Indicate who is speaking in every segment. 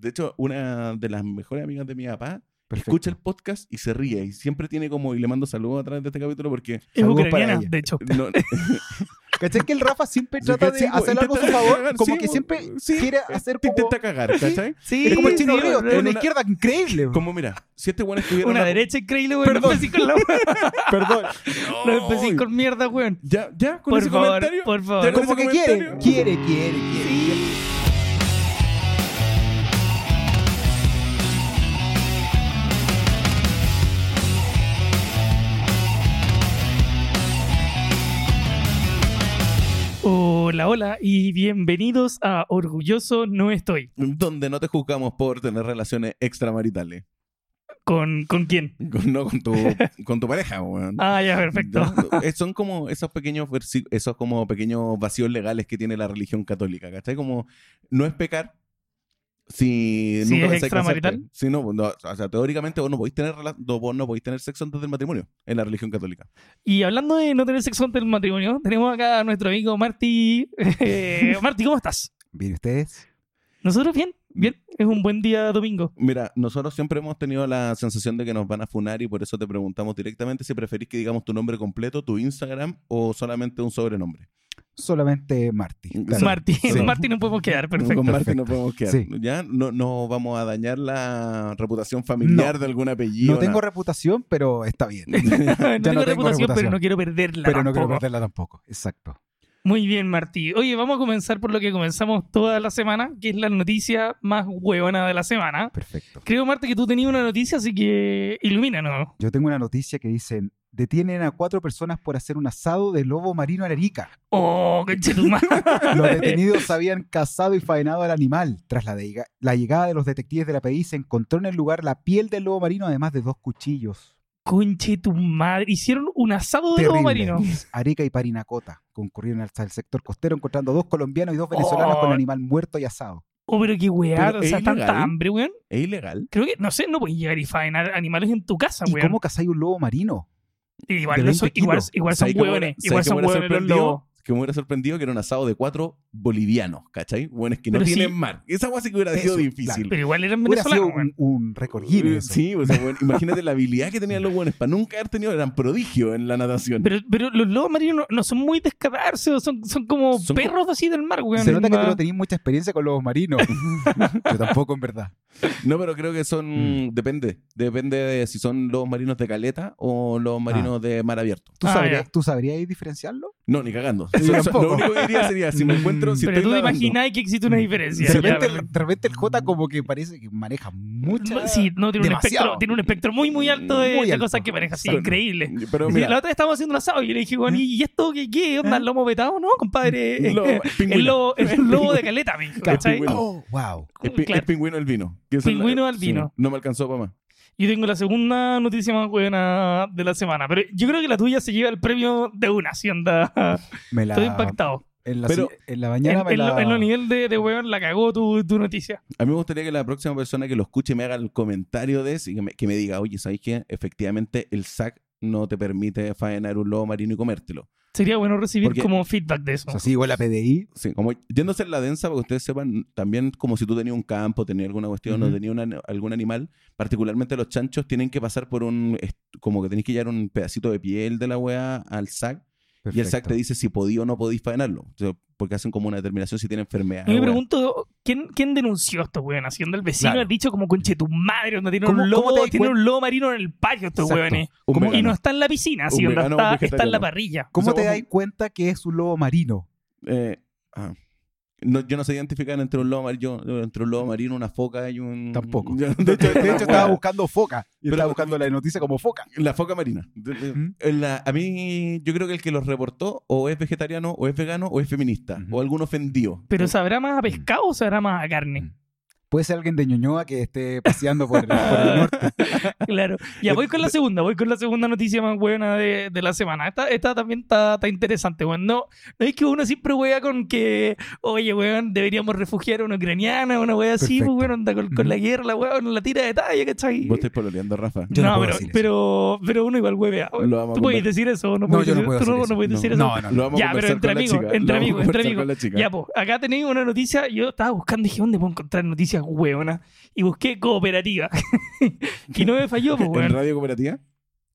Speaker 1: de hecho, una de las mejores amigas de mi papá
Speaker 2: Perfecto.
Speaker 1: escucha el podcast y se ríe. Y siempre tiene como, y le mando saludos a través de este capítulo porque
Speaker 3: Es
Speaker 2: Saludos para
Speaker 3: ucraniana,
Speaker 2: ella.
Speaker 3: de hecho.
Speaker 1: no,
Speaker 2: ¿Cachai que el Rafa siempre
Speaker 1: Sí,
Speaker 2: trata de
Speaker 1: sí, pues,
Speaker 2: hacer algo a su
Speaker 1: intenta
Speaker 2: favor?
Speaker 1: cagar,
Speaker 2: Como
Speaker 1: sí,
Speaker 2: que
Speaker 1: bo-
Speaker 2: siempre
Speaker 1: sí,
Speaker 2: quiere hacer
Speaker 1: te
Speaker 2: como...
Speaker 1: intenta cagar, ¿cachai?
Speaker 3: Sí,
Speaker 2: Es como el chino
Speaker 3: sí,
Speaker 2: Ríos,
Speaker 3: una-
Speaker 2: tiene una
Speaker 1: una-
Speaker 2: izquierda increíble.
Speaker 1: Como mira, si este weón estuviera.
Speaker 3: Una
Speaker 1: en
Speaker 3: derecha increíble, weón.
Speaker 1: Perdón.
Speaker 3: Empecé con la
Speaker 2: Perdón.
Speaker 3: Lo empecé con mierda, weón.
Speaker 1: Ya, ya, con
Speaker 3: Por
Speaker 1: ese
Speaker 3: favor,
Speaker 1: comentario.
Speaker 3: por favor.
Speaker 1: ya con
Speaker 2: Como
Speaker 1: ese
Speaker 2: que quiere,
Speaker 1: comentario.
Speaker 2: quiere, quiere, quiere.
Speaker 3: Hola, hola y bienvenidos a Orgulloso No Estoy.
Speaker 1: Donde no te juzgamos por tener relaciones extramaritales.
Speaker 3: ¿Con, con quién?
Speaker 1: Con- No con tu, con tu pareja, weón.
Speaker 3: Ah, ya, perfecto.
Speaker 1: No, eh, Son como esos pequeños versi- esos como pequeños vacíos legales que tiene la religión católica, ¿cachai? Como no es pecar si,
Speaker 3: Si
Speaker 1: nunca
Speaker 3: es
Speaker 1: pensáis casarte.
Speaker 3: extramarital.
Speaker 1: Si no, no, o sea, teóricamente vos no podéis tener rela- no, vos no podéis tener sexo antes del matrimonio en la religión católica.
Speaker 3: Y hablando de no tener sexo antes del matrimonio, tenemos acá a nuestro amigo Marty. Eh, Marty, ¿cómo estás?
Speaker 2: Bien, ¿ustedes?
Speaker 3: ¿Nosotros bien? Bien, es un buen día domingo.
Speaker 1: Mira, nosotros siempre hemos tenido la sensación de que nos van a funar y por eso te preguntamos directamente si preferís que digamos tu nombre completo, tu Instagram o solamente un sobrenombre.
Speaker 2: Solamente Marty. claro.
Speaker 3: Marty,
Speaker 1: Sí.
Speaker 3: Marty no podemos quedar, perfecto.
Speaker 1: Con Martín
Speaker 2: Perfecto.
Speaker 1: nos podemos quedar.
Speaker 2: Sí.
Speaker 1: Ya no, no vamos a dañar la reputación familiar de algún apellido.
Speaker 2: No tengo
Speaker 1: nada.
Speaker 2: reputación, pero está bien.
Speaker 3: no tengo
Speaker 2: tengo
Speaker 3: reputación, pero
Speaker 2: reputación.
Speaker 3: no quiero perderla.
Speaker 2: pero no quiero
Speaker 3: tampoco.
Speaker 2: perderla tampoco. Exacto.
Speaker 3: Muy bien, Martí. Oye, vamos a comenzar por lo que comenzamos toda la semana, que es la noticia más huevona de la semana.
Speaker 2: Perfecto.
Speaker 3: Creo, Marta, que tú tenías una noticia, así que ilumínanos.
Speaker 2: Yo tengo una noticia que dicen, detienen a cuatro personas por hacer un asado de lobo marino en Arica.
Speaker 3: Oh, conchetumare.
Speaker 2: Los detenidos habían cazado y faenado al animal. Tras la, deiga- la llegada de los detectives de la PDI, se encontró en el lugar la piel del lobo marino, además de dos cuchillos.
Speaker 3: Conchetumare. Hicieron un asado de lobo
Speaker 2: Terrible.
Speaker 3: marino.
Speaker 2: Arica y Parinacota concurrieron hasta el sector costero, encontrando dos colombianos y dos venezolanos con el animal muerto y asado.
Speaker 3: Oh, pero qué weá.
Speaker 1: Pero
Speaker 3: O
Speaker 1: es
Speaker 3: sea, tanta
Speaker 1: ilegal.
Speaker 3: hambre, weón.
Speaker 1: ¿Es ilegal?
Speaker 3: Creo que, no sé, no puedes llegar y faenar animales en tu casa,
Speaker 2: ¿Y
Speaker 3: weón.
Speaker 2: cómo cazáis un lobo marino?
Speaker 3: Igual,
Speaker 2: de
Speaker 3: no son,
Speaker 2: 20
Speaker 3: igual,
Speaker 2: kilos?
Speaker 3: igual son
Speaker 1: ¿Sabes que me hubiera-
Speaker 3: hueones.
Speaker 1: sabes
Speaker 3: Igual
Speaker 1: que
Speaker 3: son
Speaker 1: me hubiera
Speaker 3: hueones los
Speaker 1: sorprendido?
Speaker 3: lobos.
Speaker 1: Que me hubiera sorprendido que era un asado de cuatro bolivianos, ¿cachai? Bueno, es que no
Speaker 3: Pero
Speaker 1: tienen
Speaker 3: sí.
Speaker 1: mar. Esa hueá sí que hubiera
Speaker 2: Eso,
Speaker 1: sido difícil. Eh,
Speaker 3: Pero igual eran
Speaker 2: Hubiera sido
Speaker 3: venezolanos,
Speaker 2: un,
Speaker 3: weón.
Speaker 2: un récord Guinness. eso.
Speaker 1: Sí, o sea, bueno, imagínate la habilidad que tenían los buenos para nunca haber tenido, eran prodigio en la natación.
Speaker 3: Pero, pero los lobos marinos no, no son muy descadarse, son, son como
Speaker 1: Son
Speaker 3: perros así del mar, weón.
Speaker 2: Se nota que
Speaker 3: Onda-
Speaker 2: tú no tenías mucha experiencia con lobos marinos. Yo tampoco, en verdad.
Speaker 1: No, pero creo que
Speaker 3: Mm.
Speaker 1: son, depende, depende de si son los marinos de caleta o los marinos de mar abierto.
Speaker 2: ¿Tú,
Speaker 3: Ah,
Speaker 2: sabrías,
Speaker 3: ya.
Speaker 2: ¿tú sabrías diferenciarlo?
Speaker 1: No, ni cagando.
Speaker 2: Yo
Speaker 1: Eso- eso-
Speaker 2: tampoco.
Speaker 1: lo único que diría sería, si me encuentro, si
Speaker 3: pero
Speaker 1: estoy
Speaker 3: tú te
Speaker 1: nadando.
Speaker 3: imagináis que existe una diferencia.
Speaker 2: de,
Speaker 3: Ya,
Speaker 2: repente,
Speaker 3: pero-
Speaker 2: Mm. el- de repente el J como que parece que maneja mucha...
Speaker 3: mm. Sí, no, tiene un,
Speaker 2: demasiado.
Speaker 3: espectro, tiene un espectro muy, muy alto de,
Speaker 2: Muy
Speaker 3: de
Speaker 2: alto.
Speaker 3: cosas que maneja. Sí,
Speaker 1: Pero-
Speaker 3: increíble.
Speaker 1: Pero
Speaker 3: Sí, la
Speaker 1: mira,
Speaker 3: otra vez estábamos haciendo un asado y yo le dije,
Speaker 2: ¿Mm?
Speaker 3: bueno, ¿y esto qué?
Speaker 2: ¿Eh?
Speaker 3: ¿Qué? ¿Onda el lomo vetado? No, compadre.
Speaker 1: lo-
Speaker 3: el,
Speaker 1: pingüino.
Speaker 3: lobo, el lobo de caleta, me dijo,
Speaker 1: Claro,
Speaker 3: ¿cachai?
Speaker 1: pingüino.
Speaker 2: Oh, wow.
Speaker 1: Es, pi-
Speaker 3: Claro.
Speaker 1: es pingüino el vino. que es el-
Speaker 3: Pingüino al
Speaker 1: sí,
Speaker 3: vino.
Speaker 1: no me alcanzó para más.
Speaker 3: Yo tengo la segunda noticia más buena de la semana, pero yo creo que la tuya se lleva el premio de una, si onda.
Speaker 2: Me la...
Speaker 3: Estoy impactado.
Speaker 2: En la,
Speaker 1: Pero-
Speaker 2: en la
Speaker 3: En,
Speaker 2: mañana me
Speaker 3: en
Speaker 2: la...
Speaker 3: lo, en lo nivel de, de weón la cagó tu, tu noticia.
Speaker 1: A mí me gustaría que la próxima persona que lo escuche me haga el comentario de eso y que me, que me diga, oye, ¿sabes qué? Efectivamente, el SAC no te permite faenar un lobo marino y comértelo.
Speaker 3: Sería bueno recibir
Speaker 1: Porque-
Speaker 3: como feedback de eso.
Speaker 2: O sea, sí, igual la PDI.
Speaker 1: Sí, como yéndose en la densa, para que ustedes sepan, también como si tú tenías un campo, tenías alguna cuestión o
Speaker 2: Ujú.
Speaker 1: tenías una- algún animal, particularmente los chanchos tienen que pasar por un, est- como que tenés que llevar un pedacito de piel de la weá al SAC y el SAC te dice si podía o no podís faenarlo. O sea, porque hacen como una determinación si tiene enfermedad.
Speaker 3: Yo me
Speaker 1: weá.
Speaker 3: pregunto, ¿quién, quién denunció esto, weón? Haciendo el vecino
Speaker 2: Claro.
Speaker 3: ha dicho como conche tu madre, onda, tiene
Speaker 2: ¿Cómo-
Speaker 3: un
Speaker 2: cómo
Speaker 3: lobo,
Speaker 2: te das
Speaker 3: tiene
Speaker 2: cuen-
Speaker 3: un lobo marino en el patio estos
Speaker 2: Exacto.
Speaker 3: weones.
Speaker 1: Un
Speaker 2: ¿Cómo-
Speaker 3: Y
Speaker 1: vegano.
Speaker 3: no está en la piscina, así
Speaker 1: Un
Speaker 3: onda,
Speaker 1: vegano o un
Speaker 3: está, está en la
Speaker 1: vegetariano.
Speaker 3: parrilla.
Speaker 2: ¿Cómo
Speaker 1: Esa
Speaker 2: te
Speaker 1: hueá-
Speaker 2: das cuenta que es un lobo marino?
Speaker 1: Eh, ah. No, yo no sabía identificar entre un lobo marino, entre un lobo marino, una foca y un.
Speaker 2: Tampoco.
Speaker 1: Yo-
Speaker 2: De hecho, de hecho, estaba
Speaker 1: Bueno,
Speaker 2: buscando foca. Y
Speaker 1: Pero-
Speaker 2: estaba buscando la noticia como foca.
Speaker 1: La foca marina. De- de-
Speaker 2: ¿Mm?
Speaker 1: en la- a mí, yo creo que el que los reportó o es vegetariano, o es vegano, o es feminista,
Speaker 2: Ujú.
Speaker 1: o algún ofendido.
Speaker 3: ¿Pero sabrá
Speaker 2: Mm.
Speaker 3: más a pescado o sabrá más a carne?
Speaker 2: Puede ser alguien de Ñuñoa que esté paseando por el, por el norte.
Speaker 3: Claro. Ya voy con la segunda, voy con la segunda noticia más buena de, de la semana. Esta, esta también está, está interesante, weón. No, no es que uno siempre juega con que, oye, weón, deberíamos refugiar a una ucraniana, una wea así, pues,
Speaker 2: Perfecto.
Speaker 3: weón, onda con, con la guerra, la weón, la tira de talla, ¿cachai?
Speaker 1: Vos estáis pololeando, Rafa.
Speaker 2: Yo no puedo
Speaker 3: pero,
Speaker 2: decir eso.
Speaker 3: pero, pero uno igual huevea. weón.
Speaker 1: Lo vamos a
Speaker 3: Oh, Tú puedes
Speaker 1: conver-
Speaker 3: decir eso, no,
Speaker 2: No,
Speaker 3: puedes
Speaker 2: yo no
Speaker 3: decir-
Speaker 2: puedo
Speaker 3: tú
Speaker 2: hacer
Speaker 3: no
Speaker 2: eso.
Speaker 3: puedes decir eso.
Speaker 2: No, no,
Speaker 1: Lo
Speaker 2: no.
Speaker 1: vamos
Speaker 3: Ya,
Speaker 1: a
Speaker 3: pero
Speaker 1: conversar
Speaker 3: entre
Speaker 1: con la
Speaker 3: amigos,
Speaker 1: chica.
Speaker 3: entre
Speaker 1: Lo vamos a
Speaker 3: amigos, entre
Speaker 1: conversar
Speaker 3: amigos.
Speaker 1: con la chica.
Speaker 3: Ya, pues, acá tenéis una noticia. Yo estaba buscando y dije, ¿dónde puedo encontrar noticias hueona. Y busqué cooperativa. y no me falló, pues,
Speaker 1: ¿En
Speaker 3: weón.
Speaker 1: radio cooperativa?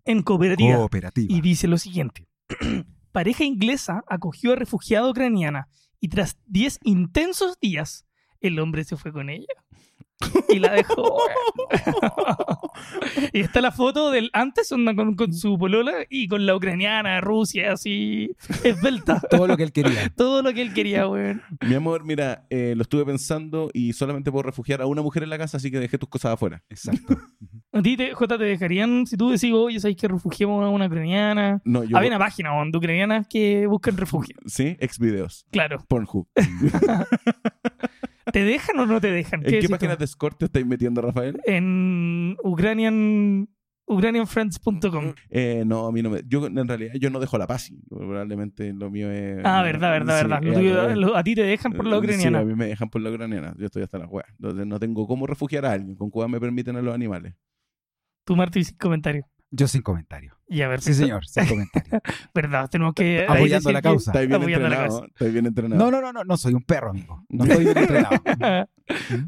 Speaker 3: En cooperativa.
Speaker 2: Cooperativa.
Speaker 3: Y dice lo siguiente. Pareja inglesa acogió a refugiada ucraniana y tras 10 intensos días, el hombre se fue con ella. Y la dejó. y está la foto del antes onda, con, con su polola y con la ucraniana, Rusia, así, esbelta.
Speaker 2: Todo lo que él quería.
Speaker 3: Todo lo que él quería, weón.
Speaker 1: Mi amor, mira, eh, lo estuve pensando y solamente puedo refugiar a una mujer en la casa, así que dejé tus cosas afuera.
Speaker 2: Exacto.
Speaker 3: A ti, te, Jota, te dejarían, si tú decís, oye, sabéis que refugiemos a una ucraniana.
Speaker 1: No, yo.
Speaker 3: Había una página, weón, de ucranianas que buscan refugio.
Speaker 1: Sí, ex videos.
Speaker 3: Claro.
Speaker 1: Pornhub.
Speaker 3: ¿Te dejan o no te dejan?
Speaker 1: ¿En qué
Speaker 3: decís tú?
Speaker 1: páginas de escort te estáis metiendo, Rafael?
Speaker 3: en Ukrainian ukrainianfriends.com.
Speaker 1: Eh, no, a mí no me. Yo, en realidad, yo no dejo la paz. Probablemente lo mío es.
Speaker 3: Ah, verdad, verdad,
Speaker 1: Sí, es
Speaker 3: verdad. Lo
Speaker 1: al
Speaker 3: tuyo-
Speaker 1: revés. Eh,
Speaker 3: lo- a ti te dejan por la
Speaker 1: Sí, a
Speaker 3: ucraniana.
Speaker 1: mí me dejan por la ucraniana. Yo estoy hasta las weas. Entonces no tengo cómo refugiar a alguien. Con Cuba me permiten a los animales.
Speaker 3: Tú, Martín, sin comentario.
Speaker 2: Yo sin comentario.
Speaker 3: Y a ver,
Speaker 2: Sí, señor, sin comentario.
Speaker 3: verdad, tenemos que. ahí
Speaker 2: Apoyando
Speaker 3: decir
Speaker 2: la
Speaker 3: que-
Speaker 2: causa.
Speaker 1: Estás bien
Speaker 3: Voy a andar a
Speaker 1: entrenado. Estás bien entrenado.
Speaker 2: No, no, no, no, no soy un perro, amigo. No estoy bien entrenado.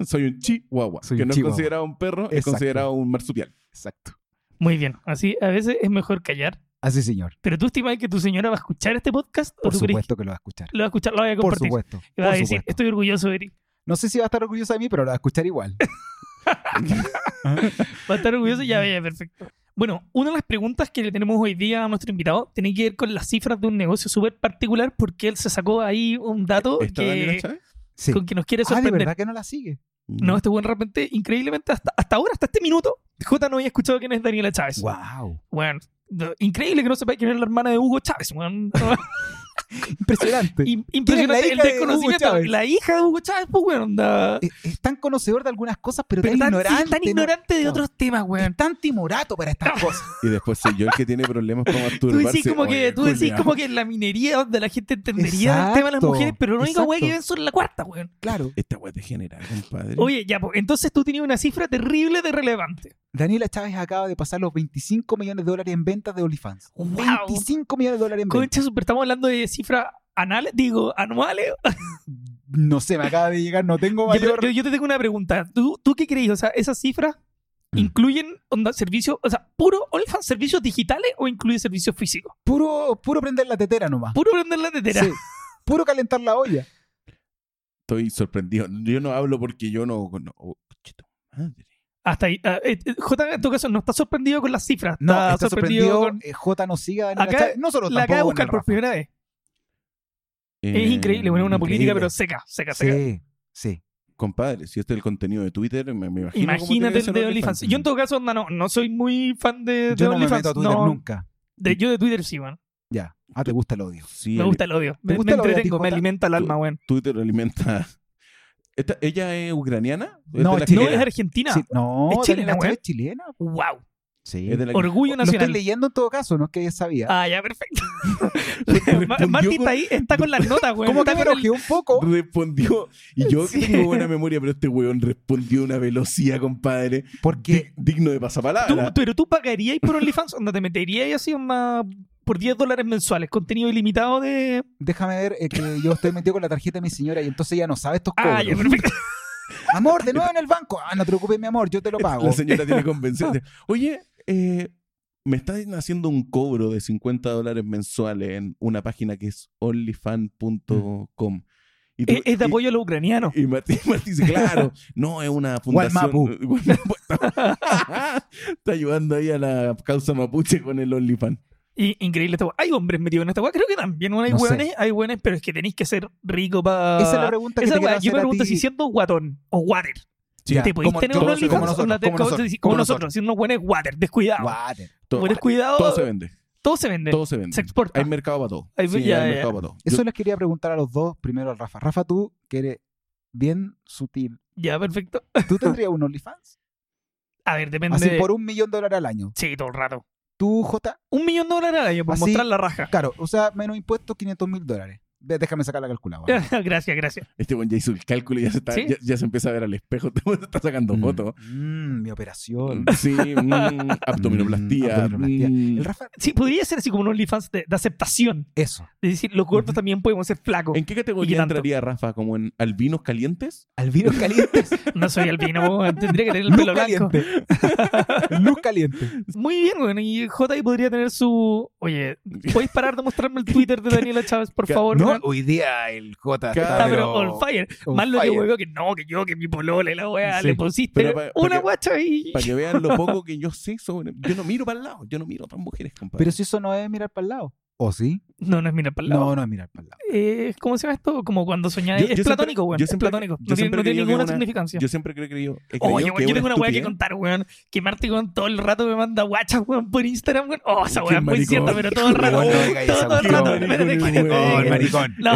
Speaker 1: Soy un chihuahua.
Speaker 2: Soy
Speaker 1: que
Speaker 2: un
Speaker 1: no
Speaker 2: chihuahua.
Speaker 1: es considerado un perro, es
Speaker 2: Exacto.
Speaker 1: considerado un marsupial.
Speaker 2: Exacto.
Speaker 3: Muy bien. Así, a veces es mejor callar.
Speaker 2: Así, señor.
Speaker 3: Pero tú estimas que tu señora va a escuchar este podcast
Speaker 2: Por
Speaker 3: o tú crees que
Speaker 2: supuesto que lo va a escuchar.
Speaker 3: lo va a escuchar, lo voy a
Speaker 2: Por
Speaker 3: compartir.
Speaker 2: supuesto.
Speaker 3: y va a
Speaker 2: por
Speaker 3: decir,
Speaker 2: supuesto.
Speaker 3: estoy orgulloso de ti.
Speaker 2: No sé si va a estar orgullosa de mí, pero lo va a escuchar igual.
Speaker 3: Va a estar orgulloso, ya, ya, perfecto. Bueno, una de las preguntas que le tenemos hoy día a nuestro invitado tiene que ver con las cifras de un negocio súper particular porque él se sacó ahí un dato
Speaker 1: ¿Está Daniela
Speaker 3: que,
Speaker 1: Chávez?
Speaker 2: Sí.
Speaker 3: con que nos quiere
Speaker 2: Ah, de
Speaker 3: sorprender.
Speaker 2: verdad que no la sigue.
Speaker 1: Mm.
Speaker 3: No, este buen repente, increíblemente, hasta, hasta ahora, hasta este minuto, J no había escuchado quién es Daniela Chávez.
Speaker 2: Wow.
Speaker 3: Bueno, do- increíble que no sepa quién es la hermana de Hugo Chávez. weón.
Speaker 2: Impresionante.
Speaker 3: Im- Impresionante
Speaker 2: ¿Quién
Speaker 3: el
Speaker 2: es la hija de Hugo
Speaker 3: desconocimiento.
Speaker 2: Chávez?
Speaker 3: la hija de Hugo Chávez, pues, weón. da-
Speaker 2: es, Eh, es tan conocedor de algunas cosas, pero,
Speaker 3: pero
Speaker 2: tan,
Speaker 3: tan, sí,
Speaker 2: ignorante.
Speaker 3: tan
Speaker 2: ¿no?
Speaker 3: ignorante de
Speaker 2: no.
Speaker 3: otros temas, weón.
Speaker 2: Es tan timorato para estas cosas.
Speaker 1: Y después soy yo el que tiene problemas para
Speaker 3: Tú
Speaker 1: masturbarse.
Speaker 3: decís, como que,
Speaker 1: Oye,
Speaker 3: tú decís
Speaker 1: Julia.
Speaker 3: como que en la minería donde la gente entendería el tema de las
Speaker 2: Exacto,
Speaker 3: mujeres, pero la única weón que
Speaker 2: exacto.
Speaker 3: ven son la cuarta, weón.
Speaker 2: Claro.
Speaker 1: Esta wea te genera, compadre.
Speaker 3: Oye, ya, pues, entonces tú tenías una cifra terrible de relevante.
Speaker 2: Daniela Chávez acaba de pasar los 25 millones de dólares en ventas de OnlyFans.
Speaker 3: Wow.
Speaker 2: 25 millones de dólares en ventas.
Speaker 3: Concha, super, estamos hablando de cifras anales, digo, anuales
Speaker 2: No sé, me acaba de llegar, no tengo
Speaker 3: Ya, pero
Speaker 2: mayor.
Speaker 3: Yo, yo te tengo una pregunta. ¿Tú, tú qué crees? O sea, ¿esas cifras
Speaker 2: Mm.
Speaker 3: incluyen onda, servicios, o sea, puro OnlyFans, servicios digitales o incluye servicios físicos?
Speaker 2: Puro, puro prender la tetera nomás.
Speaker 3: Puro prender la tetera.
Speaker 2: Sí. Puro calentar la olla.
Speaker 1: Estoy sorprendido. Yo no hablo porque yo no. no oh, coche tu madre.
Speaker 3: Hasta ahí. ah, eh, eh, J, en tu caso, no está sorprendido con las cifras.
Speaker 2: No,
Speaker 3: está,
Speaker 2: está sorprendido. eh, J no siga a Daniela
Speaker 3: Acá
Speaker 2: Chávez. No solo
Speaker 3: La acaba de
Speaker 2: tampoco,
Speaker 3: buscar por
Speaker 2: Rafa.
Speaker 3: primera vez.
Speaker 1: Eh,
Speaker 3: es increíble, bueno, una política,
Speaker 2: increíble.
Speaker 3: pero seca, seca, seca.
Speaker 2: Sí, sí.
Speaker 1: Compadre, si este es el contenido de Twitter, me, me imagino. cómo tiene
Speaker 3: Imagínate
Speaker 1: que
Speaker 3: el
Speaker 1: ser
Speaker 3: de OnlyFans. Yo, en todo caso, onda, no, no soy muy fan de, de
Speaker 2: Yo no me
Speaker 3: OnlyFans.
Speaker 2: meto a Twitter
Speaker 3: no.
Speaker 2: nunca.
Speaker 3: De, yo de Twitter sí, man.
Speaker 2: Ya. Ah, te gusta el odio.
Speaker 1: Sí,
Speaker 3: Me
Speaker 1: el-
Speaker 3: gusta el odio. Me,
Speaker 2: gusta
Speaker 3: me
Speaker 2: el odio a ti,
Speaker 3: entretengo, me
Speaker 2: Jota?
Speaker 3: alimenta el alma, weón.
Speaker 1: Twitter alimenta. Esta- ¿Ella es ucraniana? ¿Es
Speaker 2: No,
Speaker 1: de la
Speaker 2: es
Speaker 1: que-
Speaker 3: No,
Speaker 2: chilena.
Speaker 3: es Argentina.
Speaker 2: Sí, no,
Speaker 3: Es chilena,
Speaker 2: Daniela
Speaker 3: weón.
Speaker 2: Chávez es chilena.
Speaker 3: Wow.
Speaker 2: Sí.
Speaker 1: es de la que-
Speaker 3: Orgullo
Speaker 2: Lo estoy
Speaker 3: nacional.
Speaker 2: leyendo en todo caso, no es que sabía.
Speaker 3: Ah, ya, perfecto. Ma-
Speaker 1: Respondió
Speaker 3: Martín
Speaker 1: con-
Speaker 3: está ahí, está con las notas, güey.
Speaker 2: Como que me
Speaker 3: Está con el-
Speaker 2: enojé un poco.
Speaker 1: Respondió. Y yo que
Speaker 3: Sí.
Speaker 1: tengo buena memoria, pero este weón respondió a una velocidad, compadre.
Speaker 2: Porque
Speaker 1: di- digno de
Speaker 3: ¿Tú,
Speaker 1: pasapalabra.
Speaker 3: tú- pero tú pagarías por OnlyFans, onda te meterías así onda, por 10 dólares mensuales, contenido ilimitado de.
Speaker 2: déjame ver eh, que yo estoy metido con la tarjeta de mi señora y entonces ya no sabe estos cobros.
Speaker 3: Ah, ya, perfecto.
Speaker 2: Amor, de nuevo en el banco. Ah, no te preocupes, mi amor, yo te lo pago.
Speaker 1: La señora tiene que convencerse. Oye, eh, me están haciendo un cobro de 50 dólares mensuales en una página que es onlyfan.com. Y tú-
Speaker 3: es, Eh, es de
Speaker 1: y-
Speaker 3: apoyo a los ucranianos.
Speaker 1: Y Martín, Martín dice, claro, no, es una fundación.
Speaker 2: Gualmapu.
Speaker 1: Gualmapu. Está ayudando ahí a la causa mapuche con el OnlyFans.
Speaker 3: Y, increíble esta weá. Hay hombres metidos en esta weá. Creo que también bueno, hay
Speaker 2: No sé.
Speaker 3: hueones, hay hueones, pero es que tenéis que ser rico para.
Speaker 2: Esa es la pregunta que te quiero hacer
Speaker 3: Yo me
Speaker 2: a
Speaker 3: pregunto
Speaker 2: ti.
Speaker 3: si siendo guatón o water,
Speaker 1: Sí,
Speaker 2: Ya,
Speaker 3: ¿te podéis
Speaker 2: como-
Speaker 3: tener
Speaker 2: como
Speaker 3: un
Speaker 2: nosotros, como
Speaker 3: OnlyFans? Onda, te-
Speaker 2: nosotros, como nosotros,
Speaker 3: como
Speaker 2: como
Speaker 3: nosotros, si uno hueón es water, descuidado.
Speaker 2: Water.
Speaker 1: todo,
Speaker 3: Por descuidado,
Speaker 1: todo se vende.
Speaker 3: todo se vende.
Speaker 1: Todo se vende.
Speaker 3: eh, Se exporta.
Speaker 1: Hay mercado para todo.
Speaker 3: Hay-
Speaker 1: Sí, hay
Speaker 3: ya, ya,
Speaker 1: mercado
Speaker 3: ya.
Speaker 1: para todo. Yo-
Speaker 2: Eso les quería preguntar a los dos, primero al Rafa. Rafa, tú, que eres bien sutil,
Speaker 3: Ya, perfecto.
Speaker 2: ¿tú tendrías un OnlyFans?
Speaker 3: A ver, depende.
Speaker 2: Así por un millón de dólares al año.
Speaker 3: Sí, todo el rato.
Speaker 2: ¿Tú, J?
Speaker 3: Un millón de dólares al año por
Speaker 2: Así-
Speaker 3: mostrar la raja.
Speaker 2: Claro, o sea, menos impuestos, 500 mil dólares. Ve, Déjame sacar la calculadora.
Speaker 3: gracias, gracias.
Speaker 1: Este buen ya hizo el cálculo y ya se, está,
Speaker 3: ¿Sí?
Speaker 1: ya, ya se empieza a ver al espejo. se está sacando
Speaker 2: Mm.
Speaker 1: fotos.
Speaker 2: Mm, mi operación.
Speaker 1: Sí, mm, abdominoplastía.
Speaker 2: abdominoplastía.
Speaker 1: mm.
Speaker 2: El Rafa,
Speaker 3: Sí, podría ser así como un OnlyFans de, de aceptación.
Speaker 2: eso.
Speaker 3: Es decir, los cuerpos también podemos ser flacos.
Speaker 1: ¿En qué
Speaker 3: ¿Y qué
Speaker 1: categoría
Speaker 3: tanto?
Speaker 1: entraría Rafa? ¿Como en albinos calientes?
Speaker 2: Albinos calientes.
Speaker 3: No soy albino, weón. tendría que tener el
Speaker 2: Luz
Speaker 3: pelo blanco.
Speaker 2: caliente. Luz caliente.
Speaker 3: Muy bien, bueno, y J.I. podría tener su... Oye, ¿puedes parar de mostrarme el Twitter de Daniela Chávez, por
Speaker 1: Ca-
Speaker 3: favor?
Speaker 2: No,
Speaker 3: weón?
Speaker 2: hoy día el J
Speaker 1: Cada-
Speaker 3: Ah,
Speaker 2: está, pero-
Speaker 3: pero on fire.
Speaker 2: on
Speaker 3: Más lo que
Speaker 2: fire.
Speaker 3: huevo que no, que yo, que mi polola y la weá,
Speaker 2: Sí.
Speaker 3: le pusiste
Speaker 1: Pero pa- pa
Speaker 3: una
Speaker 1: que-
Speaker 3: guacha y...
Speaker 1: Para que vean lo poco que yo sé sobre... Yo no miro para el lado. Yo no miro a otras mujeres, compadre.
Speaker 2: Pero si eso no es mirar para el lado. ¿O sí?
Speaker 3: No, no es mirar para el lado.
Speaker 2: No, no es mirar para el lado.
Speaker 3: Eh, ¿Cómo se llama esto? Como cuando soñáis.
Speaker 1: Yo-
Speaker 3: Es
Speaker 1: yo siempre-
Speaker 3: platónico, weón.
Speaker 1: yo
Speaker 3: Es
Speaker 1: siempre-
Speaker 3: platónico.
Speaker 1: yo
Speaker 3: No tiene,
Speaker 1: siempre
Speaker 3: no
Speaker 1: he
Speaker 3: tiene
Speaker 1: creído que
Speaker 3: ninguna
Speaker 1: una-
Speaker 3: significancia.
Speaker 1: Yo siempre creo que yo... he creído que
Speaker 3: Oye, weón,
Speaker 1: es
Speaker 3: yo
Speaker 1: una
Speaker 3: tengo una weá que
Speaker 1: estupidez.
Speaker 3: contar, weón. Que Marty, weón, todo el rato me manda guachas, weón, por Instagram, weón. Oh, esa
Speaker 1: Qué
Speaker 3: weá es muy
Speaker 1: maricón.
Speaker 3: cierta, pero todo el rato.
Speaker 2: Weón, no digáis esa
Speaker 3: Todo el
Speaker 2: cuestión.
Speaker 3: rato. Espérate,
Speaker 1: Maricón,
Speaker 3: espérate,
Speaker 1: weón,
Speaker 2: Maricón, Oh, maricón.
Speaker 3: espérate. Eh, No.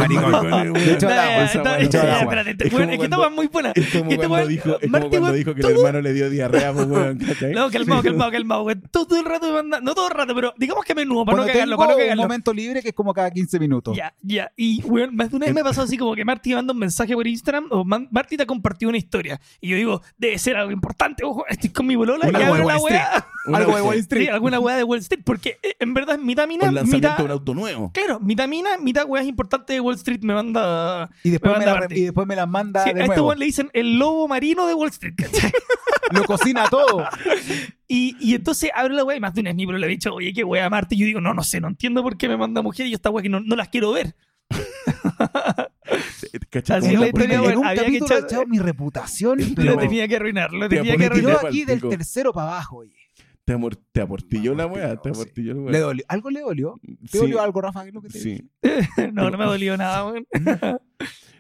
Speaker 2: Maricon.
Speaker 1: De hecho, la-
Speaker 2: No,
Speaker 3: Ya,
Speaker 1: esa
Speaker 3: está-
Speaker 1: weá no
Speaker 2: hecho
Speaker 1: se
Speaker 3: ya,
Speaker 2: la-
Speaker 1: hace.
Speaker 3: espérate,
Speaker 1: Es como
Speaker 3: weón, es que
Speaker 1: cuando-
Speaker 3: esta weá es muy buena.
Speaker 1: Es como
Speaker 3: Este
Speaker 1: cuando
Speaker 3: weón-
Speaker 1: dijo, es como
Speaker 3: Marty,
Speaker 1: cuando
Speaker 3: weón,
Speaker 1: dijo que
Speaker 3: todo-
Speaker 1: el hermano le dio diarrea, pues, weón. ¿cachai?
Speaker 3: No, calmado, calmado, calmado, weón. Todo el rato me manda. No todo el rato, pero digamos que a menudo, para no
Speaker 2: Cuando
Speaker 3: cagarlo,
Speaker 2: tengo
Speaker 3: para no
Speaker 2: un
Speaker 3: cagarlo.
Speaker 2: momento libre que es como cada 15 minutos.
Speaker 3: Ya, ya. Y, weón, más de una vez me pasó así como que Marty manda un mensaje por Instagram o Man- Marty te ha compartido una historia. Y yo digo, debe ser algo importante. Ojo, estoy con mi bolola y
Speaker 1: Una
Speaker 3: abro
Speaker 2: hueá
Speaker 3: la
Speaker 2: de Wall
Speaker 3: weá.
Speaker 1: Una
Speaker 2: Algo de
Speaker 1: cuestión.
Speaker 2: Wall
Speaker 3: Sí,
Speaker 2: Street.
Speaker 3: alguna weá de Wall Street. Porque eh, en verdad es mitad mina,
Speaker 1: Un lanzamiento
Speaker 3: mitad...
Speaker 1: de un auto nuevo.
Speaker 3: Claro, mitad mina, mitad weá es importante de Wall Street me manda...
Speaker 2: Y después,
Speaker 3: Me
Speaker 2: me
Speaker 3: manda
Speaker 2: la,
Speaker 3: Martín.
Speaker 2: y después me la manda
Speaker 3: Sí, a
Speaker 2: Ah, de
Speaker 3: este
Speaker 2: nuevo.
Speaker 3: weón le dicen el lobo marino de Wall Street. ¿cachai?
Speaker 2: Lo cocina todo.
Speaker 3: Y, y entonces abro la weá y más de una vez mi bolola le he dicho, oye, qué weá Marty. Y yo digo, no, no sé, no entiendo por qué me manda mujeres y esta weá que no, no las quiero ver.
Speaker 1: ¿Cachai?
Speaker 3: Así
Speaker 1: Como
Speaker 3: la
Speaker 1: la-
Speaker 3: historia,
Speaker 2: Porque
Speaker 3: weón,
Speaker 2: en un
Speaker 3: había que
Speaker 2: capítulo
Speaker 3: echar-
Speaker 2: he echado mi reputación,
Speaker 3: Lo
Speaker 2: pero
Speaker 3: tenía que arruinar, lo
Speaker 1: Te
Speaker 3: tenía
Speaker 1: apunté-
Speaker 3: que
Speaker 2: me
Speaker 3: arruinar.
Speaker 2: tiró
Speaker 1: pa'l
Speaker 2: aquí del
Speaker 1: pico.
Speaker 2: tercero para abajo. oye.
Speaker 1: Te, amor- te aportilló la weá, te
Speaker 2: Sí.
Speaker 1: aportilló la
Speaker 2: Le
Speaker 1: weá.
Speaker 2: dolió. ¿Algo le dolió? ¿Te
Speaker 1: Sí,
Speaker 2: dolió algo, Rafa? ¿Qué es lo que te
Speaker 1: sí.
Speaker 3: No, no me ha dolido nada, weón.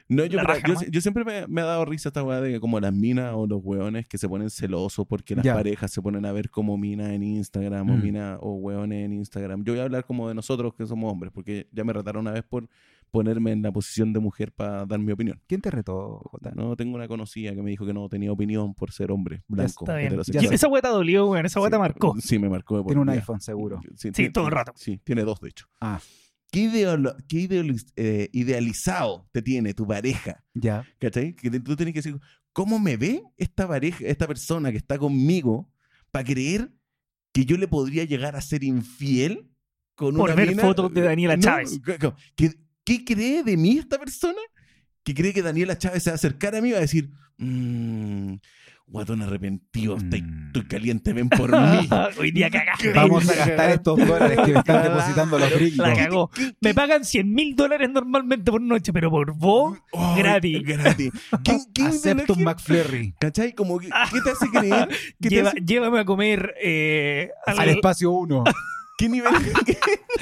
Speaker 1: No, yo,
Speaker 3: La
Speaker 1: mira,
Speaker 3: raja,
Speaker 1: yo,
Speaker 3: man.
Speaker 1: yo siempre me, me ha dado risa esta weá de como las minas o los weones que se ponen celosos porque las
Speaker 2: Ya.
Speaker 1: parejas se ponen a ver como minas en Instagram o
Speaker 2: Mm.
Speaker 1: mina o weones en Instagram. Yo voy a hablar como de nosotros que somos hombres porque ya me retaron una vez por ponerme en la posición de mujer para dar mi opinión.
Speaker 2: ¿Quién te retó, Jota?
Speaker 1: No, tengo una conocida que me dijo que no tenía opinión por ser hombre, blanco,
Speaker 3: Está bien.
Speaker 1: heterosexual.
Speaker 3: Yo- esa hueá dolió, weón. Esa hueá
Speaker 1: Sí,
Speaker 3: te marcó.
Speaker 1: Sí, me marcó. de por
Speaker 2: Tiene un
Speaker 1: vida.
Speaker 2: iPhone, seguro.
Speaker 1: Sí,
Speaker 3: todo el rato.
Speaker 1: Sí, tiene dos, de hecho.
Speaker 2: Ah.
Speaker 1: ¿Qué, ideolo- qué ideolo- eh, idealizado te tiene tu pareja?
Speaker 2: Ya.
Speaker 1: ¿Cachai? Que te- tú tienes que decir, ¿cómo me ve esta pareja, esta persona que está conmigo para creer que yo le podría llegar a ser infiel con
Speaker 3: Por
Speaker 1: una
Speaker 3: ver
Speaker 1: mina? eh,
Speaker 3: fotos de Daniela Chávez.
Speaker 1: ca- ca- ¿Qué, qué cree de mí esta persona? Que cree que Daniela Chávez se va a acercar a mí y va a decir, mmm, guatón arrepentido, estoy,
Speaker 2: Mm.
Speaker 1: estoy caliente, ven por mí.
Speaker 3: Hoy día cagaste.
Speaker 2: Vamos a gastar estos dólares que me están
Speaker 1: Claro.
Speaker 2: depositando los gringos.
Speaker 3: La cagó. Me pagan 100 mil dólares normalmente por noche, pero por vos.
Speaker 1: Oh,
Speaker 3: Gratis.
Speaker 1: Gratis. ¿Qué, qué
Speaker 2: Acepto un
Speaker 1: ideología-
Speaker 2: McFlurry.
Speaker 1: ¿Cachai? Como que, ¿Qué te hace creer? ¿Qué, te
Speaker 3: Lleva-
Speaker 1: hace-
Speaker 3: llévame a comer eh, al-
Speaker 2: Al espacio 1.
Speaker 1: qué nivel?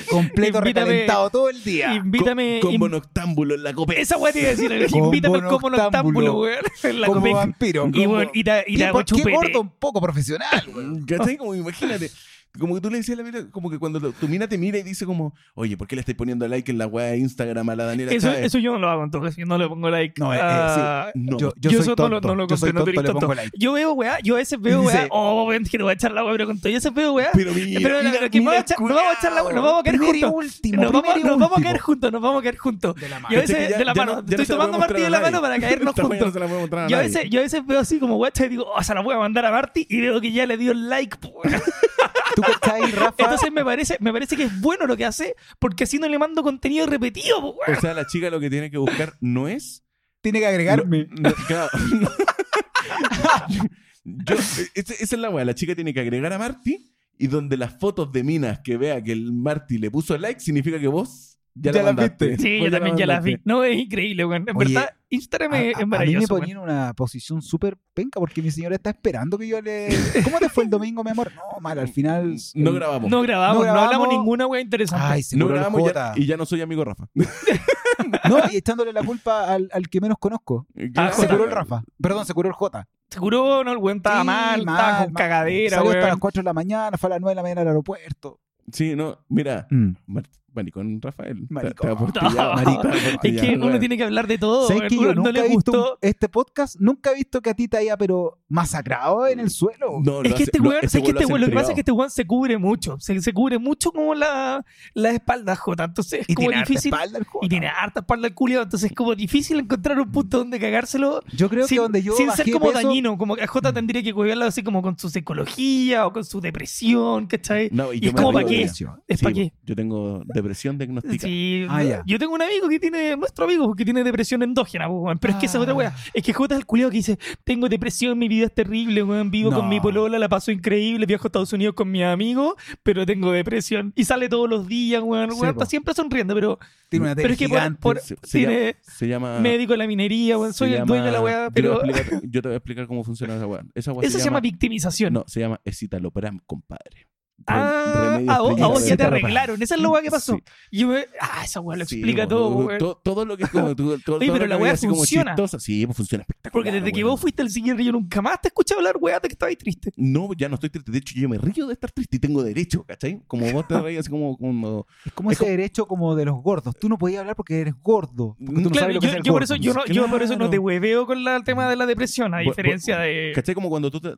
Speaker 2: Completo
Speaker 3: Invítame-
Speaker 2: recalentado todo el día.
Speaker 3: Invítame.
Speaker 1: Con,
Speaker 3: in-
Speaker 1: con noctámbulo en la copeta.
Speaker 3: esa hueá te iba a decir.
Speaker 2: Con
Speaker 3: Invítame como noctámbulo,
Speaker 2: noctámbulo.
Speaker 3: weón. En la
Speaker 2: como
Speaker 3: Copec.
Speaker 2: vampiro.
Speaker 3: Y, weón, y te, y te
Speaker 2: Qué-
Speaker 3: hago
Speaker 2: qué
Speaker 3: chupete.
Speaker 2: gordo un poco profesional, güey.
Speaker 1: ¿Cachai? Como imagínate. Como que tú le decías a la mina, como que cuando lo- tu mina te mira y dice como, oye, ¿por qué le estáis poniendo like en la weá de Instagram a la Daniela
Speaker 3: Eso,
Speaker 1: Chávez?
Speaker 3: eso yo no lo hago en todo caso. Yo no le pongo like.
Speaker 2: No, eh, eh,
Speaker 3: a-
Speaker 1: No,
Speaker 2: Yo, yo,
Speaker 3: Yo,
Speaker 2: soy
Speaker 3: eso
Speaker 2: tonto.
Speaker 3: no lo, no lo
Speaker 2: yo soy
Speaker 3: comprendo,
Speaker 2: tonto,
Speaker 3: tú eres
Speaker 2: le
Speaker 3: tonto.
Speaker 2: pongo like.
Speaker 3: Yo veo, weá, yo a veces veo, weá,
Speaker 2: Dice-
Speaker 3: oh, weón, que no voy a echar la weá, pero con todo. Yo a veces veo, weá.
Speaker 1: pero mira,
Speaker 3: Pero no,
Speaker 1: mira,
Speaker 3: no, que
Speaker 1: mira
Speaker 3: vamos a echar-
Speaker 1: el
Speaker 3: no vamos a echar la
Speaker 1: culiao.
Speaker 3: no vamos a caer
Speaker 2: Primero y
Speaker 3: juntos.
Speaker 2: último,
Speaker 3: Nos vamos,
Speaker 2: primero y
Speaker 3: nos vamos a caer
Speaker 2: último.
Speaker 3: juntos, nos vamos a caer juntos.
Speaker 2: De la
Speaker 3: Yo a
Speaker 2: mano.
Speaker 1: Cachai que
Speaker 3: veces,
Speaker 1: ya-
Speaker 3: de la
Speaker 1: ya
Speaker 3: mano,
Speaker 1: no- ya
Speaker 3: te
Speaker 1: no
Speaker 3: estoy
Speaker 1: se la
Speaker 3: tomando
Speaker 1: puedo mostrar
Speaker 3: Martí de
Speaker 1: a
Speaker 3: la mano
Speaker 1: nadie.
Speaker 3: para caernos
Speaker 1: Esta weá no
Speaker 3: juntos.
Speaker 1: se la puedo mostrar a
Speaker 3: Yo a
Speaker 1: nadie.
Speaker 3: veces, yo a veces veo así como, weá, y digo, oh, se la voy a mandar a Marty y veo que ya le dio el like. po, weón.
Speaker 2: ¿Tú cachai, Rafa?
Speaker 3: Entonces me parece, me parece que es bueno lo que hace porque así no le mando contenido repetido. po, weón.
Speaker 1: O sea, la chica lo que tiene que buscar no es
Speaker 2: tiene que agregarme.
Speaker 1: No, no, claro. Yo- esa, esa es la weá. La chica tiene que agregar a Marty y donde las fotos de minas que vea que el Marty le puso like, significa que vos ya,
Speaker 2: Ya
Speaker 1: la
Speaker 2: las
Speaker 1: mandaste.
Speaker 2: viste.
Speaker 3: Sí,
Speaker 1: Vos
Speaker 3: yo
Speaker 1: ya la
Speaker 3: también ya las vi.
Speaker 1: mandaste.
Speaker 3: No, es increíble, weón. En
Speaker 2: Oye,
Speaker 3: verdad, Instagram
Speaker 2: A,
Speaker 3: es
Speaker 2: a-
Speaker 3: es
Speaker 2: a mí me
Speaker 3: maravilloso. weón.
Speaker 2: ponía en una posición súper penca porque mi señora está esperando que yo le. ¿Cómo te fue el domingo, mi amor? No, mal, al final.
Speaker 1: No
Speaker 2: eh,
Speaker 1: grabamos.
Speaker 2: No
Speaker 3: No grabamos, no,
Speaker 2: grabamos.
Speaker 3: hablamos ninguna wea interesante.
Speaker 2: Ay,
Speaker 1: No
Speaker 2: seguro el
Speaker 1: grabamos ya-
Speaker 2: Jota. Ah,
Speaker 1: y ya no soy amigo Rafa.
Speaker 2: No, y echándole la culpa al, al que menos conozco.
Speaker 1: Claro.
Speaker 2: Se curó el Rafa. Perdón, se curó el Jota.
Speaker 3: Seguro no, el weón estaba
Speaker 2: Sí,
Speaker 3: mal, estaba
Speaker 2: mal.
Speaker 3: con cagadera,
Speaker 2: Salió hasta las
Speaker 3: weón.
Speaker 2: 4 de la mañana, fue a las 9 de la mañana al aeropuerto.
Speaker 3: Mm.
Speaker 1: Sí, no, mira, Mar- Maricón Rafael.
Speaker 2: Maricón.
Speaker 1: Te- te apostillado,
Speaker 3: No.
Speaker 1: marica,
Speaker 3: Es que
Speaker 1: apostillado,
Speaker 3: uno
Speaker 1: weón.
Speaker 3: tiene que hablar de todo.
Speaker 2: ¿Sabes
Speaker 3: weón.
Speaker 2: que yo
Speaker 3: Uno
Speaker 2: nunca
Speaker 3: no le
Speaker 2: he visto un-
Speaker 3: gustó.
Speaker 2: este podcast? Nunca he visto que a ti te haya, pero masacrado en el suelo.
Speaker 1: No, lo
Speaker 3: Es que
Speaker 1: hace-
Speaker 3: este
Speaker 1: lo-
Speaker 3: weón, es que
Speaker 1: weón
Speaker 3: este
Speaker 1: hace en
Speaker 3: weón, lo que pasa es
Speaker 1: privado.
Speaker 3: que este weón se cubre mucho. Se, se cubre mucho como la, la espalda, Jota. Entonces es
Speaker 2: y
Speaker 3: como
Speaker 2: tiene harta
Speaker 3: difícil.
Speaker 2: espalda el juego.
Speaker 3: Y tiene harta espalda el culiao, entonces es como difícil encontrar un punto donde cagárselo
Speaker 2: Yo creo
Speaker 3: sin,
Speaker 2: que donde yo
Speaker 3: sin
Speaker 2: bajé
Speaker 3: ser como
Speaker 2: peso-
Speaker 3: dañino. Como que a Jota tendría que cuidarlo así como con su psicología o con su depresión, ¿cachai?
Speaker 1: No, y
Speaker 3: ¿Y
Speaker 1: yo me
Speaker 3: cómo
Speaker 1: río
Speaker 3: este pa'
Speaker 1: de
Speaker 3: qué?
Speaker 1: ella.
Speaker 3: Es
Speaker 1: Sí,
Speaker 3: pa' qué.
Speaker 1: Yo tengo depresión diagnosticada.
Speaker 3: Sí,
Speaker 2: Ah,
Speaker 3: no.
Speaker 2: ya.
Speaker 3: yo tengo un amigo que tiene, nuestro amigo, que tiene depresión endógena, pues, weón. pero es que esa es otra
Speaker 2: Ah.
Speaker 3: weá. Es que Jota es el culiao que dice, tengo depresión, mi vida es terrible, weón, vivo
Speaker 2: No.
Speaker 3: con mi polola, la paso increíble, viajo a Estados Unidos con mis amigos, pero tengo depresión. Y sale todos los días, weón,
Speaker 2: Sí,
Speaker 3: weón,
Speaker 2: po.
Speaker 3: está siempre sonriendo, pero
Speaker 2: Tiene una
Speaker 3: Pero
Speaker 2: tele
Speaker 3: es que por-
Speaker 2: gigante.
Speaker 3: por-
Speaker 1: Se, se
Speaker 3: tiene-
Speaker 1: llama, se llama-
Speaker 3: médico de la minería, weón,
Speaker 1: se
Speaker 3: soy el dueño de la
Speaker 1: llama-
Speaker 3: weá,
Speaker 1: yo te
Speaker 3: pero...
Speaker 1: voy a explicar- Yo te voy a explicar cómo funciona esa weá. Esa weá
Speaker 3: Eso se llama victimización.
Speaker 1: No, se llama escitalopram, compadre. Re-
Speaker 3: Ah,
Speaker 1: remedio
Speaker 3: a vos, a
Speaker 1: estrella
Speaker 3: vos
Speaker 1: de
Speaker 3: ya te
Speaker 1: escitalopram.
Speaker 3: arreglaron. Esa es la weá que pasó.
Speaker 1: Sí.
Speaker 3: Y yo me- Ah, esa weá lo
Speaker 1: Sí,
Speaker 3: explica
Speaker 1: bo,
Speaker 3: todo,
Speaker 1: bo,
Speaker 3: weón.
Speaker 1: to- Todo lo que es como. tu- todo-
Speaker 3: Oye,
Speaker 1: todo
Speaker 3: pero
Speaker 1: lo
Speaker 3: la
Speaker 1: que
Speaker 3: wea
Speaker 1: es así como
Speaker 3: funciona.
Speaker 1: chistosa. Sí, pues funciona espectacular.
Speaker 3: Porque desde que
Speaker 1: weón.
Speaker 3: vos fuiste al siguiente yo nunca más te escuché hablar, weá, de que estabas triste.
Speaker 1: No, ya no estoy triste. De hecho, yo me río de estar triste y tengo derecho, ¿cachai? Como vos te reías, así como. como-
Speaker 2: Es como
Speaker 1: es
Speaker 2: ese derecho como de los gordos. Tú no podías hablar porque eres gordo. Porque tú no
Speaker 1: Claro,
Speaker 2: sabes lo que
Speaker 3: yo,
Speaker 2: es el
Speaker 3: yo por
Speaker 2: gordo.
Speaker 3: eso, yo, no, yo por eso no
Speaker 1: Claro.
Speaker 3: te hueveo con la- el tema de la depresión, a
Speaker 1: Bu- bu-
Speaker 3: diferencia de...
Speaker 1: ¿cachai? Como cuando tú, te-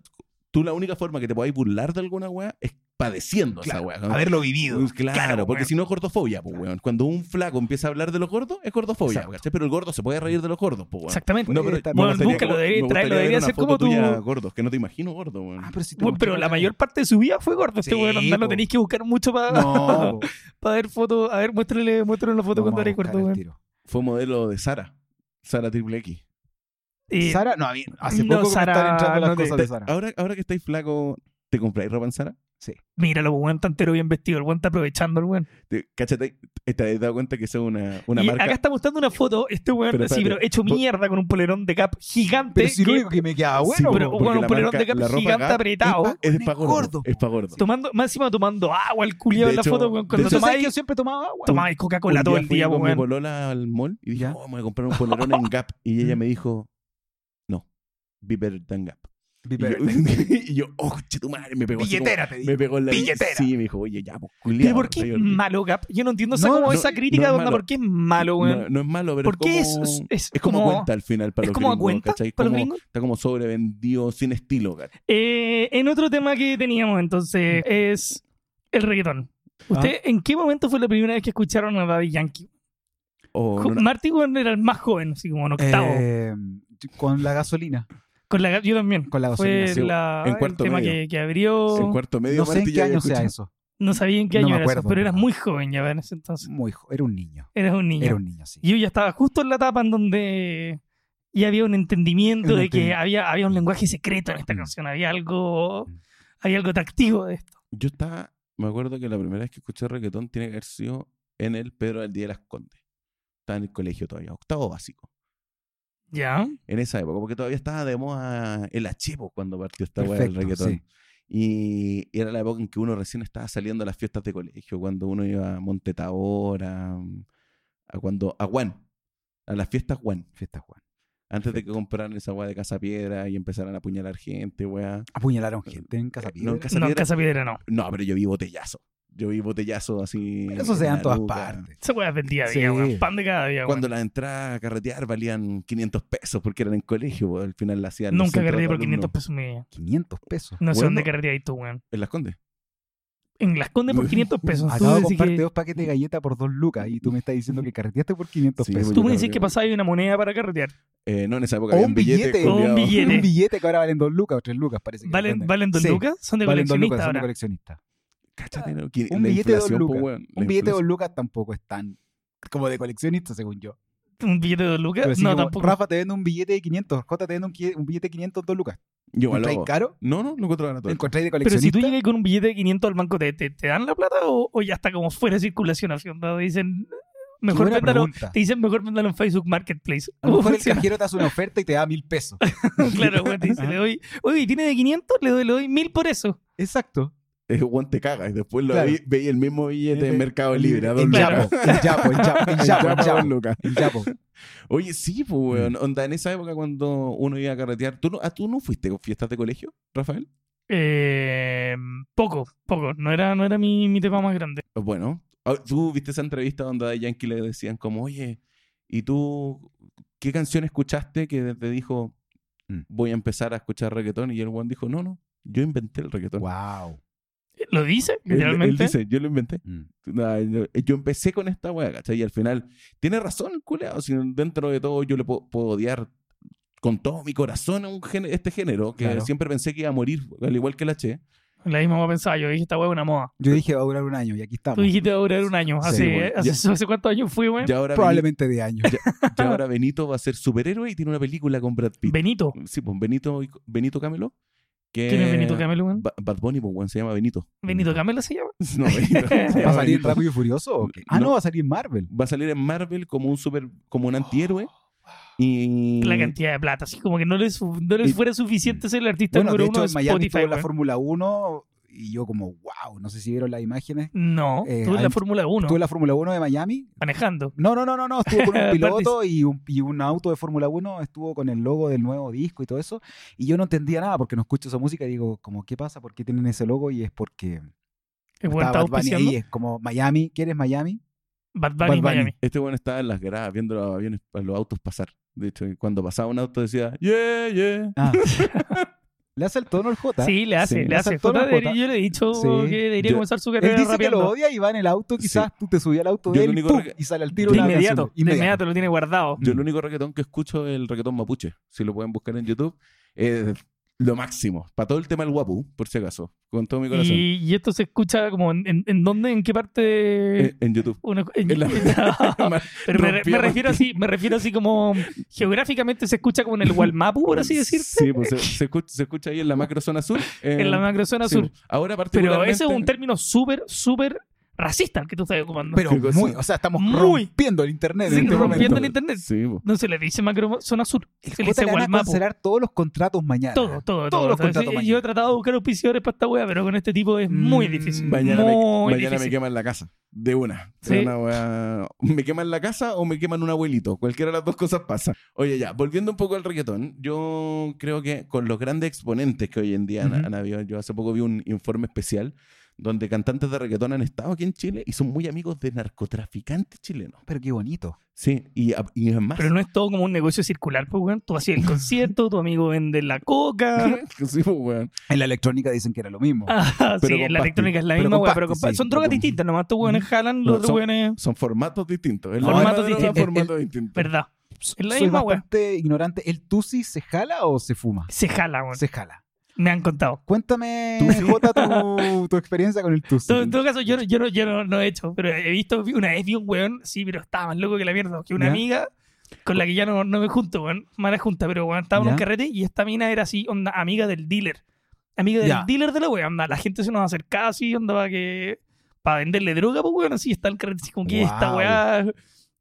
Speaker 1: tú la única forma que te podáis burlar de alguna wea es padeciendo esa wea. ¿no?
Speaker 2: Haberlo vivido.
Speaker 1: Pues Claro,
Speaker 3: Claro,
Speaker 1: porque
Speaker 3: weón.
Speaker 1: si no es gordofobia, pues, weón. Cuando un flaco empieza a hablar de los gordos, es gordofobia,
Speaker 2: Exacto.
Speaker 1: ¿cachai? Pero el gordo se puede reír de los gordos, pues, weón.
Speaker 3: Exactamente.
Speaker 1: No, pero
Speaker 2: Está
Speaker 1: me
Speaker 2: bien.
Speaker 3: Bueno,
Speaker 1: gustaría-
Speaker 3: búscalo,
Speaker 1: me
Speaker 3: debería-
Speaker 1: gustaría
Speaker 3: debería
Speaker 1: ver una
Speaker 3: ser
Speaker 1: foto
Speaker 3: como tu-
Speaker 1: tuya, gordos, que no te imagino gordo, weón.
Speaker 2: Ah, pero si te
Speaker 3: Bueno, pero
Speaker 2: mostré
Speaker 3: la mayor parte de su vida fue gordo este
Speaker 2: Sí,
Speaker 3: weón. onda, No
Speaker 2: po.
Speaker 3: tenéis que buscar mucho para
Speaker 2: No,
Speaker 3: ver fotos. A ver, muéstrale, muéstrale una foto
Speaker 2: Vamos
Speaker 3: cuando
Speaker 2: a
Speaker 3: eres
Speaker 2: buscar
Speaker 3: gordo,
Speaker 2: el
Speaker 3: weón.
Speaker 2: tiro.
Speaker 1: Fue modelo de Sara. Sara Triple X.
Speaker 3: Eh,
Speaker 2: Sara, no, a mí, hace
Speaker 3: no,
Speaker 2: poco que me
Speaker 3: Sara,
Speaker 2: están entrando las
Speaker 3: no te-
Speaker 2: cosas de Sara.
Speaker 1: Ahora, ahora que estáis flaco, ¿te compráis ropa en Sara?
Speaker 3: Míralo, weón, está entero bien vestido. El weón está aprovechando, el weón.
Speaker 1: Te- Cáchate, te has dado cuenta que eso es una, una
Speaker 3: y
Speaker 1: marca.
Speaker 3: acá está mostrando una foto, este weón,
Speaker 1: Pero
Speaker 3: así,
Speaker 1: espérate,
Speaker 3: pero hecho
Speaker 1: vos-
Speaker 3: mierda con un polerón de cap gigante.
Speaker 2: Pero si lo
Speaker 3: que-
Speaker 2: único que me quedaba
Speaker 1: Sí,
Speaker 2: bueno,
Speaker 3: pero,
Speaker 2: po.
Speaker 1: ah, porque la
Speaker 3: bueno, un polerón
Speaker 1: marca-
Speaker 3: de cap
Speaker 1: la ropa
Speaker 3: gigante
Speaker 1: acá
Speaker 3: apretado.
Speaker 2: es pa-
Speaker 1: es para gordo.
Speaker 2: gordo.
Speaker 1: Es para gordo.
Speaker 3: Tomando, más encima tomando agua, el culiado
Speaker 1: De
Speaker 3: en la
Speaker 1: hecho-
Speaker 3: foto, weón.
Speaker 1: de
Speaker 3: Cuando
Speaker 1: hecho,
Speaker 2: ¿Tú sabes que
Speaker 3: tomáis,
Speaker 2: yo siempre tomaba agua?
Speaker 3: tomáis Coca-Cola
Speaker 1: Un
Speaker 3: todo el
Speaker 1: fui
Speaker 3: día,
Speaker 1: con mi
Speaker 3: weón.
Speaker 1: polola al mall y dije,
Speaker 2: Ya.
Speaker 1: oh, me voy a comprar un polerón en Gap. Y ella me dijo, no, be better than Gap. Y yo, y yo, oh, coche tu madre, me pegó así como-
Speaker 2: Billetera, te digo.
Speaker 1: me pegó en la
Speaker 2: Billetera.
Speaker 1: Sí, me dijo, oye, ya, pues,
Speaker 3: ¿Pero
Speaker 1: culiao,
Speaker 3: por qué
Speaker 1: soy
Speaker 3: es
Speaker 1: el-
Speaker 3: malo, Gap? Yo no entiendo o sea,
Speaker 2: No,
Speaker 3: como
Speaker 1: no,
Speaker 3: esa
Speaker 1: no
Speaker 3: crítica
Speaker 1: es
Speaker 3: de onda,
Speaker 1: malo.
Speaker 3: ¿por qué es malo, weón?
Speaker 1: No, no es malo, pero
Speaker 3: ¿Por qué
Speaker 1: es
Speaker 3: es,
Speaker 1: como,
Speaker 3: es,
Speaker 1: es como cuenta al final para
Speaker 3: es
Speaker 1: los
Speaker 3: como a
Speaker 1: gringos,
Speaker 3: cuenta
Speaker 1: ¿cachai?
Speaker 3: para los
Speaker 1: Como-
Speaker 3: gringos?
Speaker 1: Está como sobrevendido, sin estilo, ¿cachai?
Speaker 3: Eh, en otro tema que teníamos entonces es el reggaetón. ¿Usted
Speaker 1: Ah.
Speaker 3: en qué momento fue la primera vez que escucharon a Daddy Yankee?
Speaker 1: O
Speaker 3: Jo-
Speaker 1: Oh, no-
Speaker 3: Marty weón, era el más joven, así como en octavo.
Speaker 2: Eh, con la gasolina.
Speaker 3: con la, yo también.
Speaker 2: Con la gasolina.
Speaker 3: Fue
Speaker 1: sí,
Speaker 3: la,
Speaker 1: en
Speaker 3: el
Speaker 1: cuarto
Speaker 3: tema
Speaker 1: medio.
Speaker 3: que, que abrió.
Speaker 1: en cuarto medio
Speaker 2: No sé en
Speaker 1: Martí
Speaker 2: qué
Speaker 1: ya había
Speaker 2: año sea
Speaker 1: escuchado.
Speaker 2: eso.
Speaker 3: No sabía en qué
Speaker 2: No
Speaker 3: año
Speaker 2: me
Speaker 3: eras,
Speaker 2: acuerdo,
Speaker 3: pero eras
Speaker 2: weón.
Speaker 3: muy joven ya en ese entonces.
Speaker 2: Muy jo- era un niño.
Speaker 3: Eras un niño.
Speaker 2: Era un niño, sí.
Speaker 3: Y yo ya estaba justo en la etapa en donde ya había un entendimiento
Speaker 2: Un
Speaker 3: de que
Speaker 2: entendimiento.
Speaker 3: había, había un lenguaje secreto en esta
Speaker 2: Mm.
Speaker 3: canción, había algo,
Speaker 2: Mm.
Speaker 3: había algo atractivo de esto.
Speaker 1: Yo estaba, me acuerdo que la primera vez que escuché reggaetón tiene que haber sido en el Pedro del Día de las Condes. Estaba en el colegio todavía, octavo básico.
Speaker 3: ¿Ya?
Speaker 1: En esa época, porque todavía estaba de moda el achepo cuando partió esta weá del
Speaker 2: Perfecto,
Speaker 1: reggaetón.
Speaker 2: sí.
Speaker 1: Y era la época en que uno recién estaba saliendo a las fiestas de colegio, cuando uno iba a Montetabor, a, a cuando, a Juan, a las fiestas Juan,
Speaker 2: Fiesta Juan.
Speaker 1: antes de que compraran esa weá de Casa Piedra y empezaran a apuñalar gente, weá.
Speaker 2: Apuñalaron
Speaker 3: Eh,
Speaker 2: gente en Casa Piedra.
Speaker 1: No, en Casa
Speaker 3: no, en
Speaker 1: Piedra-
Speaker 3: Casa Piedra no.
Speaker 1: No, pero yo vi botellazo. Yo vi botellazo así.
Speaker 2: Pero eso
Speaker 1: en
Speaker 2: se da
Speaker 1: la
Speaker 2: en todas
Speaker 1: nuca.
Speaker 2: partes.
Speaker 3: Esa weá es del día a
Speaker 2: Sí.
Speaker 3: día, weón. Pan de cada día, weón.
Speaker 1: Cuando las entradas a carretear valían 500 pesos porque eran en colegio, po, al final la hacían. en el
Speaker 3: Nunca
Speaker 1: centro
Speaker 3: carreteé
Speaker 1: de
Speaker 3: por 500
Speaker 1: alumnos.
Speaker 3: pesos mi vida.
Speaker 2: 500 pesos.
Speaker 3: No sé
Speaker 1: Bueno.
Speaker 3: dónde carreteé tú, weón.
Speaker 1: En las Condes.
Speaker 3: En Las Condes por 500 pesos. Tú
Speaker 2: Acabo de
Speaker 3: decís
Speaker 2: comprarte
Speaker 3: que-
Speaker 2: dos paquetes de galleta por dos lucas y tú me estás diciendo que carreteaste por 500
Speaker 1: Sí,
Speaker 2: pesos.
Speaker 1: yo
Speaker 3: Tú me decís
Speaker 1: carreteé.
Speaker 3: que pasaba una moneda para carretear.
Speaker 1: Eh, no, en esa época
Speaker 2: O
Speaker 1: había
Speaker 2: un
Speaker 1: un billete.
Speaker 2: billete.
Speaker 3: O un
Speaker 1: culiao.
Speaker 3: billete.
Speaker 2: Un billete que ahora valen dos lucas o tres lucas, parece que.
Speaker 3: ¿Valen,
Speaker 2: venden.
Speaker 3: ¿Valen dos
Speaker 2: Sí,
Speaker 3: lucas? Son de
Speaker 2: valen dos lucas,
Speaker 3: coleccionista
Speaker 2: son de
Speaker 3: ahora.
Speaker 2: coleccionista.
Speaker 1: Cáchate, ¿no? Que
Speaker 2: Un
Speaker 1: la
Speaker 2: billete de dos
Speaker 1: inflación, po,
Speaker 2: lucas.
Speaker 1: weón, la
Speaker 2: Un billete de dos
Speaker 1: inflación.
Speaker 2: lucas tampoco es tan como de coleccionista, según yo.
Speaker 3: ¿Un billete de dos
Speaker 2: Pero
Speaker 3: lucas?
Speaker 2: así
Speaker 3: Eh, No,
Speaker 2: como,
Speaker 3: tampoco.
Speaker 2: Rafa te vende un billete de 500, Jota te vende un, qui- un billete de 500, dos lucas.
Speaker 1: Yo
Speaker 2: ¿Lo encontráis
Speaker 1: valoro.
Speaker 2: caro?
Speaker 1: No, no, lo encuentro
Speaker 2: ¿Lo
Speaker 1: barato.
Speaker 2: encontráis de
Speaker 3: Pero si
Speaker 2: coleccionista?
Speaker 3: tú llegas con un billete de 500 al banco, ¿te, te, te dan la plata o, o ya está como fuera de circulación? Así, onda? Dicen,
Speaker 2: Qué
Speaker 3: mejor
Speaker 2: buena
Speaker 3: véndalo.
Speaker 2: pregunta.
Speaker 3: Te dicen, mejor véndalo en Facebook Marketplace.
Speaker 2: A lo mejor el
Speaker 3: Sí,
Speaker 2: cajero te hace una oferta y te da mil pesos.
Speaker 3: claro, güey, te dice,
Speaker 2: Ajá.
Speaker 3: le doy, oye, ¿tiene de 500? Le doy, le doy 1000 por eso.
Speaker 2: Exacto.
Speaker 1: Eh, weón, te cagas. Y después lo
Speaker 2: Claro.
Speaker 1: vi- veía el mismo billete en
Speaker 2: Billete-
Speaker 1: Mercado Libre. a dos
Speaker 2: El
Speaker 1: lucas.
Speaker 2: yapo, el yapo, el yapo, el
Speaker 1: El
Speaker 2: yapo,
Speaker 1: yapo
Speaker 2: el
Speaker 1: a dos
Speaker 2: yapo.
Speaker 1: lucas.
Speaker 2: El yapo.
Speaker 1: Oye, sí, pues,
Speaker 2: Mm.
Speaker 1: weón. Onda, en esa época cuando uno iba a carretear. ¿Tú no, ah, ¿Tú no fuiste con fiestas de colegio, Rafael?
Speaker 2: Oh,
Speaker 3: Eh, poco, poco. No era, no era mi, mi tema más grande.
Speaker 1: Bueno, Ah, Tú viste esa entrevista donde a Yankee le decían como, oye, ¿y tú qué canción escuchaste que te dijo,
Speaker 2: Mm.
Speaker 1: voy a empezar a escuchar reggaetón? Y el one dijo, no, no, yo inventé el reggaetón.
Speaker 2: Wow.
Speaker 3: ¿Lo dice?
Speaker 1: Él- Él,
Speaker 3: Literalmente.
Speaker 1: dice, yo lo inventé.
Speaker 2: Mm.
Speaker 1: Nah, yo, eh, yo empecé con esta wea, ¿cachai? Y al final, tiene razón el culeado. Si dentro de todo yo le puedo, puedo odiar con todo mi corazón a un géne- este género, que
Speaker 2: Claro.
Speaker 1: siempre pensé que iba a morir, al igual que la Che.
Speaker 3: La misma cosa pensaba yo. Dije, esta weá es una moda.
Speaker 2: Yo dije va a durar un año y aquí
Speaker 3: Tú
Speaker 2: estamos.
Speaker 3: dijiste va a durar un año.
Speaker 1: Sí,
Speaker 3: Hace,
Speaker 1: bueno,
Speaker 3: hace, hace cuántos años fui, weón.
Speaker 1: Y ahora, Beni-
Speaker 2: Probablemente de años.
Speaker 1: y ahora Benito va a ser superhéroe y tiene una película con Brad Pitt.
Speaker 3: Benito.
Speaker 1: Sí, pues Benito, y- Benito Camelo. Que
Speaker 3: ¿Quién es
Speaker 2: Eh,
Speaker 3: Benito Camelo, weón?
Speaker 1: Ba- Bad Bunny, pues, weón, se llama Benito.
Speaker 3: Benito Camelo se llama.
Speaker 1: No, Benito, se llama
Speaker 2: ¿Va a salir en
Speaker 1: Benito.
Speaker 2: Rápido y Furioso? o qué? Ah, no,
Speaker 1: No.
Speaker 2: va a salir en Marvel.
Speaker 1: Va a salir en Marvel como un super, como un antihéroe. Y...
Speaker 3: Oh, La cantidad de plata. Así como que no les, no les
Speaker 1: Y-
Speaker 3: fuera suficiente ser el artista
Speaker 2: Bueno, de
Speaker 3: número uno
Speaker 2: hecho
Speaker 3: de
Speaker 2: en Miami
Speaker 3: Spotify,
Speaker 2: estuvo la
Speaker 3: weón.
Speaker 2: Fórmula 1 y yo como, wow, no sé si vieron las imágenes.
Speaker 3: No,
Speaker 2: Eh,
Speaker 3: tú en la
Speaker 2: hay-
Speaker 3: Fórmula 1,
Speaker 2: Estuvo en la Fórmula 1 de Miami.
Speaker 3: manejando.
Speaker 2: No, no, no, no, no. Estuvo con un piloto y un, y un auto de Fórmula 1, estuvo con el logo del nuevo disco y todo eso. Y yo no entendía nada porque no escucho esa música y digo, como, ¿qué pasa? ¿Por qué tienen ese logo? Y es porque
Speaker 3: El weón
Speaker 2: estaba
Speaker 3: estaba
Speaker 2: Bad Bunny
Speaker 3: auspiciando.
Speaker 2: ahí, es como Miami, ¿quieres Miami?
Speaker 3: Bad Bunny,
Speaker 2: Bad Bunny.
Speaker 3: Miami.
Speaker 1: Este bueno estaba en las gradas viendo los aviones, los autos pasar. De hecho, cuando pasaba un auto decía, yeah, yeah.
Speaker 2: Ah. le hace el tono el J.
Speaker 3: Sí, le hace,
Speaker 1: Sí,
Speaker 3: le
Speaker 2: le
Speaker 3: hace.
Speaker 2: hace todo
Speaker 3: Jota
Speaker 2: el jota.
Speaker 3: debería- yo le he dicho
Speaker 2: Sí.
Speaker 3: que debería
Speaker 1: Yo-
Speaker 3: comenzar su
Speaker 2: Él
Speaker 3: carrera
Speaker 2: dice que lo
Speaker 3: rapeando.
Speaker 2: odia y va en el auto, quizás tú te subías al auto
Speaker 1: Yo
Speaker 2: de
Speaker 1: lo
Speaker 2: él
Speaker 1: único
Speaker 2: ¡pum!
Speaker 1: que-
Speaker 2: y sale al
Speaker 3: De
Speaker 2: tiro una
Speaker 3: inmediato,
Speaker 2: canción.
Speaker 3: de inmediato lo tiene guardado.
Speaker 1: Yo
Speaker 2: Mm.
Speaker 1: el único reggaetón que escucho es el reggaetón mapuche. Si lo pueden buscar en YouTube, es lo máximo. Para todo el tema del guapu, por si acaso, con todo mi corazón.
Speaker 3: Y, y esto se escucha como en, en- en dónde, en qué parte.
Speaker 2: Eh,
Speaker 3: de-
Speaker 1: Eh, En, en YouTube.
Speaker 3: una- en-
Speaker 1: en la-
Speaker 3: No, pero me, re- me
Speaker 1: rompíamos-
Speaker 3: refiero así, me refiero así como geográficamente se escucha como en el Walmapu, por así decir,
Speaker 1: Sí, pues se, se escucha, se escucha ahí en la macrozona sur.
Speaker 3: en la macrozona
Speaker 1: sí,
Speaker 3: sur.
Speaker 1: pues. Ahora
Speaker 3: Pero
Speaker 1: particularmente...
Speaker 3: ese es un término súper, súper racista el que tú estás ocupando.
Speaker 2: Pero
Speaker 1: ¿Qué cosa?
Speaker 2: muy, o sea, estamos
Speaker 3: Muy.
Speaker 2: rompiendo el internet
Speaker 3: Sí,
Speaker 2: en este
Speaker 3: rompiendo
Speaker 2: momento.
Speaker 3: el internet.
Speaker 1: Sí, pues.
Speaker 3: no se le dice macrozona sur, se le
Speaker 2: Jota le
Speaker 3: dice
Speaker 2: van a
Speaker 3: Walmapu.
Speaker 2: cancelar todos los contratos mañana.
Speaker 3: Todo, todo, todo.
Speaker 2: Todos los
Speaker 3: O sea,
Speaker 2: contratos
Speaker 3: sí,
Speaker 2: mañana.
Speaker 3: yo he tratado de buscar auspiciadores para esta wea, pero con este tipo es muy
Speaker 2: Mm,
Speaker 3: difícil.
Speaker 1: Mañana, me,
Speaker 3: muy
Speaker 1: mañana me
Speaker 3: difícil.
Speaker 1: queman la casa. De una.
Speaker 3: Sí.
Speaker 1: De una wea- Me queman la casa o me queman un abuelito. Cualquiera de las dos cosas pasa. Oye, ya, volviendo un poco al reggaetón, yo creo que con los grandes exponentes que hoy en día han-
Speaker 2: Ujú.
Speaker 1: han habido, yo hace poco vi un informe especial donde cantantes de reggaetón han estado aquí en Chile y son muy amigos de narcotraficantes chilenos.
Speaker 2: Pero qué bonito.
Speaker 1: Sí, y, a- y es más.
Speaker 3: Pero no es todo como un negocio circular, pues, weón. Tú hacías el concierto, tu amigo vende la coca.
Speaker 1: Sí, pues, weón.
Speaker 2: En la electrónica dicen que era lo mismo.
Speaker 3: Ah,
Speaker 1: Pero
Speaker 3: sí,
Speaker 1: con pastis,
Speaker 3: la electrónica es la
Speaker 2: pero
Speaker 3: misma
Speaker 2: con
Speaker 3: weá, pero
Speaker 2: pastis,
Speaker 3: con pa-
Speaker 2: sí, Mm.
Speaker 3: son drogas
Speaker 2: con-
Speaker 3: distintas, nomás estos weones jalan, los
Speaker 1: No,
Speaker 3: otros
Speaker 1: son-
Speaker 3: weones.
Speaker 1: Son formatos distintos. Es la
Speaker 3: Formatos
Speaker 1: misma droga,
Speaker 3: distintos.
Speaker 1: formatos distintos.
Speaker 3: Verdad. Es la
Speaker 2: Soy
Speaker 3: misma weá.
Speaker 2: bastante ignorante. ¿El Tusi se jala o se fuma?
Speaker 3: Se jala, weón.
Speaker 2: Se jala.
Speaker 3: Me han contado.
Speaker 2: Cuéntame,
Speaker 1: Tusi.
Speaker 2: Jota, tu, tu experiencia con el Tusi.
Speaker 3: Todo- En todo caso, yo, no- yo, no, yo no, no he hecho, pero he visto, una vez vi un weón, sí, pero estaba más loco que la mierda, que una
Speaker 2: ¿Ya?
Speaker 3: amiga con la que ya no, no me junto, weón, mala junta, pero weón, estaba en un
Speaker 2: ¿Ya?
Speaker 3: carrete y esta mina era así, onda, amiga del dealer. Amiga del
Speaker 2: Ya.
Speaker 3: dealer de la weón, onda, la gente se nos acercaba así, onda, para que, para venderle droga, pues weón, así está el carrete, así como que esta
Speaker 2: Guau.
Speaker 3: weá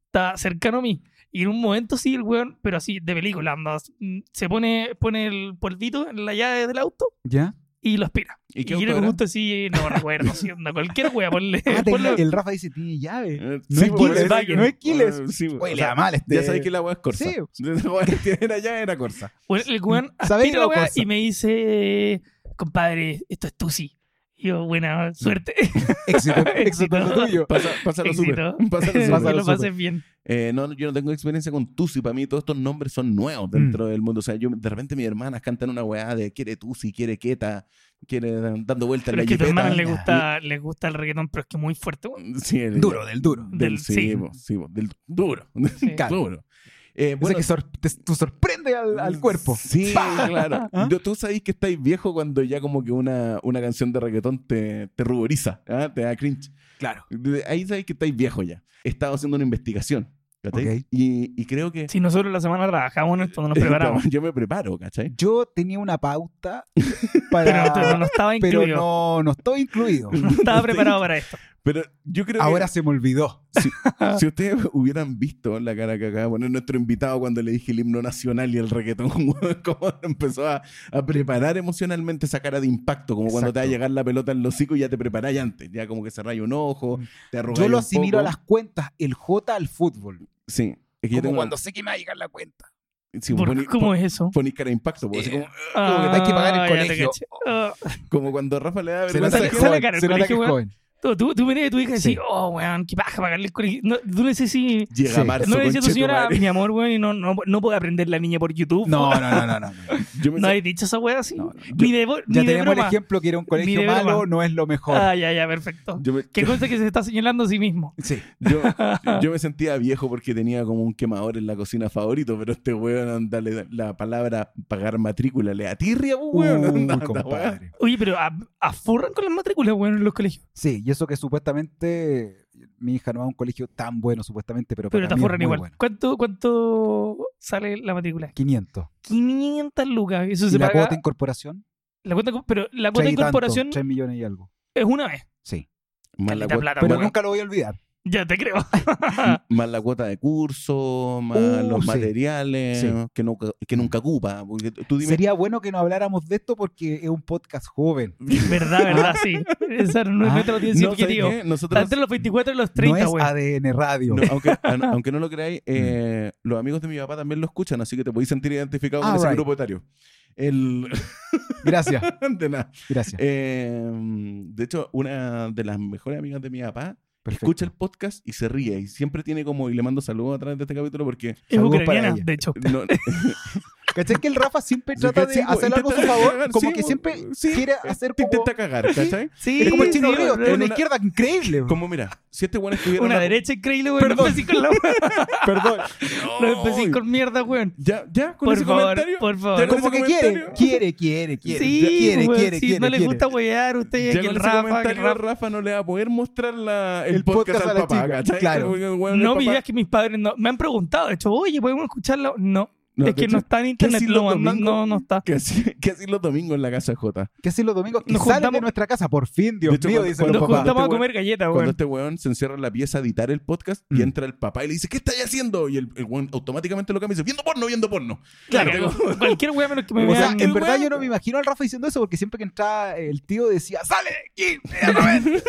Speaker 3: está cercano a mí. Y en un momento sí, el weón, pero así, de película, onda, mm, se pone, pone el polvito en la llave del auto
Speaker 2: ¿Ya?
Speaker 3: y lo aspira.
Speaker 1: ¿Y qué
Speaker 3: Y
Speaker 1: auto
Speaker 3: le
Speaker 1: era?
Speaker 3: gusta así, no recuerdo, sí, onda, cualquier wea, ponle.
Speaker 2: Ah,
Speaker 3: ponle-
Speaker 2: tenía- el Rafa dice, tiene llave.
Speaker 1: Eh,
Speaker 2: No es
Speaker 1: pues,
Speaker 2: Kiles,
Speaker 1: parece que-
Speaker 2: no es Kiles.
Speaker 1: Eh, sí,
Speaker 2: Oye,
Speaker 1: o
Speaker 2: le
Speaker 1: sea,
Speaker 2: da mal este-
Speaker 1: Ya sabéis que la agua es corsa.
Speaker 2: Sí.
Speaker 1: era ya era corsa.
Speaker 3: bueno, el weón
Speaker 2: ¿Sabéis
Speaker 3: aspira
Speaker 2: la
Speaker 3: la wea
Speaker 2: cosa?
Speaker 3: y me dice, compadre, esto es Tusi. Y yo, buena suerte.
Speaker 2: Éxito, éxito es lo
Speaker 3: Éxito.
Speaker 2: tuyo.
Speaker 1: Pasa, pásalo
Speaker 3: Éxito.
Speaker 1: súper. Pásalo
Speaker 3: que
Speaker 1: súper.
Speaker 2: Pásalo
Speaker 3: lo
Speaker 2: súper.
Speaker 3: pases bien.
Speaker 1: Eh, no, yo no tengo experiencia con Tusi. Para mí todos estos nombres son nuevos dentro del mundo. O sea, yo de repente mis hermanas cantan una weá de quiere Tusi, quiere Queta, quiere dando vuelta en
Speaker 3: Pero
Speaker 1: la
Speaker 3: es que a tu
Speaker 1: jipeta.
Speaker 3: hermana le gusta, le gusta el reggaetón, pero es que muy fuerte. weón.
Speaker 1: Sí, el-
Speaker 2: Duro, del duro.
Speaker 1: Del,
Speaker 3: Del-
Speaker 1: sí,
Speaker 3: sí.
Speaker 1: po, sí, po, del duro.
Speaker 3: Sí.
Speaker 2: Claro.
Speaker 1: duro. Eh,
Speaker 2: Bueno,
Speaker 1: bueno,
Speaker 2: que sor- te, tú sorprende al, al cuerpo.
Speaker 1: Sí, claro.
Speaker 2: ¿Ah?
Speaker 1: Yo- Tú sabés que estáis viejo cuando ya como que una, una canción de reggaetón te, te ruboriza, ¿ah? te da cringe.
Speaker 2: Claro.
Speaker 1: De- Ahí sabéis que estáis viejo ya. He estado haciendo una investigación. ¿cachai?
Speaker 2: Ok.
Speaker 1: Y, y creo que...
Speaker 3: Si nosotros la semana trabajamos en esto, no nos preparamos.
Speaker 1: Yo me preparo, ¿cachai?
Speaker 2: Yo tenía una pauta
Speaker 3: Pero
Speaker 2: para...
Speaker 3: esto no, no estaba
Speaker 2: pero
Speaker 3: incluido. No,
Speaker 2: no, no estoy incluido.
Speaker 3: estaba preparado para esto.
Speaker 1: Pero yo creo
Speaker 2: Ahora
Speaker 1: que
Speaker 2: se me olvidó.
Speaker 1: si ustedes hubieran visto la cara que acaba de poner nuestro invitado cuando le dije el himno nacional y el reggaetón, cómo empezó a, a preparar emocionalmente esa cara de impacto, como cuando te va a
Speaker 2: Exacto.
Speaker 1: llegar la pelota en los hocico y ya te preparáis antes, ya como que se raya un ojo, te arrugáis
Speaker 2: Mm. Yo lo
Speaker 1: un
Speaker 2: asimilo a
Speaker 1: poco.
Speaker 2: las cuentas, el J al fútbol.
Speaker 1: Sí. Es que yo
Speaker 2: Como
Speaker 1: tengo
Speaker 2: cuando sé que me va a llegar la cuenta.
Speaker 1: sí,
Speaker 3: ¿Por-
Speaker 1: poní-
Speaker 3: ¿Cómo es eso?
Speaker 1: poní cara de impacto. po, así como,
Speaker 2: Eh. como que hay que pagar el
Speaker 3: Ah, ya te
Speaker 2: colegio.
Speaker 3: caché. Ah,
Speaker 1: como cuando Rafa le da
Speaker 2: Se
Speaker 1: vergüenza
Speaker 2: nota que
Speaker 3: sale-
Speaker 1: ajena.
Speaker 2: es joven.
Speaker 3: sale cara el
Speaker 2: Se nota que
Speaker 3: colegio,
Speaker 2: es
Speaker 3: weón.
Speaker 2: joven.
Speaker 3: Tú, tú, tú miras a tu hija y decís,
Speaker 2: Sí.
Speaker 3: oh, weón, qué paja pagarle el colegio. No, tú le decís, sí.
Speaker 1: Llega
Speaker 2: Sí.
Speaker 1: marzo,
Speaker 3: No le decís a tu
Speaker 1: conchetumare.
Speaker 3: señora, mi amor, weón, y no, no, no puede aprender la niña por YouTube.
Speaker 2: No, no, no, no. no.
Speaker 1: Yo me-
Speaker 3: ¿No habéis dicho esa wea así?
Speaker 2: No, no.
Speaker 3: Ni de, bo-
Speaker 2: Ya
Speaker 3: ni de
Speaker 2: tenemos el
Speaker 3: broma.
Speaker 2: ejemplo que era un colegio
Speaker 3: de broma.
Speaker 2: malo, no es lo mejor.
Speaker 3: Ah, ya, ya, perfecto.
Speaker 1: yo me-
Speaker 3: Que cosa que se está señalando a sí mismo.
Speaker 2: Sí.
Speaker 1: Yo, yo me sentía viejo porque tenía como un quemador en la cocina favorito, pero este weón anda, le da- la palabra pagar matrícula le atirria, pues, weón.
Speaker 2: Uy,
Speaker 1: anda, anda, weón.
Speaker 2: compadre.
Speaker 3: Oye, pero a- afurran con las matrículas, weón, en los colegios.
Speaker 2: Sí, y eso que supuestamente mi hija no va a un colegio tan bueno, supuestamente, pero,
Speaker 3: Pero
Speaker 2: para
Speaker 3: te
Speaker 2: mí es
Speaker 3: afurran
Speaker 2: muy
Speaker 3: igual.
Speaker 2: bueno.
Speaker 3: ¿Cuánto, ¿Cuánto sale la matrícula?
Speaker 2: 500.
Speaker 3: 500 lucas. Eso
Speaker 2: ¿Y
Speaker 3: se
Speaker 2: la
Speaker 3: paga.
Speaker 2: cuota de incorporación?
Speaker 3: la cuota, pero la cuota de incorporación
Speaker 2: 3 millones y algo.
Speaker 3: es una vez.
Speaker 2: Sí.
Speaker 1: Más la,
Speaker 3: Caleta
Speaker 1: cuota,
Speaker 3: plata,
Speaker 2: Pero
Speaker 3: weón.
Speaker 2: nunca lo voy a olvidar.
Speaker 3: Ya te creo.
Speaker 1: más la cuota de curso, más
Speaker 2: Uh,
Speaker 1: los
Speaker 2: sí.
Speaker 1: materiales
Speaker 2: Sí.
Speaker 1: que nunca, que nunca ocupa. Porque tú dime,
Speaker 2: Sería bueno que no habláramos de esto porque es un podcast joven.
Speaker 3: verdad, verdad, sí. Esa no es
Speaker 2: Ah,
Speaker 3: nuestra
Speaker 1: no,
Speaker 3: audiencia
Speaker 1: ¿sabes
Speaker 3: objetivo.
Speaker 1: qué?
Speaker 3: Está
Speaker 1: Nosotros,
Speaker 3: entre los 24 y los
Speaker 2: no
Speaker 3: 30,
Speaker 2: es
Speaker 3: weón.
Speaker 2: ADN Radio.
Speaker 1: no, aunque, an- aunque no lo
Speaker 2: Mm.
Speaker 1: creáis, eh, los amigos de mi papá también lo escuchan, así que te podéis sentir identificado con
Speaker 2: Ah,
Speaker 1: ese
Speaker 2: right.
Speaker 1: grupo etario. El,
Speaker 2: Gracias,
Speaker 1: de nada.
Speaker 2: gracias.
Speaker 1: Eh, de hecho, una de las mejores amigas de mi papá
Speaker 2: Perfecto.
Speaker 1: escucha el podcast y se ríe. Y siempre tiene como, y le mando saludos a través de este capítulo porque
Speaker 3: Es
Speaker 2: Saludos para
Speaker 3: ucraniana,
Speaker 2: ella.
Speaker 3: de hecho.
Speaker 1: no,
Speaker 2: ¿Cachai que el Rafa siempre
Speaker 1: Sí,
Speaker 2: trata de
Speaker 1: sí,
Speaker 2: hacer algo a su
Speaker 1: intenta
Speaker 2: favor?
Speaker 1: cagar,
Speaker 2: como
Speaker 1: sí,
Speaker 2: que siempre
Speaker 1: sí,
Speaker 2: quiere hacer
Speaker 1: te
Speaker 2: como...
Speaker 1: intenta cagar, ¿cachai?
Speaker 3: Sí,
Speaker 2: Es como el
Speaker 3: sí,
Speaker 2: chino Ríos,
Speaker 3: weón.
Speaker 2: tiene
Speaker 1: una-
Speaker 2: una izquierda increíble.
Speaker 1: Como mira, si este bueno estuviera.
Speaker 3: Una derecha increíble, weón. No empecé con la
Speaker 2: Perdón.
Speaker 3: No empecé con mierda, weón.
Speaker 1: Ya, ya, con
Speaker 3: Por
Speaker 1: ese
Speaker 3: favor,
Speaker 1: comentario.
Speaker 3: por
Speaker 1: Ya
Speaker 3: favor.
Speaker 1: con
Speaker 2: Como
Speaker 1: ese
Speaker 2: que quiere,
Speaker 1: comentario-
Speaker 2: quiere, quiere, quiere.
Speaker 3: Sí,
Speaker 2: quiere,
Speaker 3: weón,
Speaker 2: quiere,
Speaker 3: si
Speaker 2: quiere.
Speaker 3: no le
Speaker 2: quiere.
Speaker 3: gusta wear, usted
Speaker 1: Ya
Speaker 3: que
Speaker 1: con
Speaker 3: el
Speaker 1: ese
Speaker 3: Rafa, que el
Speaker 1: comentario, Rafa...
Speaker 3: Rafa.
Speaker 1: no le va a poder mostrar la, el,
Speaker 2: El
Speaker 1: podcast,
Speaker 2: podcast a
Speaker 1: al
Speaker 2: la
Speaker 1: papá,
Speaker 2: chica,
Speaker 1: ¿cachai?
Speaker 2: claro.
Speaker 1: Porque el weón, el
Speaker 3: No me
Speaker 1: papá-
Speaker 3: digas que mis padres no. Me han preguntado, de hecho, oye, ¿podemos escucharlo? No.
Speaker 1: No,
Speaker 3: es que no
Speaker 1: ¿cachai?
Speaker 3: está en internet.
Speaker 1: si
Speaker 3: Lo
Speaker 1: los
Speaker 3: mandan-
Speaker 1: domingos-
Speaker 3: no, no está.
Speaker 1: Que así, que así los domingos en la casa de Jota.
Speaker 2: ¿Qué hacen los domingos? Y
Speaker 3: Nos
Speaker 2: salen de
Speaker 3: juntamos-
Speaker 2: nuestra casa, por fin, Dios
Speaker 1: De hecho,
Speaker 2: mío,
Speaker 1: cuando-
Speaker 2: dicen
Speaker 1: cuando
Speaker 2: los
Speaker 3: Nos
Speaker 1: papá.
Speaker 2: papás.
Speaker 3: juntamos a
Speaker 1: Este
Speaker 3: comer galletas,
Speaker 1: Cuando
Speaker 3: weón.
Speaker 1: este weón se encierra en la pieza a editar el podcast
Speaker 2: Mm.
Speaker 1: y entra el papá y le dice, ¿qué estáis haciendo? Y el, el weón automáticamente lo cambia y dice, viendo porno, viendo porno.
Speaker 3: Claro,
Speaker 1: Claro,
Speaker 3: cualquier weá menos que me
Speaker 2: O sea,
Speaker 3: vean.
Speaker 2: en
Speaker 1: el
Speaker 2: verdad
Speaker 1: weón-
Speaker 2: yo no me imagino al Rafa diciendo eso porque siempre que entraba eh, el tío decía, ¡sale de aquí! ven a ver".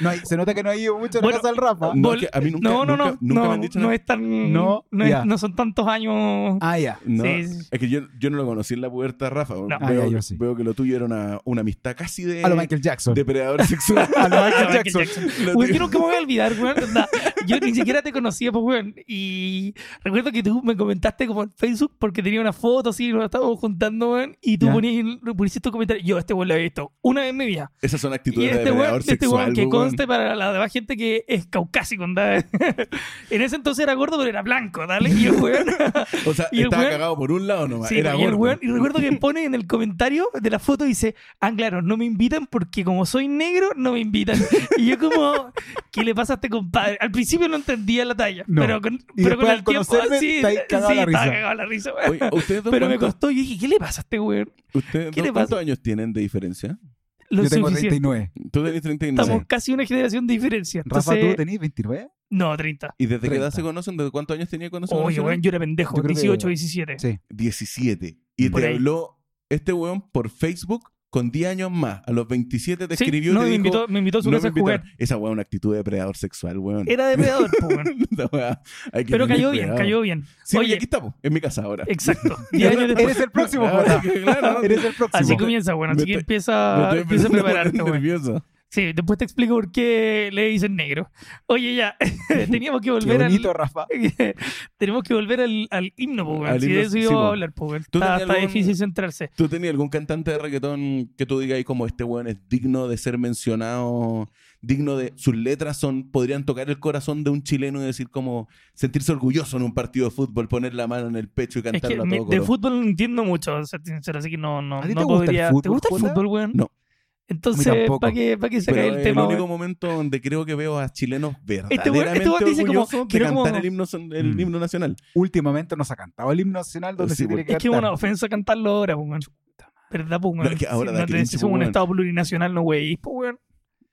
Speaker 2: no hay- se nota que no ha ido mucho a la
Speaker 3: Bueno, mm,
Speaker 2: casa del Rafa.
Speaker 1: No,
Speaker 3: Vol-
Speaker 1: es que a mí nunca-
Speaker 3: no, no, no,
Speaker 1: nunca- nunca
Speaker 3: no,
Speaker 1: me han dicho
Speaker 3: no
Speaker 1: nada.
Speaker 3: es tan. No,
Speaker 2: No,
Speaker 3: es-
Speaker 2: ya.
Speaker 3: no son tantos años.
Speaker 2: Ah, ya.
Speaker 1: No,
Speaker 3: Sí, sí.
Speaker 1: es que yo, yo no lo conocí en la pubertad, Rafa.
Speaker 3: No.
Speaker 2: Ah,
Speaker 1: Veo,
Speaker 2: ya, yo sí.
Speaker 1: veo que lo tuyo era una, una amistad casi eh, de
Speaker 2: A lo Michael Jackson.
Speaker 1: depredador sexual.
Speaker 2: A lo Michael
Speaker 3: Michael
Speaker 2: Jackson.
Speaker 1: Lo
Speaker 3: Weón,
Speaker 1: tuyo-
Speaker 3: yo nunca me voy a olvidar, weón. onda, Yo ni siquiera te conocía, pues, weón. Y recuerdo que tú me comentaste como en Facebook porque tenía una foto así, nos estábamos juntando, weón. Y tú
Speaker 2: Ya.
Speaker 3: ponías, pusiste tu comentario. Yo, este weón lo he visto una vez en mi vida.
Speaker 1: Esas son
Speaker 3: Y
Speaker 1: actitudes de
Speaker 3: este
Speaker 1: depredador
Speaker 3: weón, este
Speaker 1: sexual. pues,
Speaker 3: weón que
Speaker 1: weón.
Speaker 3: conste para la demás gente que es caucásico, onda. en ese entonces era gordo, pero era blanco, dale. Y el weón.
Speaker 1: O sea,
Speaker 3: Y el
Speaker 1: estaba
Speaker 3: weón-
Speaker 1: cagado por un lado nomás.
Speaker 3: Sí,
Speaker 1: era
Speaker 3: y, el
Speaker 1: gordo.
Speaker 3: weón- y recuerdo que pone en el comentario de la foto dice, ah, claro, no me invitan porque como soy negro, no me invitan. Y yo como, ¿qué le pasa a este compadre? Al principio no entendía la talla,
Speaker 2: No.
Speaker 3: pero con,
Speaker 2: Y
Speaker 3: pero
Speaker 2: después
Speaker 3: con
Speaker 2: al
Speaker 3: el tiempo
Speaker 2: conocerme,
Speaker 3: sí,
Speaker 2: está ahí cagado
Speaker 3: sí,
Speaker 2: la
Speaker 3: estaba
Speaker 2: risa.
Speaker 3: cagado la risa. weón.
Speaker 1: Oye, ¿ustedes dos,
Speaker 3: Pero me
Speaker 1: cuántos-
Speaker 3: costó, yo dije, ¿qué le pasa a este weón?
Speaker 1: ustedes
Speaker 3: ¿Qué
Speaker 1: dos
Speaker 3: le pasa?
Speaker 1: cuántos años tienen de diferencia?
Speaker 3: Lo
Speaker 2: yo tengo
Speaker 3: suficiente.
Speaker 2: 39.
Speaker 1: Tú tenés 39.
Speaker 3: Estamos casi una generación de diferencia.
Speaker 2: Rafa,
Speaker 3: Entonces,
Speaker 2: ¿tú tenés 29?
Speaker 3: No, 30.
Speaker 1: ¿Y desde qué edad
Speaker 2: 30.
Speaker 1: se conocen? ¿Desde cuántos años tenía cuando se
Speaker 3: Oye,
Speaker 1: conocieron?
Speaker 3: weón, yo era pendejo,
Speaker 2: Yo creo que-
Speaker 3: 18, 17.
Speaker 2: Sí.
Speaker 1: 17. Y
Speaker 3: Por
Speaker 1: te
Speaker 3: ahí.
Speaker 1: habló este weón por Facebook con 10 años más. A los 27 te
Speaker 3: Sí,
Speaker 1: escribió y
Speaker 3: no,
Speaker 1: te
Speaker 3: me,
Speaker 1: dijo,
Speaker 3: invitó, me invitó a su
Speaker 1: "No me
Speaker 3: casa a jugar.
Speaker 1: invitaron". Esa weón es una actitud de depredador sexual, weón.
Speaker 3: Era depredador, po, weón.
Speaker 1: Esa weá, hay que
Speaker 3: pero
Speaker 1: tener
Speaker 3: cayó bien,
Speaker 1: cuidado.
Speaker 3: cayó bien.
Speaker 1: Sí,
Speaker 3: Oye,
Speaker 1: oye, aquí estamos, en mi casa ahora.
Speaker 3: exacto. 10 años después.
Speaker 2: Eres el próximo,
Speaker 1: Ahora
Speaker 2: Jota.
Speaker 1: que, claro,
Speaker 2: Eres el próximo.
Speaker 3: Así comienza, bueno,
Speaker 1: Me
Speaker 3: así que
Speaker 1: estoy-
Speaker 3: empieza,
Speaker 1: me estoy
Speaker 3: empieza
Speaker 1: empezando
Speaker 3: a
Speaker 1: a poner
Speaker 3: prepararte, weón.
Speaker 1: nervioso.
Speaker 3: Sí, después te explico por qué le dicen negro. Oye, ya, teníamos que
Speaker 2: Qué
Speaker 3: volver al...
Speaker 2: bonito, Rafa.
Speaker 3: tenemos que volver al, al himno, po, weón.
Speaker 1: Al
Speaker 3: Si
Speaker 1: himno,
Speaker 3: de eso
Speaker 1: sí,
Speaker 3: iba
Speaker 1: po.
Speaker 3: a hablar, po, weón.
Speaker 1: ¿Tú
Speaker 3: Está,
Speaker 1: tenías
Speaker 3: está
Speaker 1: algún-
Speaker 3: difícil centrarse.
Speaker 1: ¿Tú tenías algún cantante de reggaetón que tú digas ahí como este weón es digno de ser mencionado, digno de... Sus letras son podrían tocar el corazón de un chileno y decir como sentirse orgulloso en un partido de fútbol, poner la mano en el pecho y
Speaker 3: Es que
Speaker 1: cantarlo a
Speaker 3: me-
Speaker 1: todo
Speaker 3: de
Speaker 1: coro.
Speaker 3: fútbol no entiendo mucho, o sea, sincero, así que no, no,
Speaker 2: ¿A ti
Speaker 3: no
Speaker 2: te gusta el
Speaker 3: podría... ¿Te
Speaker 2: fútbol,
Speaker 3: gusta el
Speaker 2: Jota?
Speaker 3: fútbol, weón?
Speaker 1: No.
Speaker 3: Entonces,
Speaker 2: tampoco.
Speaker 3: ¿para qué, para qué
Speaker 1: Pero
Speaker 3: sacar el
Speaker 1: es
Speaker 3: tema,
Speaker 1: el único
Speaker 3: weón?
Speaker 1: momento donde creo que veo a chilenos
Speaker 3: este weón
Speaker 1: verdaderamente
Speaker 3: dice como,
Speaker 1: orgullosos de
Speaker 3: quiero
Speaker 1: cantar
Speaker 3: como-
Speaker 1: el, himno, son- el
Speaker 2: Mm.
Speaker 1: himno nacional.
Speaker 2: Últimamente nos ha cantado el himno nacional donde
Speaker 1: Sí,
Speaker 2: se tiene
Speaker 1: porque-
Speaker 2: que
Speaker 3: Es que es una
Speaker 2: cantar.
Speaker 3: ofensa cantarlo ahora, po, weón. ¿Verdad, po, weón?
Speaker 1: es que ahora
Speaker 3: Si
Speaker 1: da
Speaker 3: no te-
Speaker 1: cringe,
Speaker 3: si
Speaker 1: po,
Speaker 3: somos un
Speaker 1: weón.
Speaker 3: estado plurinacional, no, güey. po, weón.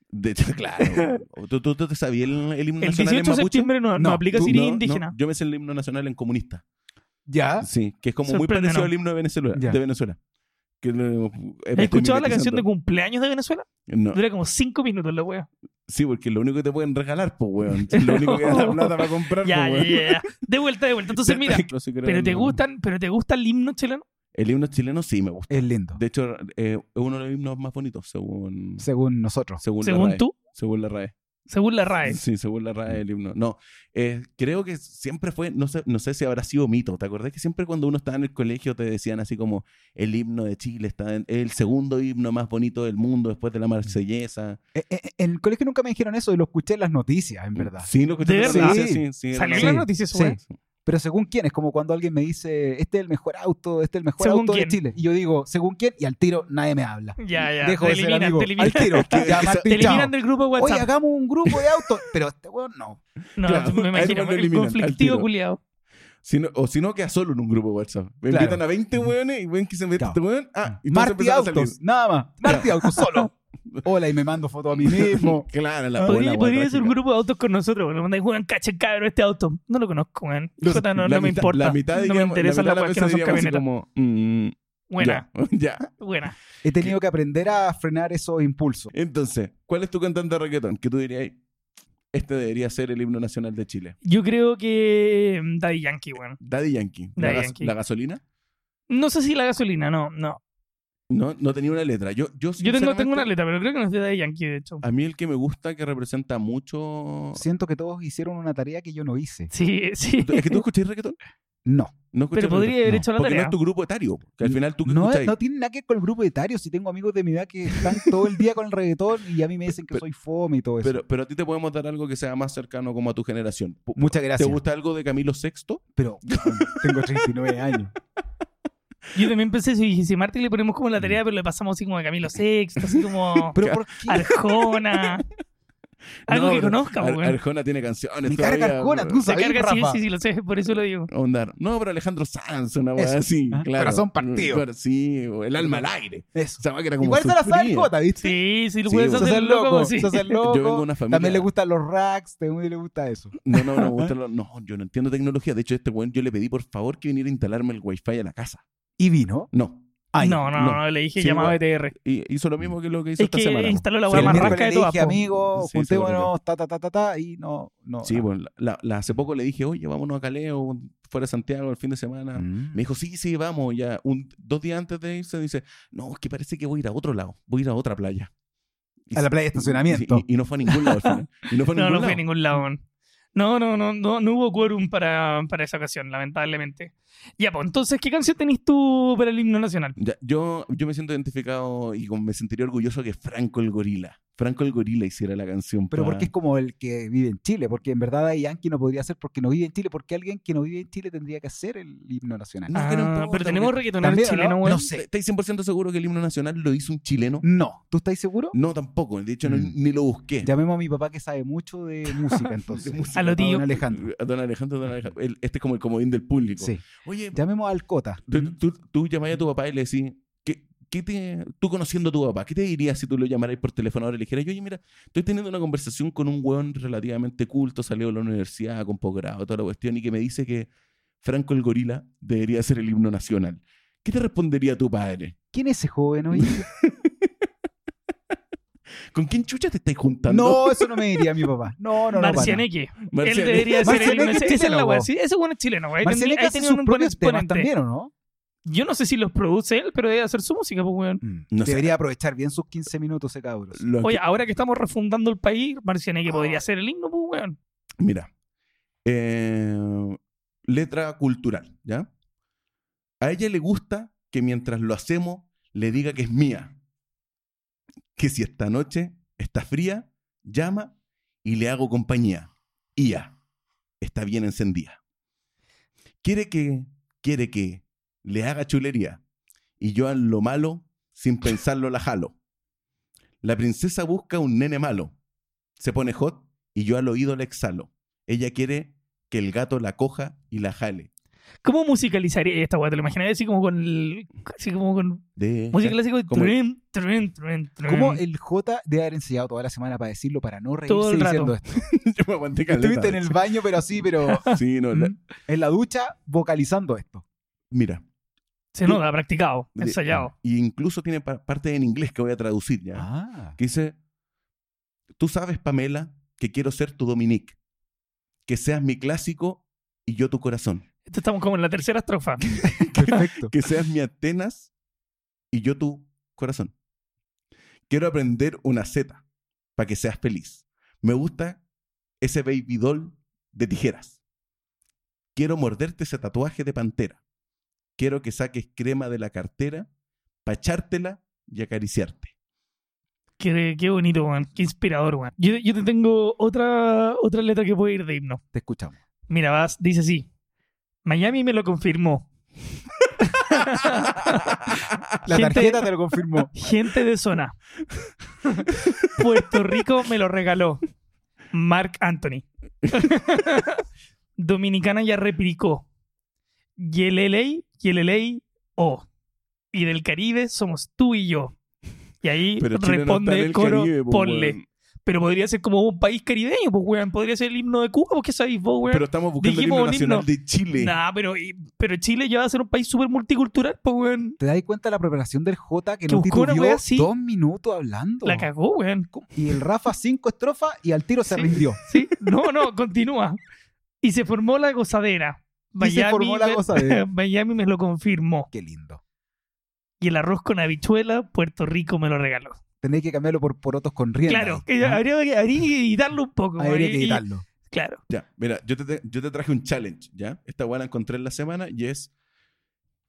Speaker 1: De hecho, claro. ¿Tú, tú, tú te sabías el, el himno
Speaker 3: El
Speaker 1: nacional
Speaker 3: 18 de
Speaker 1: en mapuche?
Speaker 3: septiembre no, no,
Speaker 2: No,
Speaker 3: aplica
Speaker 2: tú-
Speaker 3: Siria
Speaker 1: No, no,
Speaker 3: indígena.
Speaker 1: yo me sé el himno nacional en comunista.
Speaker 3: Ah,
Speaker 2: Ya.
Speaker 1: Sí, que es como muy
Speaker 3: Sorpréndenos.
Speaker 1: parecido al himno de Venezuela.
Speaker 2: Ya.
Speaker 1: De Venezuela. Que lo- eh, me
Speaker 3: ¿Has escuchado
Speaker 1: estoy
Speaker 3: la canción de
Speaker 1: mimetizando.
Speaker 3: cumpleaños de Venezuela?
Speaker 1: No,
Speaker 3: Dura como 5 minutos la wea.
Speaker 1: Sí, porque es lo único que te pueden regalar, pues, weón. Es lo único que da la plata para comprar,
Speaker 3: Ya,
Speaker 1: po,
Speaker 3: ya,
Speaker 1: weón.
Speaker 3: ya, ya. De vuelta, de vuelta. Entonces, mira,
Speaker 1: No sé qué era
Speaker 3: pero te
Speaker 1: el-
Speaker 3: gustan, pero te gusta el himno chileno.
Speaker 1: El himno chileno sí me gusta.
Speaker 2: Es lindo.
Speaker 1: De hecho, eh, es uno de los himnos más bonitos, según.
Speaker 2: Según nosotros.
Speaker 1: Según, la
Speaker 3: Según
Speaker 1: RAE,
Speaker 3: tú,
Speaker 1: Según la RAE.
Speaker 3: según la RAE.
Speaker 1: Sí, según la RAE, el himno. No, eh, creo que siempre fue, no sé, no sé si habrá sido mito. ¿Te acordás que siempre cuando uno estaba en el colegio te decían así como el himno de Chile está en, el segundo himno más bonito del mundo después de la marsellesa?
Speaker 2: Eh, eh, En el colegio nunca me dijeron eso y lo escuché en las noticias, en verdad.
Speaker 1: Mm, Sí, lo escuché
Speaker 3: ¿De
Speaker 1: en la
Speaker 2: verdad?
Speaker 1: noticia, sí, sí, era
Speaker 3: Salió en
Speaker 1: una-
Speaker 3: las noticias,
Speaker 2: sí.
Speaker 3: güey.
Speaker 2: Pero según quién, es como cuando alguien me dice, este es el mejor auto, este es el mejor
Speaker 3: ¿Según
Speaker 2: auto
Speaker 3: quién?
Speaker 2: de Chile. Y yo digo, según quién, y al tiro nadie me habla.
Speaker 3: Ya, ya.
Speaker 2: Dejo
Speaker 3: te
Speaker 2: de ser
Speaker 3: eliminan,
Speaker 2: amigo.
Speaker 3: te eliminan.
Speaker 2: Al tiro. Ya, Martín,
Speaker 3: Te eliminan
Speaker 2: chao.
Speaker 3: del grupo
Speaker 2: Oye,
Speaker 3: WhatsApp.
Speaker 2: hagamos un grupo de autos. Pero este weón no.
Speaker 3: no,
Speaker 1: claro,
Speaker 3: me
Speaker 1: ahí
Speaker 3: imagino.
Speaker 1: nomás lo
Speaker 3: El
Speaker 1: eliminan, al
Speaker 3: conflictivo
Speaker 1: tiro.
Speaker 3: culiado.
Speaker 1: Si no- o si no, queda solo en un grupo de WhatsApp. Me
Speaker 2: Claro.
Speaker 1: invitan a 20 hueones y ven que se mete
Speaker 2: Claro.
Speaker 1: este hueón. Ah, y entonces
Speaker 2: Marti
Speaker 1: empezaron a salir.
Speaker 2: Autos, nada más. Marti Autos, solo. Hola, y me mando fotos a mí mismo.
Speaker 1: Claro, la
Speaker 3: Podría,
Speaker 1: la-
Speaker 3: podría
Speaker 1: la-
Speaker 3: ser un
Speaker 1: la-
Speaker 3: grupo de autos con nosotros. güey. Lo mandáis, juegan cacha, cabrón, este auto. No lo conozco, weón.
Speaker 1: Los-
Speaker 3: Jota, No,
Speaker 1: la
Speaker 3: no me
Speaker 1: mitad-
Speaker 3: importa.
Speaker 1: La mitad,
Speaker 3: no me
Speaker 1: diríamos-
Speaker 3: interesa
Speaker 1: la
Speaker 3: la
Speaker 1: mitad de la
Speaker 3: weá que
Speaker 1: mesa
Speaker 3: no son
Speaker 1: diríamos así
Speaker 3: camionetas.
Speaker 1: como, mm,
Speaker 3: Buena,
Speaker 1: ya, ya.
Speaker 3: buena.
Speaker 2: He tenido que aprender a frenar esos impulsos.
Speaker 1: Entonces, ¿cuál es tu cantante de reggaetón? Que tú dirías, este debería ser el himno nacional de Chile.
Speaker 3: Yo creo que mm, Daddy Yankee, weón.
Speaker 1: Daddy Yankee.
Speaker 3: Daddy
Speaker 1: la, gas-
Speaker 3: Yankee.
Speaker 1: la gasolina.
Speaker 3: No sé si la gasolina, no, no.
Speaker 1: No, no tenía una letra. Yo, yo,
Speaker 3: Yo tengo,
Speaker 1: sinceramente,
Speaker 3: tengo una letra, pero creo que no es de Daddy Yankee, de hecho.
Speaker 1: A mí el que me gusta, que representa mucho...
Speaker 2: Siento que todos hicieron una tarea que yo no hice.
Speaker 3: Sí, sí.
Speaker 1: ¿Es que tú escuchás reggaetón?
Speaker 2: No.
Speaker 1: No escuchás
Speaker 3: Pero podría haber
Speaker 2: no,
Speaker 3: hecho la
Speaker 1: Porque no
Speaker 3: tarea.
Speaker 1: es tu grupo etario. Que al final tú que
Speaker 2: no,
Speaker 1: escuchás-
Speaker 2: no tiene nada que ver con el grupo etario. Si tengo amigos de mi edad que están todo el día con el reggaetón y a mí me dicen que
Speaker 1: Pero-
Speaker 2: soy fome y todo eso.
Speaker 1: pero, pero a ti te podemos dar algo que sea más cercano como a tu generación. Pu-
Speaker 2: Muchas
Speaker 1: ¿Te
Speaker 2: gracias.
Speaker 1: gusta algo de Camilo VI?
Speaker 2: Pero weón, tengo 39 años.
Speaker 3: Yo también pensé, si dije, si Marty le ponemos como la tarea, pero le pasamos así como a Camilo Sexto, así como
Speaker 2: Pero ¿por qué?
Speaker 3: Arjona. Algo
Speaker 1: No,
Speaker 3: que
Speaker 1: pero
Speaker 3: conozca,
Speaker 1: Ar-
Speaker 3: weón.
Speaker 1: Arjona tiene canciones
Speaker 2: Me carga
Speaker 1: todavía,
Speaker 2: Arjona,
Speaker 1: weón.
Speaker 2: tú
Speaker 3: Se
Speaker 2: sabes,
Speaker 3: carga, sí,
Speaker 2: Rafa.
Speaker 3: sí, sí, lo sé, por eso lo digo.
Speaker 1: Onda, No, pero Alejandro Sanz, una weá
Speaker 2: Eso.
Speaker 1: así,
Speaker 2: Ajá.
Speaker 1: claro.
Speaker 2: Corazón partido.
Speaker 1: Cor- sí, o el alma al aire.
Speaker 2: Eso.
Speaker 1: Esa weá que era como
Speaker 2: Igual se la sabe el
Speaker 1: sufrida.
Speaker 2: Jota, ¿viste?
Speaker 3: Sí, sí, lo
Speaker 1: Sí,
Speaker 3: puedes
Speaker 1: weón.
Speaker 2: Se hace
Speaker 3: hacer
Speaker 2: el
Speaker 3: loco,
Speaker 2: loco,
Speaker 3: sí.
Speaker 2: se hace el loco.
Speaker 1: Yo vengo de una familia-
Speaker 2: También le gustan los racks, también le gusta eso.
Speaker 1: No, no, no, me gusta lo- no, yo no entiendo tecnología. De hecho, este weón yo le pedí por favor que viniera a instalarme el wifi a la casa.
Speaker 2: Y vino.
Speaker 1: No.
Speaker 2: Ay,
Speaker 3: no, no,
Speaker 1: no.
Speaker 3: no, le dije
Speaker 1: Sí,
Speaker 3: llamado E
Speaker 1: weón.
Speaker 3: BTR.
Speaker 1: Y hizo lo mismo que lo que hizo
Speaker 3: Es
Speaker 1: esta
Speaker 3: que
Speaker 1: semana. weón.
Speaker 3: instaló la
Speaker 1: Sí,
Speaker 3: weá
Speaker 1: el
Speaker 3: más
Speaker 1: miércoles
Speaker 3: rasca de
Speaker 2: le
Speaker 3: todas.
Speaker 2: dije,
Speaker 3: po.
Speaker 2: amigo,
Speaker 1: Sí,
Speaker 2: juntémonos, ta, ta, ta, ta, ta, y no, no. Ah.
Speaker 1: Sí,
Speaker 2: nada.
Speaker 1: bueno, la, la- hace poco le dije, oye, vámonos a Caleo, fuera de Santiago el fin de semana.
Speaker 2: Mm.
Speaker 1: Me dijo, sí, sí, vamos. Ya un, dos días antes de irse, dice, no, es que parece que voy a ir a otro lado, voy a ir a otra playa. Y
Speaker 2: A la
Speaker 1: se-
Speaker 2: playa de estacionamiento.
Speaker 1: Y, y no fue a ningún lado al final. Y no fue a ningún
Speaker 3: No, no
Speaker 1: lado.
Speaker 3: fui a ningún lado. weón. No, no, no, no, no hubo quórum para, para esa ocasión, lamentablemente. Ya, pues entonces, ¿qué canción tenés tú para el himno nacional?
Speaker 1: Ya, yo, yo me siento identificado y con- me sentiría orgulloso que Franco el Gorila, Franco el Gorila hiciera la canción.
Speaker 2: Pero
Speaker 1: pa-
Speaker 2: porque es como el que vive en Chile, porque en verdad Daddy Yankee no podría ser porque no vive en Chile, porque alguien que no vive en Chile tendría que hacer el himno nacional.
Speaker 1: No,
Speaker 3: Ah,
Speaker 1: que no importa,
Speaker 3: pero tenemos
Speaker 1: porque-
Speaker 3: reggaetoneros
Speaker 2: También, ¿no?
Speaker 3: chilenos, weón.
Speaker 2: No sé.
Speaker 1: ¿Estáis 100% seguro que el himno nacional lo hizo un chileno?
Speaker 2: No, ¿tú estás seguro?
Speaker 1: No, tampoco. De hecho, no-
Speaker 2: Mm.
Speaker 1: ni lo busqué.
Speaker 2: Llamemos a mi papá que sabe mucho de música, entonces.
Speaker 1: De música.
Speaker 3: A lo tío.
Speaker 2: don Alejandro.
Speaker 1: A Don Alejandro, don Alejandro. El- este es como el comodín del público.
Speaker 2: Sí.
Speaker 1: Oye,
Speaker 2: Llamemos al Cota.
Speaker 1: tú, tú, tú llamás a tu papá y le decís, ¿qué, qué te, tú conociendo a tu papá, ¿qué te dirías si tú lo llamaras por teléfono ahora y le dijeras, oye, mira, estoy teniendo una conversación con un weón relativamente culto, salió de la universidad, con posgrado, toda la cuestión, y que me dice que Franco el Gorila debería ser el himno nacional? ¿Qué te respondería tu padre?
Speaker 2: ¿Quién es ese joven hoy?
Speaker 1: ¿Con quién chucha te estáis juntando?
Speaker 2: no, eso no me diría mi papá. No, no, no. para.
Speaker 3: Marcianeque. Él
Speaker 1: Marcial-
Speaker 3: debería ser el
Speaker 2: Marcianeque es
Speaker 3: ese- esa es
Speaker 2: chileno,
Speaker 3: la weá,
Speaker 2: po.
Speaker 3: sí, ese weón es chileno, güey.
Speaker 2: Marcianeque
Speaker 3: Ahí
Speaker 2: hace
Speaker 3: tenía
Speaker 2: sus
Speaker 3: un buen
Speaker 2: propios temas
Speaker 3: exponente.
Speaker 2: también, ¿o no?
Speaker 3: Yo no sé si los produce él, pero debe hacer su música, pues, weón.
Speaker 1: No sé.
Speaker 2: Mm. Debería aprovechar bien sus 15 minutos ese cabros.
Speaker 1: Lo que-
Speaker 3: Oye, ahora que estamos refundando el país, Marcianeque
Speaker 2: Ah.
Speaker 3: podría ser el himno, pues, weón.
Speaker 1: Mira, eh, letra cultural, ¿ya? A ella le gusta que mientras lo hacemos le diga que es mía. Que si esta noche está fría, llama y le hago compañía. Ia, está bien encendida. Quiere que, quiere que le haga chulería y yo a lo malo, sin pensarlo, la jalo. La princesa busca un nene malo. Se pone hot y yo al oído le exhalo. Ella quiere que el gato la coja y la jale.
Speaker 3: ¿Cómo musicalizaría esta weá? ¿Te lo imaginas así como con el- así como con
Speaker 1: De-
Speaker 3: música clásica?
Speaker 1: Como-
Speaker 3: Trun, trun, trun, trun.
Speaker 2: ¿Cómo el J debe haber enseñado toda la semana para decirlo, para no reírse
Speaker 3: Todo el rato.
Speaker 2: diciendo esto?
Speaker 1: Yo me aguanté caleta,
Speaker 2: Estuviste en el baño, pero así, pero
Speaker 1: Sí, no, la-
Speaker 2: en la ducha, vocalizando esto.
Speaker 1: Mira.
Speaker 3: Se nota, practicado,
Speaker 1: de-
Speaker 3: ensayado.
Speaker 1: Y incluso tiene pa- parte en inglés que voy a traducir ya.
Speaker 2: Ah.
Speaker 1: Que dice, tú sabes, Pamela, que quiero ser tu Dominique. Que seas mi clásico y yo tu corazón.
Speaker 3: Esto Estamos como en la tercera estrofa.
Speaker 2: Perfecto.
Speaker 1: Que seas mi Atenas y yo tu corazón. Quiero aprender una Z para que seas feliz. Me gusta ese baby doll de tijeras. Quiero morderte ese tatuaje de pantera. Quiero que saques crema de la cartera para echártela y acariciarte.
Speaker 3: Qué, qué bonito, man. Qué inspirador, man. Yo, yo te tengo otra, otra letra que puede ir de himno.
Speaker 2: Te escuchamos.
Speaker 3: Mira, vas, dice así. Miami me lo confirmó.
Speaker 2: La
Speaker 3: Ah, Gente-
Speaker 2: tarjeta te lo confirmó.
Speaker 3: Gente de zona. Puerto Rico me lo regaló. Mark Anthony. Dominicana ya replicó. Yeleley, Yeleley, O. Y del Caribe somos tú y yo. Y ahí
Speaker 1: Pero Chile no
Speaker 3: responde
Speaker 1: está en
Speaker 3: el
Speaker 1: el
Speaker 3: coro,
Speaker 1: Caribe, po,
Speaker 3: ponle.
Speaker 1: weón.
Speaker 3: Pero podría ser como un país caribeño, pues, weón. Podría ser el himno de Cuba, pues, ¿qué sabéis vos, weón?
Speaker 1: Pero estamos buscando
Speaker 3: Dijimos
Speaker 1: el himno
Speaker 3: un
Speaker 1: nacional
Speaker 3: himno.
Speaker 1: de Chile.
Speaker 3: Nah, pero, y- pero Chile ya va a ser un país súper multicultural, pues, weón.
Speaker 2: ¿Te das cuenta de la preparación del J que
Speaker 3: Que
Speaker 2: nos
Speaker 3: buscó una
Speaker 2: titubió
Speaker 3: wea así.
Speaker 2: dos minutos hablando?
Speaker 3: La cagó, weón.
Speaker 2: y el Rafa cinco estrofas y al tiro se
Speaker 3: Sí.
Speaker 2: rindió.
Speaker 3: Sí, no, no, continúa. Y se formó la gozadera.
Speaker 2: Y se formó la
Speaker 3: me-
Speaker 2: gozadera.
Speaker 3: Miami me lo confirmó.
Speaker 2: Qué lindo.
Speaker 3: Y el arroz con habichuela, Puerto Rico me lo regaló.
Speaker 2: Tenéis que cambiarlo por porotos con rienda. ¿Ah?
Speaker 3: Claro, que habría, que- habría que editarlo un poco.
Speaker 2: Habría
Speaker 3: y-
Speaker 2: que
Speaker 3: y-
Speaker 2: editarlo.
Speaker 3: Claro.
Speaker 1: Ya, mira, yo te, yo te traje un challenge, ¿ya? Esta weá la encontré en la semana y es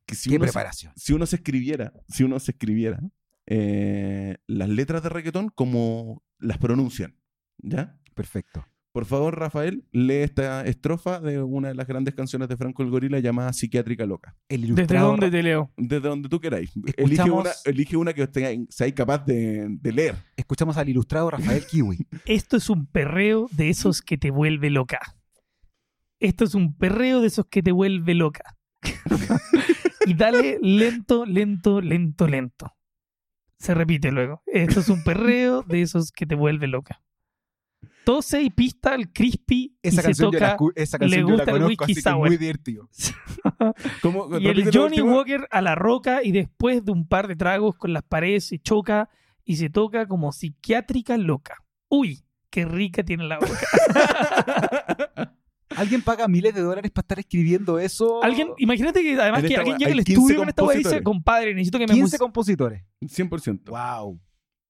Speaker 1: que si
Speaker 2: Qué
Speaker 1: uno se-
Speaker 2: preparación.
Speaker 1: si uno se escribiera, si uno se escribiera eh, las letras de reggaetón como las pronuncian, ¿ya?
Speaker 2: Perfecto.
Speaker 1: Por favor, Rafael, lee esta estrofa de una de las grandes canciones de Franco el Gorila llamada Psiquiátrica Loca.
Speaker 2: El
Speaker 3: ¿Desde
Speaker 2: ilustrado.
Speaker 3: dónde te leo?
Speaker 1: Desde donde tú queráis. Elige
Speaker 2: Escuchamos-
Speaker 1: una, elige una que tenga- seáis capaz de, de leer.
Speaker 2: Escuchamos al ilustrado Rafael Kiwi.
Speaker 3: Esto es un perreo de esos que te vuelve loca. Esto es un perreo de esos que te vuelve loca. y dale lento, lento, lento, lento. Se repite luego. Esto es un perreo de esos que te vuelve loca. Tose y pista al crispy y
Speaker 2: Esa
Speaker 3: se
Speaker 2: canción, yo la,
Speaker 3: toca.
Speaker 2: escu- esa canción
Speaker 3: le
Speaker 2: yo la
Speaker 3: gusta el
Speaker 2: conozco,
Speaker 3: whisky
Speaker 2: así que
Speaker 3: sour.
Speaker 2: muy divertido.
Speaker 1: ¿Cómo?
Speaker 3: Y el
Speaker 1: Repite la
Speaker 3: Johnny
Speaker 1: última.
Speaker 3: Walker a la roca y después de un par de tragos con las paredes se choca y se toca como psiquiátrica loca. Uy, qué rica tiene la boca.
Speaker 2: ¿Alguien paga miles de dólares para estar escribiendo eso?
Speaker 3: Alguien, imagínate que además
Speaker 1: En
Speaker 3: que
Speaker 1: esta
Speaker 3: alguien
Speaker 1: wea-
Speaker 3: llega
Speaker 1: hay
Speaker 3: al
Speaker 1: 15
Speaker 3: estudio con esta weá y dice,
Speaker 1: compositores.
Speaker 3: compadre, necesito que me
Speaker 2: 15
Speaker 3: mus-
Speaker 2: compositores.
Speaker 1: 100%.
Speaker 2: Wow.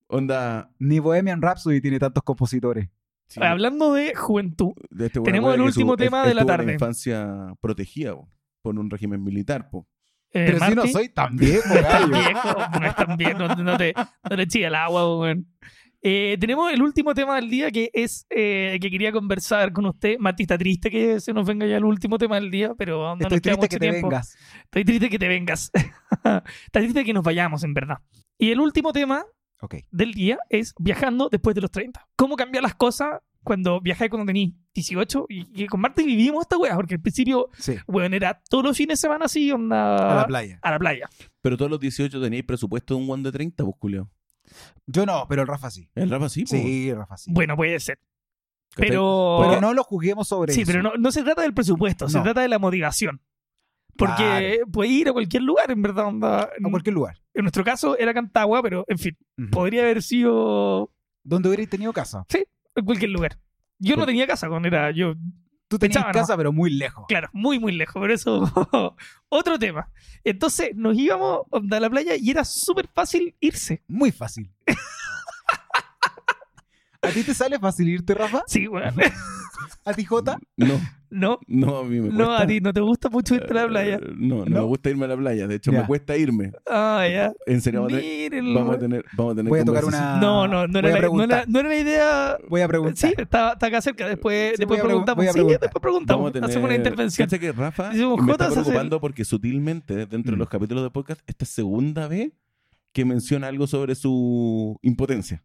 Speaker 1: Onda.
Speaker 2: Ni Bohemian Rhapsody tiene tantos
Speaker 3: Eh,
Speaker 2: compositores.
Speaker 1: sí,
Speaker 3: Hablando de juventud,
Speaker 1: de este
Speaker 3: tenemos
Speaker 1: weón
Speaker 3: el
Speaker 1: que su-
Speaker 3: último
Speaker 1: es-
Speaker 3: tema de la
Speaker 1: estuvo en
Speaker 3: tarde.
Speaker 1: infancia protegida po, por un régimen militar. po.
Speaker 3: eh,
Speaker 2: Pero si
Speaker 3: Martín,
Speaker 2: no soy tan viejo,
Speaker 3: no es tan
Speaker 2: gallo.
Speaker 3: viejo, no es tan viejo, no, no te, no le chilla el agua, weón. Eh, tenemos el último tema del día que es eh, que quería conversar con usted. Mati está triste que se nos venga ya el último tema del día, pero no
Speaker 2: Estoy
Speaker 3: nos queda
Speaker 2: triste
Speaker 3: mucho
Speaker 2: que te
Speaker 3: tiempo.
Speaker 2: vengas.
Speaker 3: Estoy triste que te vengas. está triste que nos vayamos, en verdad. Y el último tema
Speaker 2: Ok.
Speaker 3: del día es viajando después de los 30. ¿Cómo cambiar las cosas cuando viajáis cuando tenéis 18? Y, y con Martín vivimos esta weá, porque al principio,
Speaker 2: Sí.
Speaker 3: weón, era todos los fines de semana así,
Speaker 2: A
Speaker 3: onda.
Speaker 2: la playa.
Speaker 3: a la playa.
Speaker 1: Pero todos los 18 teníais presupuesto de un one de 30, pues, culeo.
Speaker 2: Yo no, pero el Rafa sí.
Speaker 1: El Rafa sí, po,
Speaker 2: Sí, Rafa sí.
Speaker 3: Uh. Bueno, puede ser.
Speaker 1: ¿cachai?
Speaker 3: Pero.
Speaker 2: Pero no lo juzguemos sobre
Speaker 3: sí,
Speaker 2: eso.
Speaker 3: pero no, no se trata del presupuesto, se
Speaker 2: No.
Speaker 3: trata de la motivación. Porque
Speaker 2: Claro.
Speaker 3: puede ir a cualquier lugar, en verdad. onda.
Speaker 2: A cualquier lugar.
Speaker 3: En nuestro caso era Cantagua, pero en fin,
Speaker 2: Ujú.
Speaker 3: podría haber sido
Speaker 2: Donde hubierais tenido casa.
Speaker 3: en cualquier lugar. Yo no tenía casa cuando era yo,
Speaker 2: Tú tenías
Speaker 3: Echaba
Speaker 2: casa, pero muy lejos.
Speaker 3: claro, muy, muy lejos, pero eso, otro tema. Entonces nos íbamos onda, a la playa y era súper fácil irse.
Speaker 2: Muy fácil. ¿A ti te sale fácil irte, Rafa?
Speaker 3: Sí, weón.
Speaker 2: ¿A ti, Jota?
Speaker 1: No,
Speaker 3: No,
Speaker 1: no, a mí me
Speaker 3: no,
Speaker 1: cuesta.
Speaker 3: a ti no te gusta mucho irte a la playa.
Speaker 1: Eh, No, no,
Speaker 2: ¿No?
Speaker 1: me gusta irme a la playa. De hecho,
Speaker 2: Ya.
Speaker 1: me cuesta irme.
Speaker 3: Ah, ya.
Speaker 1: En serio, vamos a tener.
Speaker 3: Mírenlo.
Speaker 1: Vamos a tener, vamos a tener
Speaker 2: Voy a tocar
Speaker 1: conversación.
Speaker 2: una...
Speaker 3: No, no, no
Speaker 2: voy
Speaker 3: era,
Speaker 2: a
Speaker 3: la, no,
Speaker 2: preguntar.
Speaker 3: era, no era la idea.
Speaker 2: Voy a preguntar.
Speaker 3: Sí, está, está acá cerca. Después,
Speaker 2: Sí,
Speaker 3: después
Speaker 2: voy a pregun-
Speaker 3: preguntamos.
Speaker 2: voy a
Speaker 3: Sí,
Speaker 2: preguntar.
Speaker 3: después
Speaker 1: Vamos
Speaker 3: preguntamos.
Speaker 1: a tener.
Speaker 3: Hacemos una intervención.
Speaker 1: Cacha que Rafa
Speaker 3: Dice, como
Speaker 1: me
Speaker 3: Jota
Speaker 1: está
Speaker 3: se hace-
Speaker 1: preocupando porque sutilmente, dentro de
Speaker 2: Mm.
Speaker 1: los capítulos de podcast, esta es segunda vez que menciona algo sobre su impotencia.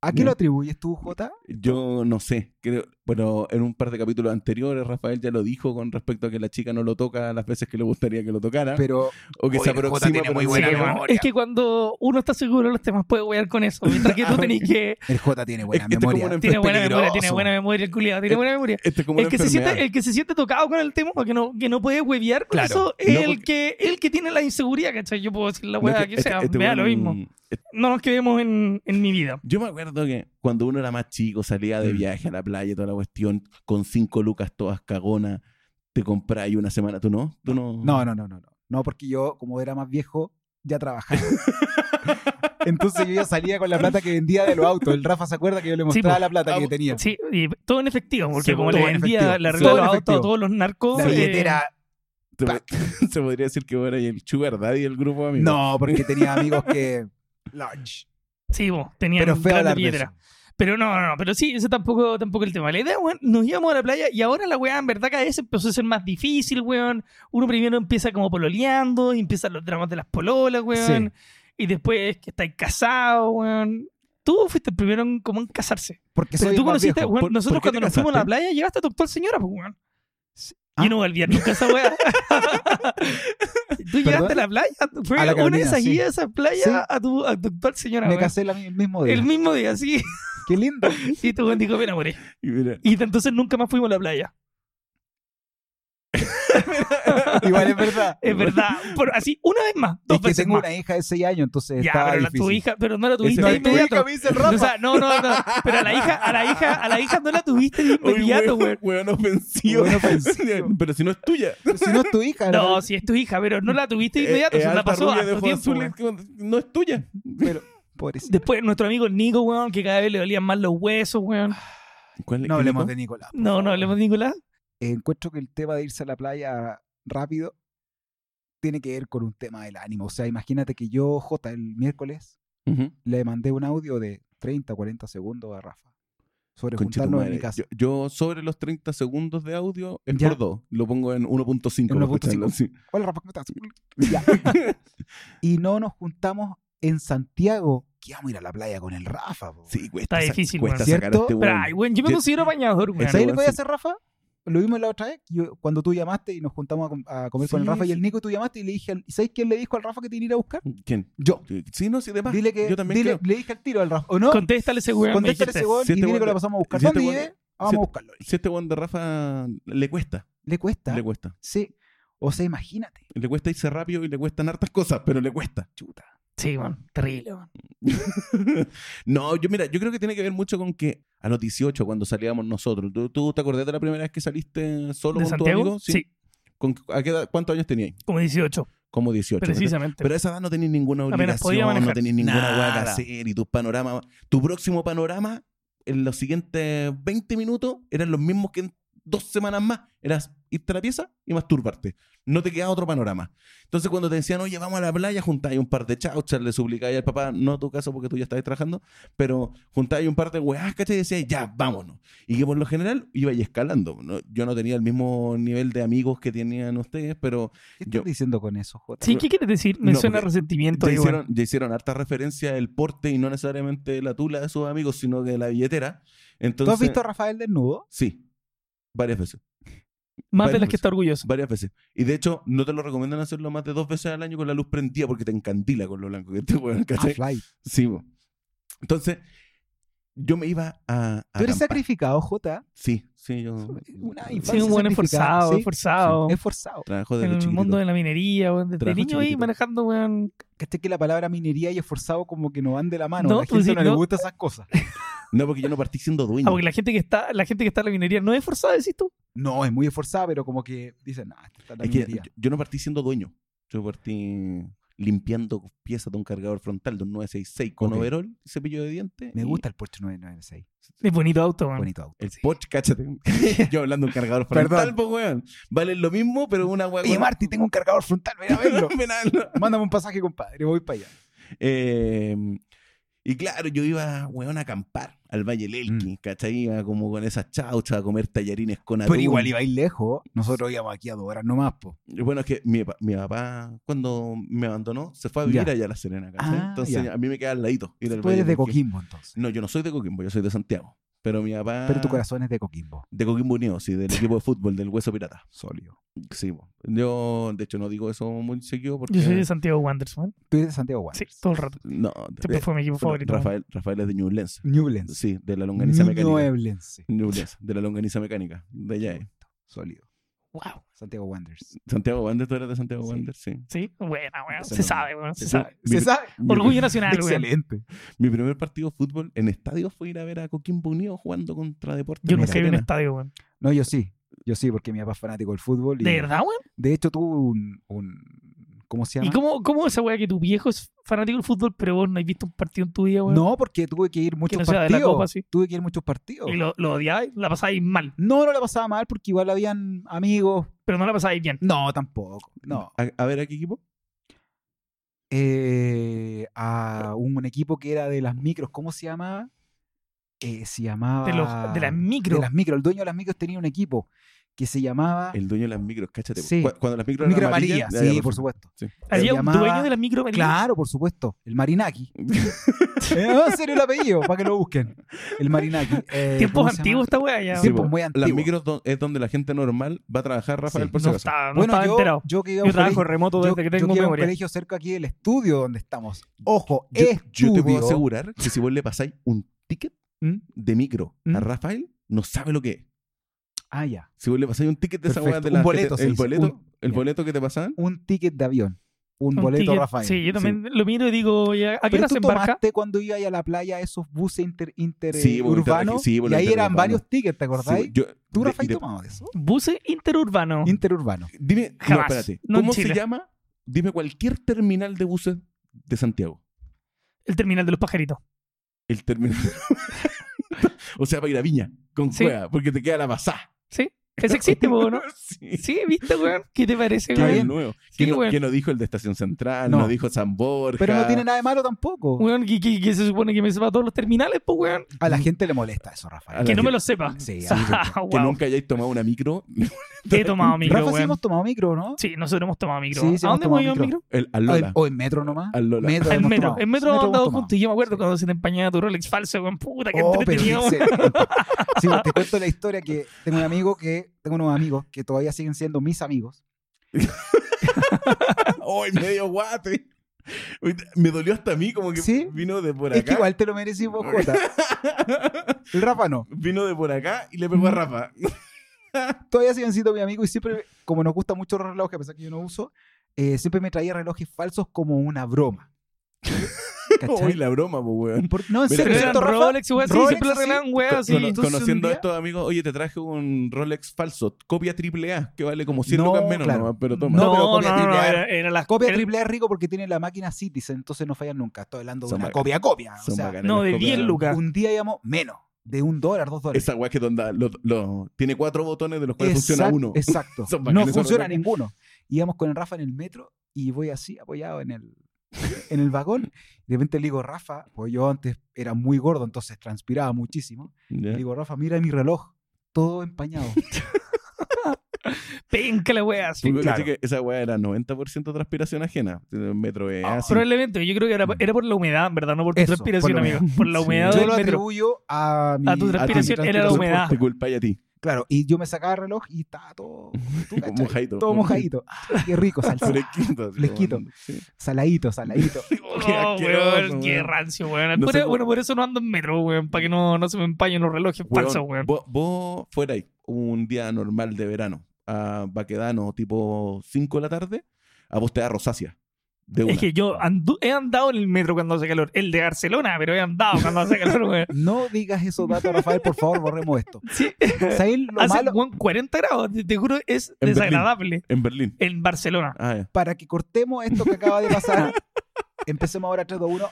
Speaker 2: ¿A qué lo atribuyes tú, Jota?
Speaker 1: Yo no sé, creo, bueno, en un par de capítulos anteriores Rafael ya lo dijo con respecto a que la chica no lo toca las veces que le gustaría que lo tocara
Speaker 2: Pero
Speaker 1: o que
Speaker 2: Oye,
Speaker 1: se
Speaker 2: el Jota
Speaker 1: aproxima
Speaker 2: tiene
Speaker 1: pero
Speaker 2: muy
Speaker 1: no
Speaker 2: buena
Speaker 1: se
Speaker 3: Sí,
Speaker 1: aproxima.
Speaker 2: memoria.
Speaker 3: es que cuando uno está seguro de los temas puede wear con eso. Mientras que tú tenés que.
Speaker 2: el Jota tiene buena
Speaker 1: Es que este es como
Speaker 2: memoria.
Speaker 1: una
Speaker 3: Tiene
Speaker 1: Es
Speaker 3: buena memoria, tiene
Speaker 2: peligroso.
Speaker 3: buena memoria el culiado, tiene
Speaker 1: Es-
Speaker 3: buena memoria.
Speaker 1: Este es como
Speaker 3: El
Speaker 1: una
Speaker 3: que, se siente,
Speaker 1: enfermedad.
Speaker 3: el que se siente tocado con el tema, que no, que no puede hueviar con
Speaker 2: Claro.
Speaker 3: eso, es
Speaker 1: No,
Speaker 3: el, que, el que tiene la inseguridad, ¿cachai? Yo puedo decir la weá
Speaker 1: No, es
Speaker 3: que,
Speaker 1: este-
Speaker 3: sea,
Speaker 1: este
Speaker 3: me da lo
Speaker 1: weón-
Speaker 3: mismo. No nos quedemos en, en mi vida.
Speaker 1: Yo me acuerdo que cuando uno era más chico salía de
Speaker 2: Mm.
Speaker 1: viaje a la playa y toda la cuestión, con cinco lucas todas cagonas, te compráis una semana. ¿Tú no? ¿Tú no?
Speaker 2: No, no, no, no, no. No, porque yo, como era más viejo, ya trabajaba. Entonces yo ya salía con la plata que vendía de los autos. El Rafa se acuerda que yo le
Speaker 3: Sí, pues.
Speaker 2: mostraba
Speaker 3: po.
Speaker 2: la plata
Speaker 1: Ah,
Speaker 2: que
Speaker 1: po.
Speaker 2: tenía.
Speaker 3: Sí, y todo en efectivo, porque
Speaker 2: Sí,
Speaker 3: como
Speaker 2: todo
Speaker 3: le
Speaker 2: en
Speaker 3: vendía
Speaker 2: efectivo.
Speaker 3: la
Speaker 2: Todo
Speaker 3: regla
Speaker 2: en
Speaker 3: de los autos a
Speaker 2: efectivo.
Speaker 3: todos los narcos.
Speaker 2: La
Speaker 3: eh,
Speaker 2: billetera.
Speaker 1: Se, po- se podría decir que ahora hay el Sugar Daddy del grupo, amigo.
Speaker 2: No, porque tenía amigos que. Large.
Speaker 3: sí, vos, tenía
Speaker 2: Pero feo
Speaker 3: grandes
Speaker 2: hablar de
Speaker 3: billeteras.
Speaker 2: eso.
Speaker 3: Pero no, no, no, pero sí, ese tampoco, tampoco el tema. La idea, weón, nos íbamos a la playa y ahora la weá en verdad cada vez empezó a ser más difícil, weón. Uno primero empieza como pololeando, y empiezan los dramas de las pololas, weón. Y después que estáis casados, weón. Tú fuiste el primero en, como en casarse.
Speaker 2: Porque
Speaker 3: Pero
Speaker 2: soy
Speaker 3: tú
Speaker 2: el más
Speaker 3: conociste,
Speaker 2: viejo.
Speaker 3: weón,
Speaker 1: ¿Por-
Speaker 3: nosotros
Speaker 1: por qué te
Speaker 3: cuando nos fuimos a la
Speaker 1: casaste?
Speaker 3: playa llevaste a tu actual señora, pues, weón.
Speaker 2: Ah.
Speaker 3: Yo no voy a olvidar nunca esa weá. Tú llegaste a la playa, fue
Speaker 2: A la
Speaker 3: una de
Speaker 2: Carolina,
Speaker 3: esas
Speaker 2: sí.
Speaker 3: idas a esa playa
Speaker 2: Sí.
Speaker 3: a, tu, a tu actual señora,
Speaker 2: Me
Speaker 3: weón.
Speaker 2: casé la- el mismo día.
Speaker 3: El mismo día, sí.
Speaker 2: Qué lindo.
Speaker 3: Y tu weón dijo, me enamoré.
Speaker 1: Y mira,
Speaker 3: Y de entonces nunca más fuimos a la playa.
Speaker 2: Igual es verdad.
Speaker 3: Es verdad. Por, así, una vez más, dos
Speaker 2: Es que
Speaker 3: veces
Speaker 2: tengo
Speaker 3: más.
Speaker 2: una hija de 6 años, entonces
Speaker 3: Ya,
Speaker 2: estaba
Speaker 3: pero la,
Speaker 2: difícil.
Speaker 3: tu hija, pero no la
Speaker 1: Ese
Speaker 3: tuviste
Speaker 1: no
Speaker 3: de
Speaker 1: es tu
Speaker 3: inmediato.
Speaker 2: hija, me dice el Rafa.
Speaker 3: O sea, no, no, no. Pero a la hija, a la hija, a la hija no la tuviste de
Speaker 1: Oye,
Speaker 3: inmediato,
Speaker 1: weón, weón
Speaker 3: weón.
Speaker 1: ofensivo.
Speaker 2: Weón ofensivo.
Speaker 1: Pero si no es tuya.
Speaker 2: Si pues, no es tu hija,
Speaker 3: No, si es tu hija, pero no la tuviste de
Speaker 1: Eh,
Speaker 3: inmediato.
Speaker 1: eh,
Speaker 3: se la
Speaker 1: alta
Speaker 3: pasó
Speaker 1: rubia
Speaker 3: harto
Speaker 1: de ojos
Speaker 3: tiempo,
Speaker 1: azules
Speaker 3: weón.
Speaker 1: que no es tuya.
Speaker 2: Pero, pobrecito.
Speaker 3: Después nuestro amigo el Nico, weón, que cada vez le dolían más los huesos, weón.
Speaker 1: ¿Cuál es-
Speaker 2: No
Speaker 1: qué
Speaker 2: hablemos
Speaker 1: dijo?
Speaker 2: de Nicolás. Ah, por
Speaker 3: No, no
Speaker 2: favor.
Speaker 3: hablemos de Nicolás.
Speaker 2: Eh, Encuentro que el tema de irse a la playa rápido tiene que ver con un tema del ánimo. O sea, imagínate que yo, J, el miércoles
Speaker 1: Ujú.
Speaker 2: le mandé un audio de 30 o 40 segundos a Rafa sobre
Speaker 1: Concha tu
Speaker 2: juntarnos en
Speaker 1: madre.
Speaker 2: mi casa.
Speaker 1: Yo, yo sobre los 30 segundos de audio es
Speaker 2: Ya.
Speaker 1: por 2. Lo pongo en 1.5.
Speaker 2: En
Speaker 1: para escucharlo,
Speaker 2: 1.5.
Speaker 1: sí.
Speaker 2: Hola, Rafa, ¿cómo estás? Ya. y no nos juntamos en Santiago. Que vamos a ir a la playa con el Rafa. po.
Speaker 1: Sí, cuesta,
Speaker 3: Está
Speaker 1: sa-
Speaker 3: difícil,
Speaker 1: cuesta
Speaker 3: weón.
Speaker 1: sacar a este
Speaker 2: ¿Cierto?
Speaker 3: Pero,
Speaker 1: weón.
Speaker 3: ay, weón, yo me
Speaker 1: Yo-
Speaker 3: considero bañador, weón.
Speaker 1: Ese-
Speaker 2: ¿Sabes
Speaker 1: Bueno,
Speaker 2: lo que voy a
Speaker 1: sí.
Speaker 2: hacer, Rafa? Lo vimos la otra vez, que yo- cuando tú llamaste y nos juntamos a com- a, comer con el
Speaker 1: Sí,
Speaker 2: Rafa y el
Speaker 1: sí.
Speaker 2: Nico, y tú llamaste y le dije, al- ¿y sabes quién le dijo al Rafa que tiene ir a buscar?
Speaker 1: ¿Quién?
Speaker 2: Yo.
Speaker 1: Sí, no, sí, de más.
Speaker 2: Dile que
Speaker 1: yo también
Speaker 2: dile-
Speaker 1: creo.
Speaker 2: le dije al tiro al Rafa. ¿O no?
Speaker 3: Contéstale ese weón. me
Speaker 2: Contéstale
Speaker 3: dijiste.
Speaker 2: ese weón
Speaker 1: Si este
Speaker 2: y dile
Speaker 1: weón-
Speaker 2: que lo pasamos a buscar.
Speaker 1: si este
Speaker 2: ¿Dónde
Speaker 1: weón-
Speaker 2: vive? Ah, Vamos
Speaker 1: si-
Speaker 2: a buscarlo. Le dije.
Speaker 1: Si este weón de Rafa le cuesta,
Speaker 2: Le cuesta.
Speaker 1: le cuesta.
Speaker 2: Sí. O sea, imagínate.
Speaker 1: Le cuesta irse rápido y le cuestan hartas cosas, pero le cuesta.
Speaker 2: Chuta.
Speaker 3: Sí, weón. Terrible, weón.
Speaker 1: no, yo mira, yo creo que tiene que ver mucho con que a los 18 cuando salíamos nosotros, ¿tú, tú te acordás de la primera vez que saliste solo
Speaker 3: ¿De
Speaker 1: con tu
Speaker 3: Santiago?
Speaker 1: amigo?
Speaker 3: Sí.
Speaker 1: ¿Con, a qué edad- ¿Cuántos años teníais?
Speaker 3: como 18,
Speaker 1: Como 18. ¿cachai?
Speaker 3: precisamente.
Speaker 1: Pero a esa edad no tenéis ninguna
Speaker 3: Apenas podía
Speaker 1: obligación,
Speaker 3: manejar.
Speaker 1: no tenéis ninguna hueá que
Speaker 2: Nada.
Speaker 1: hacer y tus panoramas. Tu próximo panorama en los siguientes 20 minutos eran los mismos que en dos semanas más. Eras irte a la pieza y masturbarte. No te quedaba otro panorama. Entonces, cuando te decían, oye, vamos a la playa, juntáis un par de chauchas, le suplicáis al papá, no tu caso porque tú ya estabas trabajando, pero juntáis un par de hueás, ¿cachai? Y decías, ya, vámonos. Y que por lo general iba ahí escalando. No- Yo no tenía el mismo nivel de amigos que tenían ustedes, pero
Speaker 2: ¿Qué
Speaker 1: Yo-
Speaker 2: estás diciendo con eso, Jota?
Speaker 3: Sí, ¿qué quieres decir? Me
Speaker 1: No,
Speaker 3: suena
Speaker 1: porque
Speaker 3: resentimiento.
Speaker 1: ya
Speaker 3: ahí,
Speaker 1: hicieron,
Speaker 3: weón.
Speaker 1: ya hicieron harta referencia del porte y no necesariamente la tula de sus amigos, sino que de la billetera.
Speaker 2: ¿Tú
Speaker 1: Entonces,
Speaker 2: has visto a Rafael desnudo?
Speaker 1: Sí, varias veces,
Speaker 3: Más
Speaker 1: Bueno,
Speaker 3: de las que
Speaker 1: pues.
Speaker 3: está orgulloso.
Speaker 1: varias veces. Y de hecho, no te lo recomiendan hacerlo más de dos veces al año con la luz prendida porque te encandila con lo blanco que te weón,
Speaker 2: Ah,
Speaker 1: ¿cachai?
Speaker 2: Fly.
Speaker 1: Sí, po. Entonces, yo me iba a. a
Speaker 2: Tú
Speaker 1: acampar.
Speaker 2: eres sacrificado, Jota.
Speaker 1: Sí, sí, yo.
Speaker 2: Una
Speaker 3: Sí,
Speaker 2: infancia
Speaker 3: un
Speaker 2: sacrificada,
Speaker 3: buen esforzado,
Speaker 2: sí.
Speaker 3: esforzado.
Speaker 2: Es forzado.
Speaker 1: Trabajo
Speaker 3: En
Speaker 1: desde
Speaker 3: el
Speaker 1: chiquitito.
Speaker 3: mundo de la minería, weón. Desde
Speaker 1: Trabajo
Speaker 3: niño ahí
Speaker 1: chiquitito.
Speaker 3: manejando, weón.
Speaker 2: ¿Cachai que la palabra minería y esforzado como que no van de la mano?
Speaker 3: No,
Speaker 2: a la gente
Speaker 3: pues sí,
Speaker 2: no,
Speaker 3: no.
Speaker 2: le gusta esas cosas.
Speaker 1: No, porque yo no partí siendo dueño.
Speaker 3: Ah, porque la gente que está, la gente que está en la minería no es forzada, decís tú.
Speaker 2: No, es muy esforzada, pero como que dicen, ah, esta es la
Speaker 1: Es que yo,
Speaker 2: minería.
Speaker 1: yo no partí siendo dueño. Yo partí limpiando piezas de un cargador frontal de un 966 con
Speaker 2: Ok.
Speaker 1: overol, cepillo de dientes.
Speaker 2: Me
Speaker 1: y
Speaker 2: gusta el Porsche 996.
Speaker 3: Es bonito auto, weón.
Speaker 2: Bonito auto.
Speaker 1: El Porsche, cáchate. yo hablando de un cargador
Speaker 2: Perdón.
Speaker 1: frontal, pues, weón. Vale lo mismo, pero una weón.
Speaker 2: Oye, Marti, tengo un cargador frontal, ven a verlo. Mándame un pasaje, compadre, voy para allá.
Speaker 1: Eh, y claro, yo iba, weón, a acampar al Valle del Elqui, ¿cachai? Iba como con esas chauchas a comer tallarines con atún.
Speaker 2: Mm. Pero igual ibais lejos, nosotros íbamos aquí a dos horas nomás, po.
Speaker 1: Bueno, es que mi, pa- mi papá, cuando me abandonó, se fue a vivir
Speaker 2: Ya.
Speaker 1: allá a La Serena, ¿cachai?
Speaker 2: Ah,
Speaker 1: Entonces,
Speaker 2: ya.
Speaker 1: a mí me queda al ladito. ir al
Speaker 2: Tú
Speaker 1: Valle
Speaker 2: eres
Speaker 1: del
Speaker 2: de
Speaker 1: Elqui.
Speaker 2: Coquimbo, entonces.
Speaker 1: No, yo no soy de Coquimbo, yo soy de Santiago. Pero mi papá.
Speaker 2: Pero tu corazón es de Coquimbo,
Speaker 1: De Coquimbo Unido, sí, del equipo de fútbol, del Hueso Pirata.
Speaker 2: sólido.
Speaker 1: Sí, po. yo, de hecho, no digo eso muy seguido porque.
Speaker 3: Yo soy de Santiago Wanderers, weón.
Speaker 2: Tú eres de Santiago Guan.
Speaker 3: Sí, todo el rato.
Speaker 1: No,
Speaker 3: Siempre
Speaker 1: eh,
Speaker 3: fue mi equipo favorito. weón.
Speaker 1: Rafael, Rafael es de Newlands.
Speaker 2: Newlands.
Speaker 1: Sí, de la longaniza mecánica.
Speaker 2: Newlands.
Speaker 1: Newlands, de la longaniza mecánica. De allá. eh.
Speaker 2: Sólido.
Speaker 3: Wow.
Speaker 2: Santiago Wanderers.
Speaker 1: Santiago Wander, tú eres de Santiago Wander, sí.
Speaker 3: Sí, buena, weón.
Speaker 1: Ese
Speaker 3: Se
Speaker 1: no-
Speaker 3: sabe, weón. Se
Speaker 1: ese-
Speaker 3: sabe.
Speaker 1: Mi-
Speaker 2: ¿Se sabe?
Speaker 1: mi-
Speaker 3: Orgullo nacional, Ah, weón.
Speaker 2: Excelente.
Speaker 1: Mi primer partido de fútbol en estadio fue ir a ver a Coquimbo Unido jugando contra Deportes.
Speaker 3: Yo
Speaker 1: La
Speaker 3: nunca vi un
Speaker 1: Serena.
Speaker 3: estadio, weón.
Speaker 2: No, yo sí. Yo sí, porque mi papá es fanático del fútbol. Y,
Speaker 3: ¿De verdad, weón?
Speaker 2: De hecho, tuvo un, un- ¿Cómo se llama?
Speaker 3: ¿Y cómo, cómo esa weá que tu viejo es fanático del fútbol, pero vos no has visto un partido en tu vida, weón?
Speaker 2: No, porque tuve que ir muchos
Speaker 3: no sea de la
Speaker 2: partidos.
Speaker 3: Copa, sí.
Speaker 2: Tuve que ir muchos partidos.
Speaker 3: Y lo, lo odiabais, la pasabais mal,
Speaker 2: No, no la pasaba mal porque igual habían amigos.
Speaker 3: pero no la pasabais bien.
Speaker 2: No, tampoco. No.
Speaker 1: A, a ver, ¿a qué equipo?
Speaker 2: Eh, a un, un equipo que era de las micros, ¿cómo se llamaba? Eh, se llamaba.
Speaker 3: De, los, de las micro.
Speaker 2: De las micros. El dueño de las micros tenía un equipo que se llamaba.
Speaker 1: El dueño de las micros, cáchate.
Speaker 2: Sí.
Speaker 1: Cu- Cuando las micros
Speaker 2: Micro
Speaker 1: eran
Speaker 2: amarilla,
Speaker 1: amarillas. ya, ya,
Speaker 2: sí, por
Speaker 1: perfecto.
Speaker 2: supuesto.
Speaker 1: Eh,
Speaker 3: Había un
Speaker 2: llamaba-
Speaker 3: dueño de las micro amarillas.
Speaker 2: Claro, por supuesto. El Marinaki. Eh, no, en serio el apellido, para que lo busquen. El Marinaki. Eh, ¿cómo
Speaker 3: Tiempos
Speaker 2: se
Speaker 3: antiguos esta weá ya.
Speaker 2: llama?
Speaker 3: pues.
Speaker 1: Sí,
Speaker 2: Tiempos pues,
Speaker 3: weón.
Speaker 2: muy
Speaker 1: Las
Speaker 2: antiguos.
Speaker 1: micros do- es donde la gente normal va a trabajar, Rafael,
Speaker 2: Sí.
Speaker 1: por si
Speaker 3: no
Speaker 1: acaso.
Speaker 3: estaba, no
Speaker 2: Bueno,
Speaker 3: estaba enterado.
Speaker 2: yo, yo que iba a
Speaker 3: Yo
Speaker 2: un
Speaker 3: trabajo
Speaker 2: colegio-
Speaker 3: remoto
Speaker 2: yo-
Speaker 3: desde que
Speaker 2: yo
Speaker 3: tengo
Speaker 2: que iba a un
Speaker 3: memoria.
Speaker 2: colegio cerca aquí del estudio donde estamos. Ojo,
Speaker 1: Yo, yo te puedo
Speaker 2: estudio.
Speaker 1: asegurar que si vos le pasáis un ticket
Speaker 2: ¿Mm?
Speaker 1: de micro
Speaker 2: ¿Mm?
Speaker 1: a Rafael, no sabe lo que es.
Speaker 2: Ah, ya.
Speaker 1: Si vos le pasáis un ticket de esa
Speaker 2: Perfecto.
Speaker 1: weá de
Speaker 2: Un
Speaker 1: la
Speaker 2: boleto, se
Speaker 1: el
Speaker 2: dice.
Speaker 1: boleto,
Speaker 2: Un-
Speaker 1: el
Speaker 2: ya.
Speaker 1: boleto que te pasaban.
Speaker 2: Un ticket de avión. Un,
Speaker 3: Un
Speaker 2: boleto,
Speaker 3: ticket.
Speaker 2: Rafael.
Speaker 3: Sí, yo también lo miro y digo, ya, ¿a qué
Speaker 2: Pero
Speaker 3: hora se
Speaker 2: tú
Speaker 3: embarca?
Speaker 2: tomaste cuando ibas a la playa esos buses inter, inter-
Speaker 1: Sí,
Speaker 2: eh,
Speaker 1: bo, inter-
Speaker 2: urbanos,
Speaker 1: sí, bo,
Speaker 2: y ahí eran
Speaker 1: interurbano.
Speaker 2: varios tickets, ¿te acordáis?
Speaker 1: Sí, yo-
Speaker 2: ¿Tú,
Speaker 1: de-
Speaker 2: Rafael,
Speaker 1: de-
Speaker 2: tomabas de eso?
Speaker 3: Buses interurbanos.
Speaker 2: Interurbano.
Speaker 1: Dime, no,
Speaker 3: Jamás.
Speaker 1: espérate.
Speaker 3: No en
Speaker 1: ¿Cómo se
Speaker 3: Chile.
Speaker 1: llama? Dime cualquier terminal de buses de Santiago.
Speaker 3: el terminal de los pajaritos.
Speaker 1: El terminal. o sea, para ir a Viña, con
Speaker 3: Sí.
Speaker 1: cueva, porque te queda la pasá.
Speaker 3: ¿Sí? Ese existe, po, ¿no?
Speaker 1: sí.
Speaker 3: Sí, ¿viste, weón? ¿Qué te parece,
Speaker 1: Que
Speaker 2: Está
Speaker 1: es
Speaker 2: bien.
Speaker 3: weón?
Speaker 1: nuevo.
Speaker 3: Sí,
Speaker 1: que, no,
Speaker 3: weón.
Speaker 1: que no dijo el de Estación Central, no,
Speaker 2: No.
Speaker 1: dijo San Borja.
Speaker 2: Pero no tiene nada de malo tampoco.
Speaker 3: Weón, que, que- que se supone que me sepa todos los terminales, pues, weón.
Speaker 2: A la gente le molesta eso,
Speaker 1: A
Speaker 2: Rafael.
Speaker 1: la
Speaker 3: Que no me
Speaker 1: gente-
Speaker 3: lo sepa.
Speaker 2: Sí, a mí me-
Speaker 3: Ah,
Speaker 1: Que
Speaker 3: wow.
Speaker 1: nunca hayáis tomado una micro.
Speaker 3: Te he tomado micro,
Speaker 2: Rafa, sí
Speaker 3: weón.
Speaker 2: hemos tomado micro, ¿no?
Speaker 3: Sí, nosotros hemos tomado micro.
Speaker 2: Sí, sí
Speaker 3: ¿A
Speaker 2: hemos
Speaker 3: dónde hemos
Speaker 2: tomado
Speaker 3: ido en
Speaker 2: micro.
Speaker 3: micro?
Speaker 1: El, al
Speaker 2: O
Speaker 1: Lola.
Speaker 2: en, o en metro nomás.
Speaker 1: al Lola.
Speaker 2: Metro
Speaker 3: En
Speaker 2: hemos
Speaker 3: metro.
Speaker 2: tomado.
Speaker 3: En metro hemos
Speaker 2: hemos
Speaker 3: andado
Speaker 2: tomado.
Speaker 3: juntos. Y yo me acuerdo
Speaker 2: Sí.
Speaker 3: cuando se te empañaba tu Rolex falso, weón. Puta, que
Speaker 2: Oh, pero
Speaker 3: entretenido, weón.
Speaker 2: excelente. Sí, pues, te cuento la historia que tengo un amigo que tengo unos amigos que todavía siguen siendo mis amigos. oh.
Speaker 1: ¡Ay, medio guate! Uy, Me dolió hasta a mí, como que
Speaker 2: Sí.
Speaker 1: vino de por acá.
Speaker 2: Es que igual te lo merecí vos, Jota. El Rafa no.
Speaker 1: Vino de por acá y le pegó a
Speaker 2: Mm.
Speaker 1: Rafa.
Speaker 2: Todavía siguen siendo mi amigo y siempre, como nos gusta mucho los relojes, a pesar que yo no uso, eh, siempre me traía relojes falsos como una broma. ¿Cachai?
Speaker 1: Uy, la broma, pues, weón.
Speaker 2: Por- no, en
Speaker 1: Mira,
Speaker 2: serio,
Speaker 3: Pero
Speaker 1: Pero
Speaker 3: eran
Speaker 2: ¿cierto, Rafa?
Speaker 3: Rolex, weón. Sí,
Speaker 2: Rolex,
Speaker 3: siempre le
Speaker 2: así.
Speaker 3: regalan, weón.
Speaker 1: Con-
Speaker 3: así.
Speaker 1: cono-
Speaker 2: entonces un
Speaker 1: conociendo a
Speaker 2: día-
Speaker 1: estos amigos, oye, te traje un Rolex falso, copia AAA, que vale como 100
Speaker 2: No,
Speaker 1: lucas menos,
Speaker 2: claro.
Speaker 1: nomás, pero toma.
Speaker 2: No, pero
Speaker 3: No, no,
Speaker 2: copia
Speaker 3: no,
Speaker 2: triple A.
Speaker 3: era- era las
Speaker 2: Copia
Speaker 3: era-
Speaker 2: triple A rico porque tiene la máquina Citizen, entonces no fallan nunca. Estoy hablando de
Speaker 1: Son
Speaker 2: una
Speaker 1: bacanas.
Speaker 2: copia a copia. O
Speaker 1: Son
Speaker 2: sea,
Speaker 1: bacanas
Speaker 3: No,
Speaker 1: las
Speaker 3: de
Speaker 1: copias.
Speaker 3: 10 lucas.
Speaker 2: un día llamó menos, de un dólar, dos dólares.
Speaker 1: Esa weá que donde lo- lo- tiene cuatro botones de los cuales funciona
Speaker 2: Exact-
Speaker 1: uno.
Speaker 2: Exacto.
Speaker 1: Son
Speaker 2: no
Speaker 1: bacanes, son
Speaker 2: funciona
Speaker 1: bacanes.
Speaker 2: ninguno. Íbamos con el Rafa en el metro y voy así apoyado en el, en el vagón. De repente le digo, Rafa, pues yo antes era muy gordo, entonces transpiraba muchísimo.
Speaker 1: Ya.
Speaker 2: Le digo, Rafa, mira mi reloj, todo empañado.
Speaker 3: Penca la weá, así.
Speaker 1: Porque
Speaker 2: claro.
Speaker 1: caché que esa weá era 90% transpiración ajena. El metro es
Speaker 2: Ah,
Speaker 1: así.
Speaker 3: Probablemente, yo creo que era,
Speaker 1: Mm.
Speaker 3: era por la humedad, en verdad, no por tu
Speaker 2: Eso,
Speaker 3: transpiración,
Speaker 2: por la
Speaker 3: amigo. Por la
Speaker 2: Sí.
Speaker 3: humedad
Speaker 2: Yo
Speaker 3: del
Speaker 2: lo
Speaker 3: metro.
Speaker 2: atribuyo a mi
Speaker 3: A tu
Speaker 1: Ah,
Speaker 2: mi
Speaker 3: transpiración, era la
Speaker 2: transpiración.
Speaker 3: humedad.
Speaker 1: Te culpáis a ti.
Speaker 2: Claro, y yo me sacaba el reloj y estaba todo, tú cachai,
Speaker 1: Mojadito.
Speaker 2: todo mojadito. Ah, qué rico, salsa-
Speaker 1: Fresquito. así,
Speaker 2: Fresquito.
Speaker 1: weón. Sí.
Speaker 2: saladito, saladito.
Speaker 1: Oh, qué
Speaker 3: Oh,
Speaker 1: asqueroso,
Speaker 3: weón, qué
Speaker 1: weón.
Speaker 3: rancio, weón.
Speaker 1: No
Speaker 3: Por-
Speaker 1: sé cómo-
Speaker 3: Bueno, por eso no ando en metro, weón, para que no, no se me empañen los relojes
Speaker 1: Weón,
Speaker 3: falsos, weón.
Speaker 1: Vos, vos fuerais un día normal de verano a Baquedano, tipo 5 de la tarde, a vos te da rosácea. De una.
Speaker 3: Es que yo andu- he andado en el metro cuando hace calor. El de Barcelona, pero he andado cuando hace calor, weón.
Speaker 2: No digas esos datos, Rafael, por favor, borremos esto.
Speaker 3: Sí.
Speaker 2: ¿Sabes lo
Speaker 3: hace
Speaker 2: malo?
Speaker 3: weón, 40 grados, te, te juro, es
Speaker 1: En
Speaker 3: desagradable.
Speaker 1: En Berlín.
Speaker 3: En Barcelona.
Speaker 1: Ah, ya.
Speaker 2: para que cortemos esto que acaba de pasar, empecemos ahora 3, 2, 1.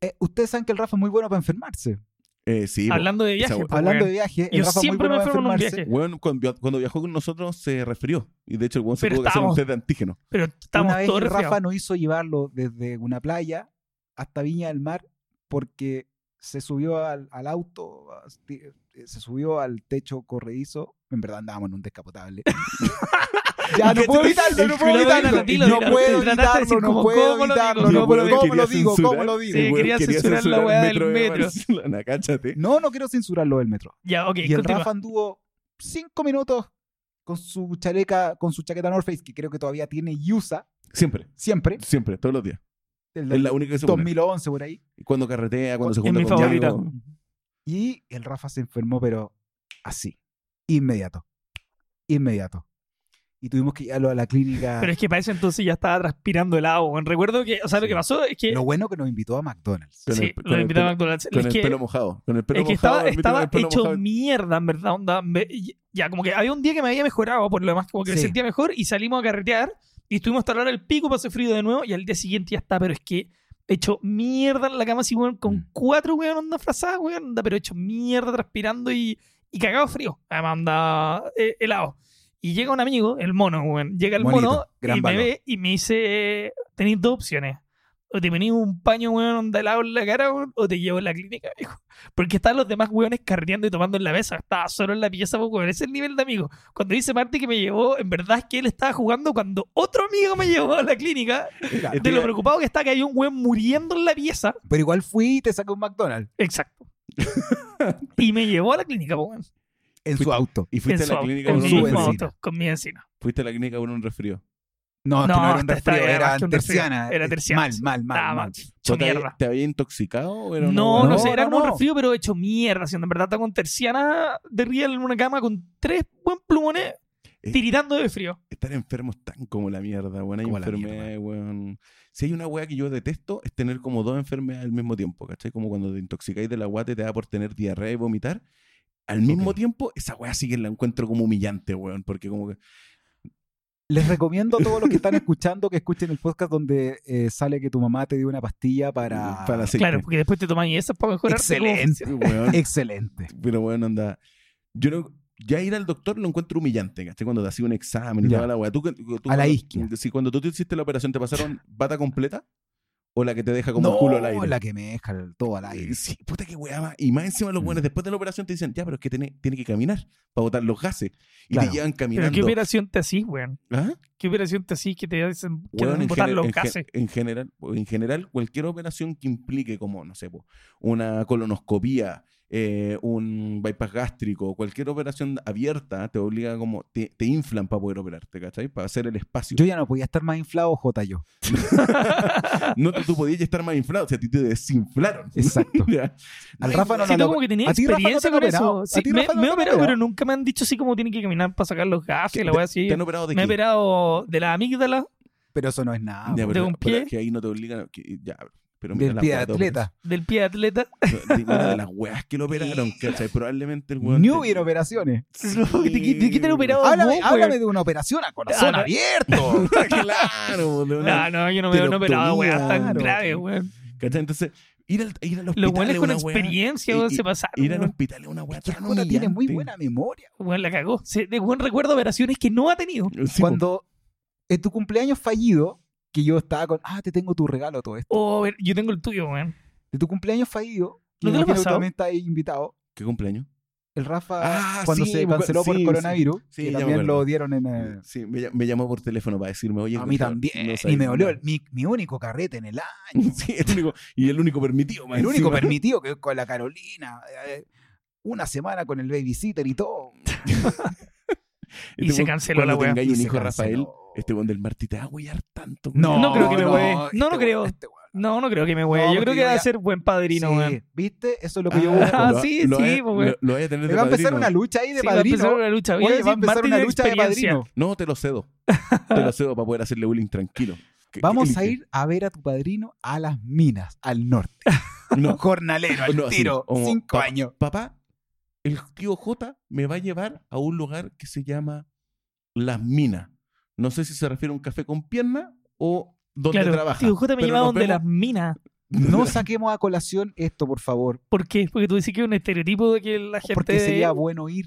Speaker 2: Eh, ustedes saben que el Rafa es muy bueno para enfermarse.
Speaker 1: Eh, sí. po.
Speaker 3: Hablando de viaje,
Speaker 1: esa-
Speaker 3: pues,
Speaker 2: Hablando
Speaker 3: weón.
Speaker 2: de viaje, el
Speaker 3: Yo
Speaker 2: Rafa es muy
Speaker 3: siempre
Speaker 2: bueno
Speaker 3: me
Speaker 2: para
Speaker 3: enfermo en un
Speaker 2: enfermarse.
Speaker 3: viaje.
Speaker 1: Weón, cuando, cuando viajó con nosotros se resfrió. Y de hecho, el weón se
Speaker 3: Pero
Speaker 1: tuvo que hacer un
Speaker 3: estábamos-
Speaker 1: test de antígeno.
Speaker 3: Pero estamos
Speaker 2: Una vez
Speaker 3: todos
Speaker 2: el Rafa
Speaker 3: resfriados.
Speaker 2: nos hizo llevarlo desde una playa hasta Viña del Mar porque se subió al, al auto, a- eh, se subió al techo corredizo. En verdad andábamos en un descapotable. ya, no puedo evitarlo, no puedo
Speaker 3: culo de
Speaker 2: evitarlo.
Speaker 3: Ana, dilo,
Speaker 2: No
Speaker 3: dilo.
Speaker 2: puedo
Speaker 3: Trataste de decir
Speaker 2: evitarlo, no
Speaker 3: como,
Speaker 2: puedo
Speaker 3: ¿cómo lo digo?
Speaker 2: evitarlo,
Speaker 3: Yo
Speaker 2: no puedo-
Speaker 1: El weón
Speaker 2: ¿Cómo lo
Speaker 1: quería
Speaker 2: digo? ¿Cómo
Speaker 1: censurar- el
Speaker 2: lo
Speaker 3: Sí,
Speaker 2: digo?
Speaker 1: weón
Speaker 3: quería censurar la
Speaker 1: el
Speaker 3: weá del
Speaker 1: de
Speaker 3: metro.
Speaker 1: Barcelona, cáchate.
Speaker 2: No, no quiero censurarlo del metro.
Speaker 3: Ya, ok,
Speaker 2: y el
Speaker 3: continúa.
Speaker 2: Rafa anduvo cinco minutos con su chaleca, con su chaqueta North Face, que creo que todavía tiene y usa
Speaker 1: Siempre,
Speaker 2: siempre,
Speaker 1: siempre, todos los días.
Speaker 2: el
Speaker 1: Es la única que se pone.
Speaker 2: 2011 por ahí.
Speaker 1: Cuando carretea, cuando se
Speaker 3: Es
Speaker 1: junta
Speaker 3: mi
Speaker 1: con
Speaker 3: favorita.
Speaker 1: amigos.
Speaker 2: Y el Rafa se enfermó, pero así, inmediato, inmediato. Y y tuvimos que llevarlo a la
Speaker 1: Ah.
Speaker 2: clínica.
Speaker 3: Pero es que para ese entonces ya estaba transpirando helado, weón. Recuerdo que, o sea, lo
Speaker 2: Sí.
Speaker 3: que pasó es que.
Speaker 2: Lo bueno que nos invitó a McDonald's.
Speaker 1: Con
Speaker 3: sí,
Speaker 1: el- con
Speaker 3: lo
Speaker 1: el
Speaker 3: invitaba a
Speaker 1: pelo-
Speaker 3: McDonald's.
Speaker 1: Con
Speaker 3: es
Speaker 1: el
Speaker 3: que,
Speaker 1: pelo mojado. Con el pelo
Speaker 3: es que
Speaker 1: mojado. admítelo,
Speaker 3: estaba,
Speaker 1: con el
Speaker 3: estaba
Speaker 1: pelo
Speaker 3: hecho
Speaker 1: mojado.
Speaker 3: mierda, en verdad, onda. Me- ya, como que había un día que me había mejorado, por lo demás, como que me
Speaker 2: Sí.
Speaker 3: sentía mejor y salimos a carretear y estuvimos hasta la hora del pico, pasé frío de nuevo y al día siguiente ya está, pero es que hecho mierda en la cama así, weón, con
Speaker 2: Mm.
Speaker 3: cuatro, weón, onda frazadas, weón, onda, pero hecho mierda transpirando y, y cagado frío. Además, onda eh, helado. Y llega un amigo, el mono, weón. Llega el
Speaker 2: Monito,
Speaker 3: mono
Speaker 2: gran
Speaker 3: y me
Speaker 2: valor.
Speaker 3: ve y me dice, tenéis dos opciones. O te ponís un paño, weón, onda helado en la cara, weón, o te llevo a la clínica, viejo. Porque estaban los demás weones carreando y tomando en la mesa. Estaba solo en la pieza, pues, weón. Ese es el nivel de amigo. Cuando dice Marty que me llevó, en verdad es que él estaba jugando cuando otro amigo me llevó a la clínica.
Speaker 2: Claro.
Speaker 3: De lo preocupado que está que hay un weón muriendo en la pieza.
Speaker 2: Pero igual fui y te saqué un McDonald's
Speaker 3: Exacto. y me llevó a la clínica, pues, weón.
Speaker 2: en su auto.
Speaker 1: Y fuiste
Speaker 3: En
Speaker 1: a
Speaker 3: su-
Speaker 1: la clínica
Speaker 3: en
Speaker 1: con
Speaker 2: uno
Speaker 1: un
Speaker 3: su
Speaker 2: de
Speaker 1: resfrío.
Speaker 2: encina.
Speaker 3: auto, con mi encina.
Speaker 1: Fuiste a la clínica con un resfrío.
Speaker 2: No, es que
Speaker 3: No,
Speaker 2: no era un
Speaker 3: esta- esta
Speaker 2: resfrío,
Speaker 3: era
Speaker 2: era
Speaker 3: más que un resfrío,
Speaker 2: terciana.
Speaker 3: era
Speaker 2: Eh,
Speaker 3: terciana,
Speaker 2: Mal,
Speaker 3: sí.
Speaker 2: mal,
Speaker 3: Estaba
Speaker 2: mal, mal.
Speaker 3: Hecho
Speaker 1: ¿Te había-
Speaker 3: mierda.
Speaker 1: ¿Te había intoxicado? o era una
Speaker 3: No,
Speaker 1: hueá?
Speaker 3: no, sé,
Speaker 2: No,
Speaker 3: era
Speaker 2: no,
Speaker 3: como un
Speaker 2: no.
Speaker 3: resfrío, pero hecho mierda. Siendo en verdad, está con terciana de riel en una cama con tres buen plumones
Speaker 1: Eh.
Speaker 3: tiritando de frío.
Speaker 1: Estar enfermo es tan como la mierda, weón. Hay
Speaker 2: Como la
Speaker 1: enfermedades, weón. Si hay una weá que yo detesto, es tener como dos enfermedades al mismo tiempo, ¿cachai? Como cuando te intoxicáis de la guata y te da por tener diarrea y vomitar. Al mismo
Speaker 2: Ok.
Speaker 1: tiempo, esa weá sí que la encuentro como humillante, weón. Porque como que.
Speaker 2: Les recomiendo a todos los que están escuchando que escuchen el podcast donde eh, sale que tu mamá te dio una pastilla para...
Speaker 1: Para secar.
Speaker 3: Claro, porque después te toman y eso es para mejorar.
Speaker 2: Excelente.
Speaker 1: Weón,
Speaker 2: Excelente.
Speaker 1: Pero bueno, anda. Yo no- ya ir al doctor lo encuentro humillante, ¿cachai? Cuando te hacía un examen y
Speaker 2: Ya.
Speaker 1: toda la weá. Tú, que- tú-
Speaker 2: A la
Speaker 1: cuando-
Speaker 2: isquia.
Speaker 1: Sí, cuando tú te hiciste la operación, ¿te pasaron bata completa? ¿O la que te deja como el culo al aire?
Speaker 2: la que me deja el- todo al aire.
Speaker 1: Sí, puta que weá. más. Y más encima los
Speaker 2: Mm.
Speaker 1: buenos después de la operación te dicen, ya, pero es que tiene, tiene que caminar para botar los gases. Y
Speaker 2: Claro.
Speaker 1: te llevan
Speaker 3: Pero
Speaker 1: caminando.
Speaker 3: ¿qué operación te así, weón?
Speaker 1: ¿Ah?
Speaker 3: ¿Qué operación te así que te hacen que
Speaker 1: Weón,
Speaker 3: hacen
Speaker 1: en,
Speaker 3: botar
Speaker 1: gener-
Speaker 3: los
Speaker 1: en gen-
Speaker 3: gases?
Speaker 1: en general, en general, cualquier operación que implique como, no sé, po, una colonoscopía, eh, un bypass gástrico, cualquier operación abierta te obliga como, te, te inflan para poder operarte, ¿cachai? Para hacer el espacio.
Speaker 2: Yo ya no podía estar más inflado, J. Yo.
Speaker 1: No te- tú podías estar más inflado, o sea, a ti te desinflaron.
Speaker 2: Exacto.
Speaker 1: Ya.
Speaker 2: Al Rafa no
Speaker 3: Sí,
Speaker 2: la-
Speaker 3: tú como que tenía
Speaker 2: a ti, Rafa, no
Speaker 3: experiencia
Speaker 2: te han
Speaker 3: con eso.
Speaker 2: operado. A
Speaker 3: Sí,
Speaker 2: ti,
Speaker 3: me,
Speaker 2: Rafa, no
Speaker 3: me he
Speaker 2: te han
Speaker 3: operado, pero
Speaker 2: operado.
Speaker 3: nunca me han dicho así como tiene que caminar para sacar los gases, la
Speaker 1: ¿Te-
Speaker 3: weá así.
Speaker 1: ¿Te han operado de
Speaker 3: Me he
Speaker 1: qué?
Speaker 3: operado de la amígdala,
Speaker 2: Pero eso no es nada.
Speaker 1: Ya,
Speaker 3: de
Speaker 1: pero-
Speaker 3: un
Speaker 1: pero es
Speaker 3: pie.
Speaker 1: que ahí no te obligan. a- que- ya, pero mira
Speaker 2: del
Speaker 1: la pues,
Speaker 2: pie de
Speaker 1: weá, todo
Speaker 2: atleta.
Speaker 3: del pie de atleta.
Speaker 1: eso. De- Una de las weas que lo operaron, ¿cachai? Probablemente el weón.
Speaker 2: Ni
Speaker 1: te-
Speaker 2: hubiera operaciones.
Speaker 3: ¿De qué- de qué te han operado? No,
Speaker 2: Háblame,
Speaker 3: weón.
Speaker 2: háblame de una operación a corazón
Speaker 3: Ah, no.
Speaker 2: abierto.
Speaker 1: claro, boludo.
Speaker 3: No, no, yo no me no he operado, weón. Tan
Speaker 1: Claro.
Speaker 3: grave, weón.
Speaker 1: ¿Cachai? Entonces, ir al, ir al hospital.
Speaker 3: Los buenos
Speaker 1: es
Speaker 3: con
Speaker 1: una weá-
Speaker 3: experiencia,
Speaker 1: y-
Speaker 3: weón,
Speaker 1: y-
Speaker 3: se pasaron.
Speaker 1: Ir al
Speaker 3: weón.
Speaker 1: hospital es una weá
Speaker 2: Que
Speaker 1: tan
Speaker 2: Jota tiene muy
Speaker 1: humillante.
Speaker 2: buena memoria.
Speaker 3: Weón, la cagó. Se, de buen recuerdo operaciones que no ha tenido.
Speaker 1: Sí,
Speaker 2: Cuando en tu cumpleaños fallido, que yo estaba con, ah, te tengo tu regalo todo esto.
Speaker 3: O ver, yo tengo el tuyo, weón.
Speaker 2: De tu cumpleaños fallido, que
Speaker 3: ¿No te lo
Speaker 2: imagino que
Speaker 3: pasado?
Speaker 2: también está ahí invitado,
Speaker 1: po. ¿Qué cumpleaños?
Speaker 2: el Rafa
Speaker 1: Ah,
Speaker 2: cuando
Speaker 1: sí,
Speaker 2: se
Speaker 1: me acuer-
Speaker 2: canceló por
Speaker 1: sí,
Speaker 2: coronavirus,
Speaker 1: sí. Sí,
Speaker 2: que
Speaker 1: ya me
Speaker 2: también
Speaker 1: acuerdo.
Speaker 2: lo dieron en... eh,
Speaker 1: Sí, me, ll- me llamó por teléfono para decirme, oye,
Speaker 2: a mí
Speaker 1: escucha,
Speaker 2: también.
Speaker 1: no
Speaker 2: y
Speaker 1: sabes
Speaker 2: me dolió
Speaker 1: nada.
Speaker 2: el- mi, mi único carrete en el año.
Speaker 1: Sí, el único, y el único permitido, más
Speaker 2: El único
Speaker 1: encima.
Speaker 2: permitido que con la Carolina. eh, Una semana con el babysitter y todo.
Speaker 1: Este
Speaker 3: Y se
Speaker 1: weón,
Speaker 3: canceló
Speaker 1: cuando
Speaker 3: la
Speaker 1: te
Speaker 3: weá.
Speaker 1: engaña
Speaker 2: Y
Speaker 1: un
Speaker 2: se
Speaker 1: hijo de Rafael,
Speaker 2: canceló.
Speaker 1: este weón del Martí te va a huear tanto.
Speaker 3: No creo que me
Speaker 1: voy
Speaker 3: huee. No, no
Speaker 2: este
Speaker 3: creo.
Speaker 2: weón, este weón.
Speaker 3: No, no creo que me huele.
Speaker 2: No,
Speaker 3: yo creo
Speaker 2: porque
Speaker 3: que
Speaker 2: yo
Speaker 3: va a
Speaker 2: ya-
Speaker 3: ser buen padrino,
Speaker 2: Sí,
Speaker 3: weón.
Speaker 2: ¿Viste? Eso es lo que yo busco.
Speaker 3: Ah, sí,
Speaker 1: lo,
Speaker 3: sí,
Speaker 1: lo,
Speaker 3: po, weón.
Speaker 1: lo- lo voy a tener
Speaker 2: Le
Speaker 1: de
Speaker 2: va a empezar
Speaker 1: padrino.
Speaker 2: una lucha ahí de
Speaker 3: Sí, va a
Speaker 2: padrino.
Speaker 3: empezar una lucha.
Speaker 2: Oye, va a empezar
Speaker 3: Martín
Speaker 2: una
Speaker 3: tiene
Speaker 2: lucha de
Speaker 3: experiencia.
Speaker 2: padrino.
Speaker 1: No, te lo cedo. Te lo cedo para poder hacerle bullying tranquilo. Que- que
Speaker 2: Vamos a
Speaker 1: elige.
Speaker 2: ir a ver a tu padrino a las minas, al norte.
Speaker 1: No,
Speaker 2: Jornalero, al
Speaker 1: No, así,
Speaker 2: tiro,
Speaker 1: como
Speaker 2: cinco
Speaker 1: pa-
Speaker 2: años.
Speaker 1: papá, el tío J me va a llevar a un lugar que se llama Las Minas. No sé si se refiere a un café con pierna o donde
Speaker 3: Claro,
Speaker 1: trabaja.
Speaker 3: tío, Jota me
Speaker 1: Pero
Speaker 3: llevaba
Speaker 1: nos
Speaker 3: donde
Speaker 1: vemos-
Speaker 3: las minas.
Speaker 2: No saquemos a colación esto, por favor,
Speaker 3: ¿Por qué? Porque tú decís que es un estereotipo de que la gente.
Speaker 2: porque sería bueno ir.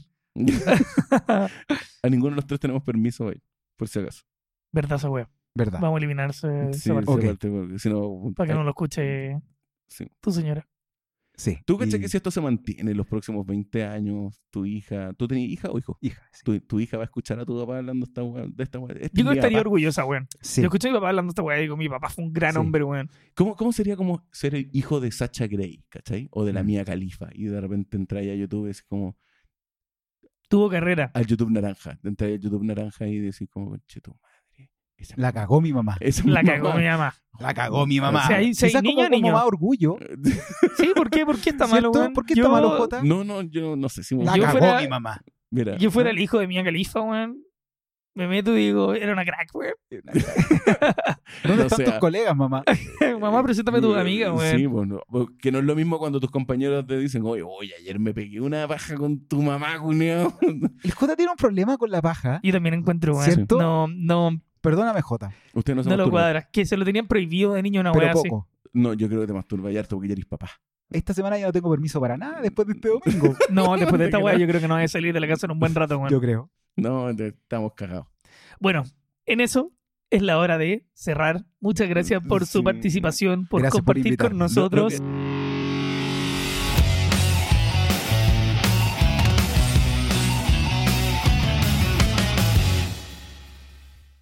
Speaker 1: a ninguno de los tres tenemos permiso hoy, por si acaso.
Speaker 3: Verdad, esa weón.
Speaker 2: ¿Verdad?
Speaker 3: Vamos a eliminarse.
Speaker 1: Sí, esa
Speaker 2: Ok.
Speaker 1: parte, porque si no-
Speaker 3: Para que no lo escuche
Speaker 1: Sí.
Speaker 3: tu señora.
Speaker 2: Sí.
Speaker 1: Tú caché
Speaker 2: y-
Speaker 1: que si esto se mantiene en los próximos 20 años, tu hija, ¿tú tenías hija o hijo?
Speaker 2: Hija, sí.
Speaker 1: Tu, tu hija va a escuchar a tu papá hablando esta wea- de esta wea. Este es
Speaker 3: Yo creo
Speaker 1: mi
Speaker 3: que estaría
Speaker 1: papá.
Speaker 3: orgullosa, weón.
Speaker 2: Sí.
Speaker 3: Yo escuché a mi papá hablando esta weá y digo, mi papá fue un gran
Speaker 2: Sí.
Speaker 3: hombre, weón.
Speaker 1: ¿Cómo, ¿Cómo sería como ser el hijo de Sacha Gray, ¿cachai? O de la
Speaker 2: Mm.
Speaker 1: mía Califa. Y de repente entrar a YouTube y decís como,
Speaker 3: Tuvo carrera.
Speaker 1: al YouTube naranja. Entrar al YouTube naranja y decís como, che, tu madre. esa-
Speaker 2: La cagó mi mamá.
Speaker 1: esa mamá".
Speaker 3: La cagó mi mamá.
Speaker 2: La cagó mi mamá.
Speaker 1: O sea,
Speaker 3: ahí- si hay
Speaker 2: Quizás
Speaker 3: niño,
Speaker 2: como, como
Speaker 3: niño.
Speaker 2: más orgullo.
Speaker 3: Sí, ¿por qué? ¿Por qué está malo,
Speaker 2: ¿cierto?
Speaker 3: weón?
Speaker 2: ¿Por qué
Speaker 3: Yo-
Speaker 2: está malo, Jota?
Speaker 1: No, no, yo no sé si me
Speaker 2: La
Speaker 3: yo
Speaker 2: cagó
Speaker 3: fuera-
Speaker 2: mi mamá.
Speaker 1: Mira, ah,
Speaker 3: Yo fuera el hijo de Mia Califa, weón. Me meto y digo, era una crack, weón.
Speaker 2: ¿Dónde
Speaker 1: O
Speaker 2: están tus
Speaker 1: sea,
Speaker 2: colegas, mamá?
Speaker 3: Mamá, preséntame a tu amiga, weón.
Speaker 1: Sí, bueno, que no es lo mismo cuando tus compañeros te dicen, oye, oye, ayer me pegué una paja con tu mamá, cuñado.
Speaker 2: El J tiene un problema con la paja.
Speaker 3: Yo también encuentro, weón.
Speaker 2: ¿Cierto?
Speaker 3: No, no, no
Speaker 2: Perdóname, J.
Speaker 1: Usted no se
Speaker 3: lo
Speaker 1: masturba.
Speaker 3: cuadra. Que se lo tenían prohibido de niño una
Speaker 2: pero
Speaker 3: weá así.
Speaker 2: poco.
Speaker 1: No, yo creo que te masturba y harto porque ya eres papá.
Speaker 2: Esta semana ya no tengo permiso para nada después de este domingo.
Speaker 3: No, después de esta weá, yo creo que no voy a salir de la casa en un buen rato, weón.
Speaker 2: Yo creo.
Speaker 1: No, te- estamos cagados.
Speaker 3: Bueno, en eso es la hora de cerrar. Muchas gracias por su
Speaker 1: Sí.
Speaker 3: participación, por
Speaker 2: Gracias por
Speaker 3: compartir con
Speaker 2: invitarme.
Speaker 3: nosotros.
Speaker 1: Lo- lo que-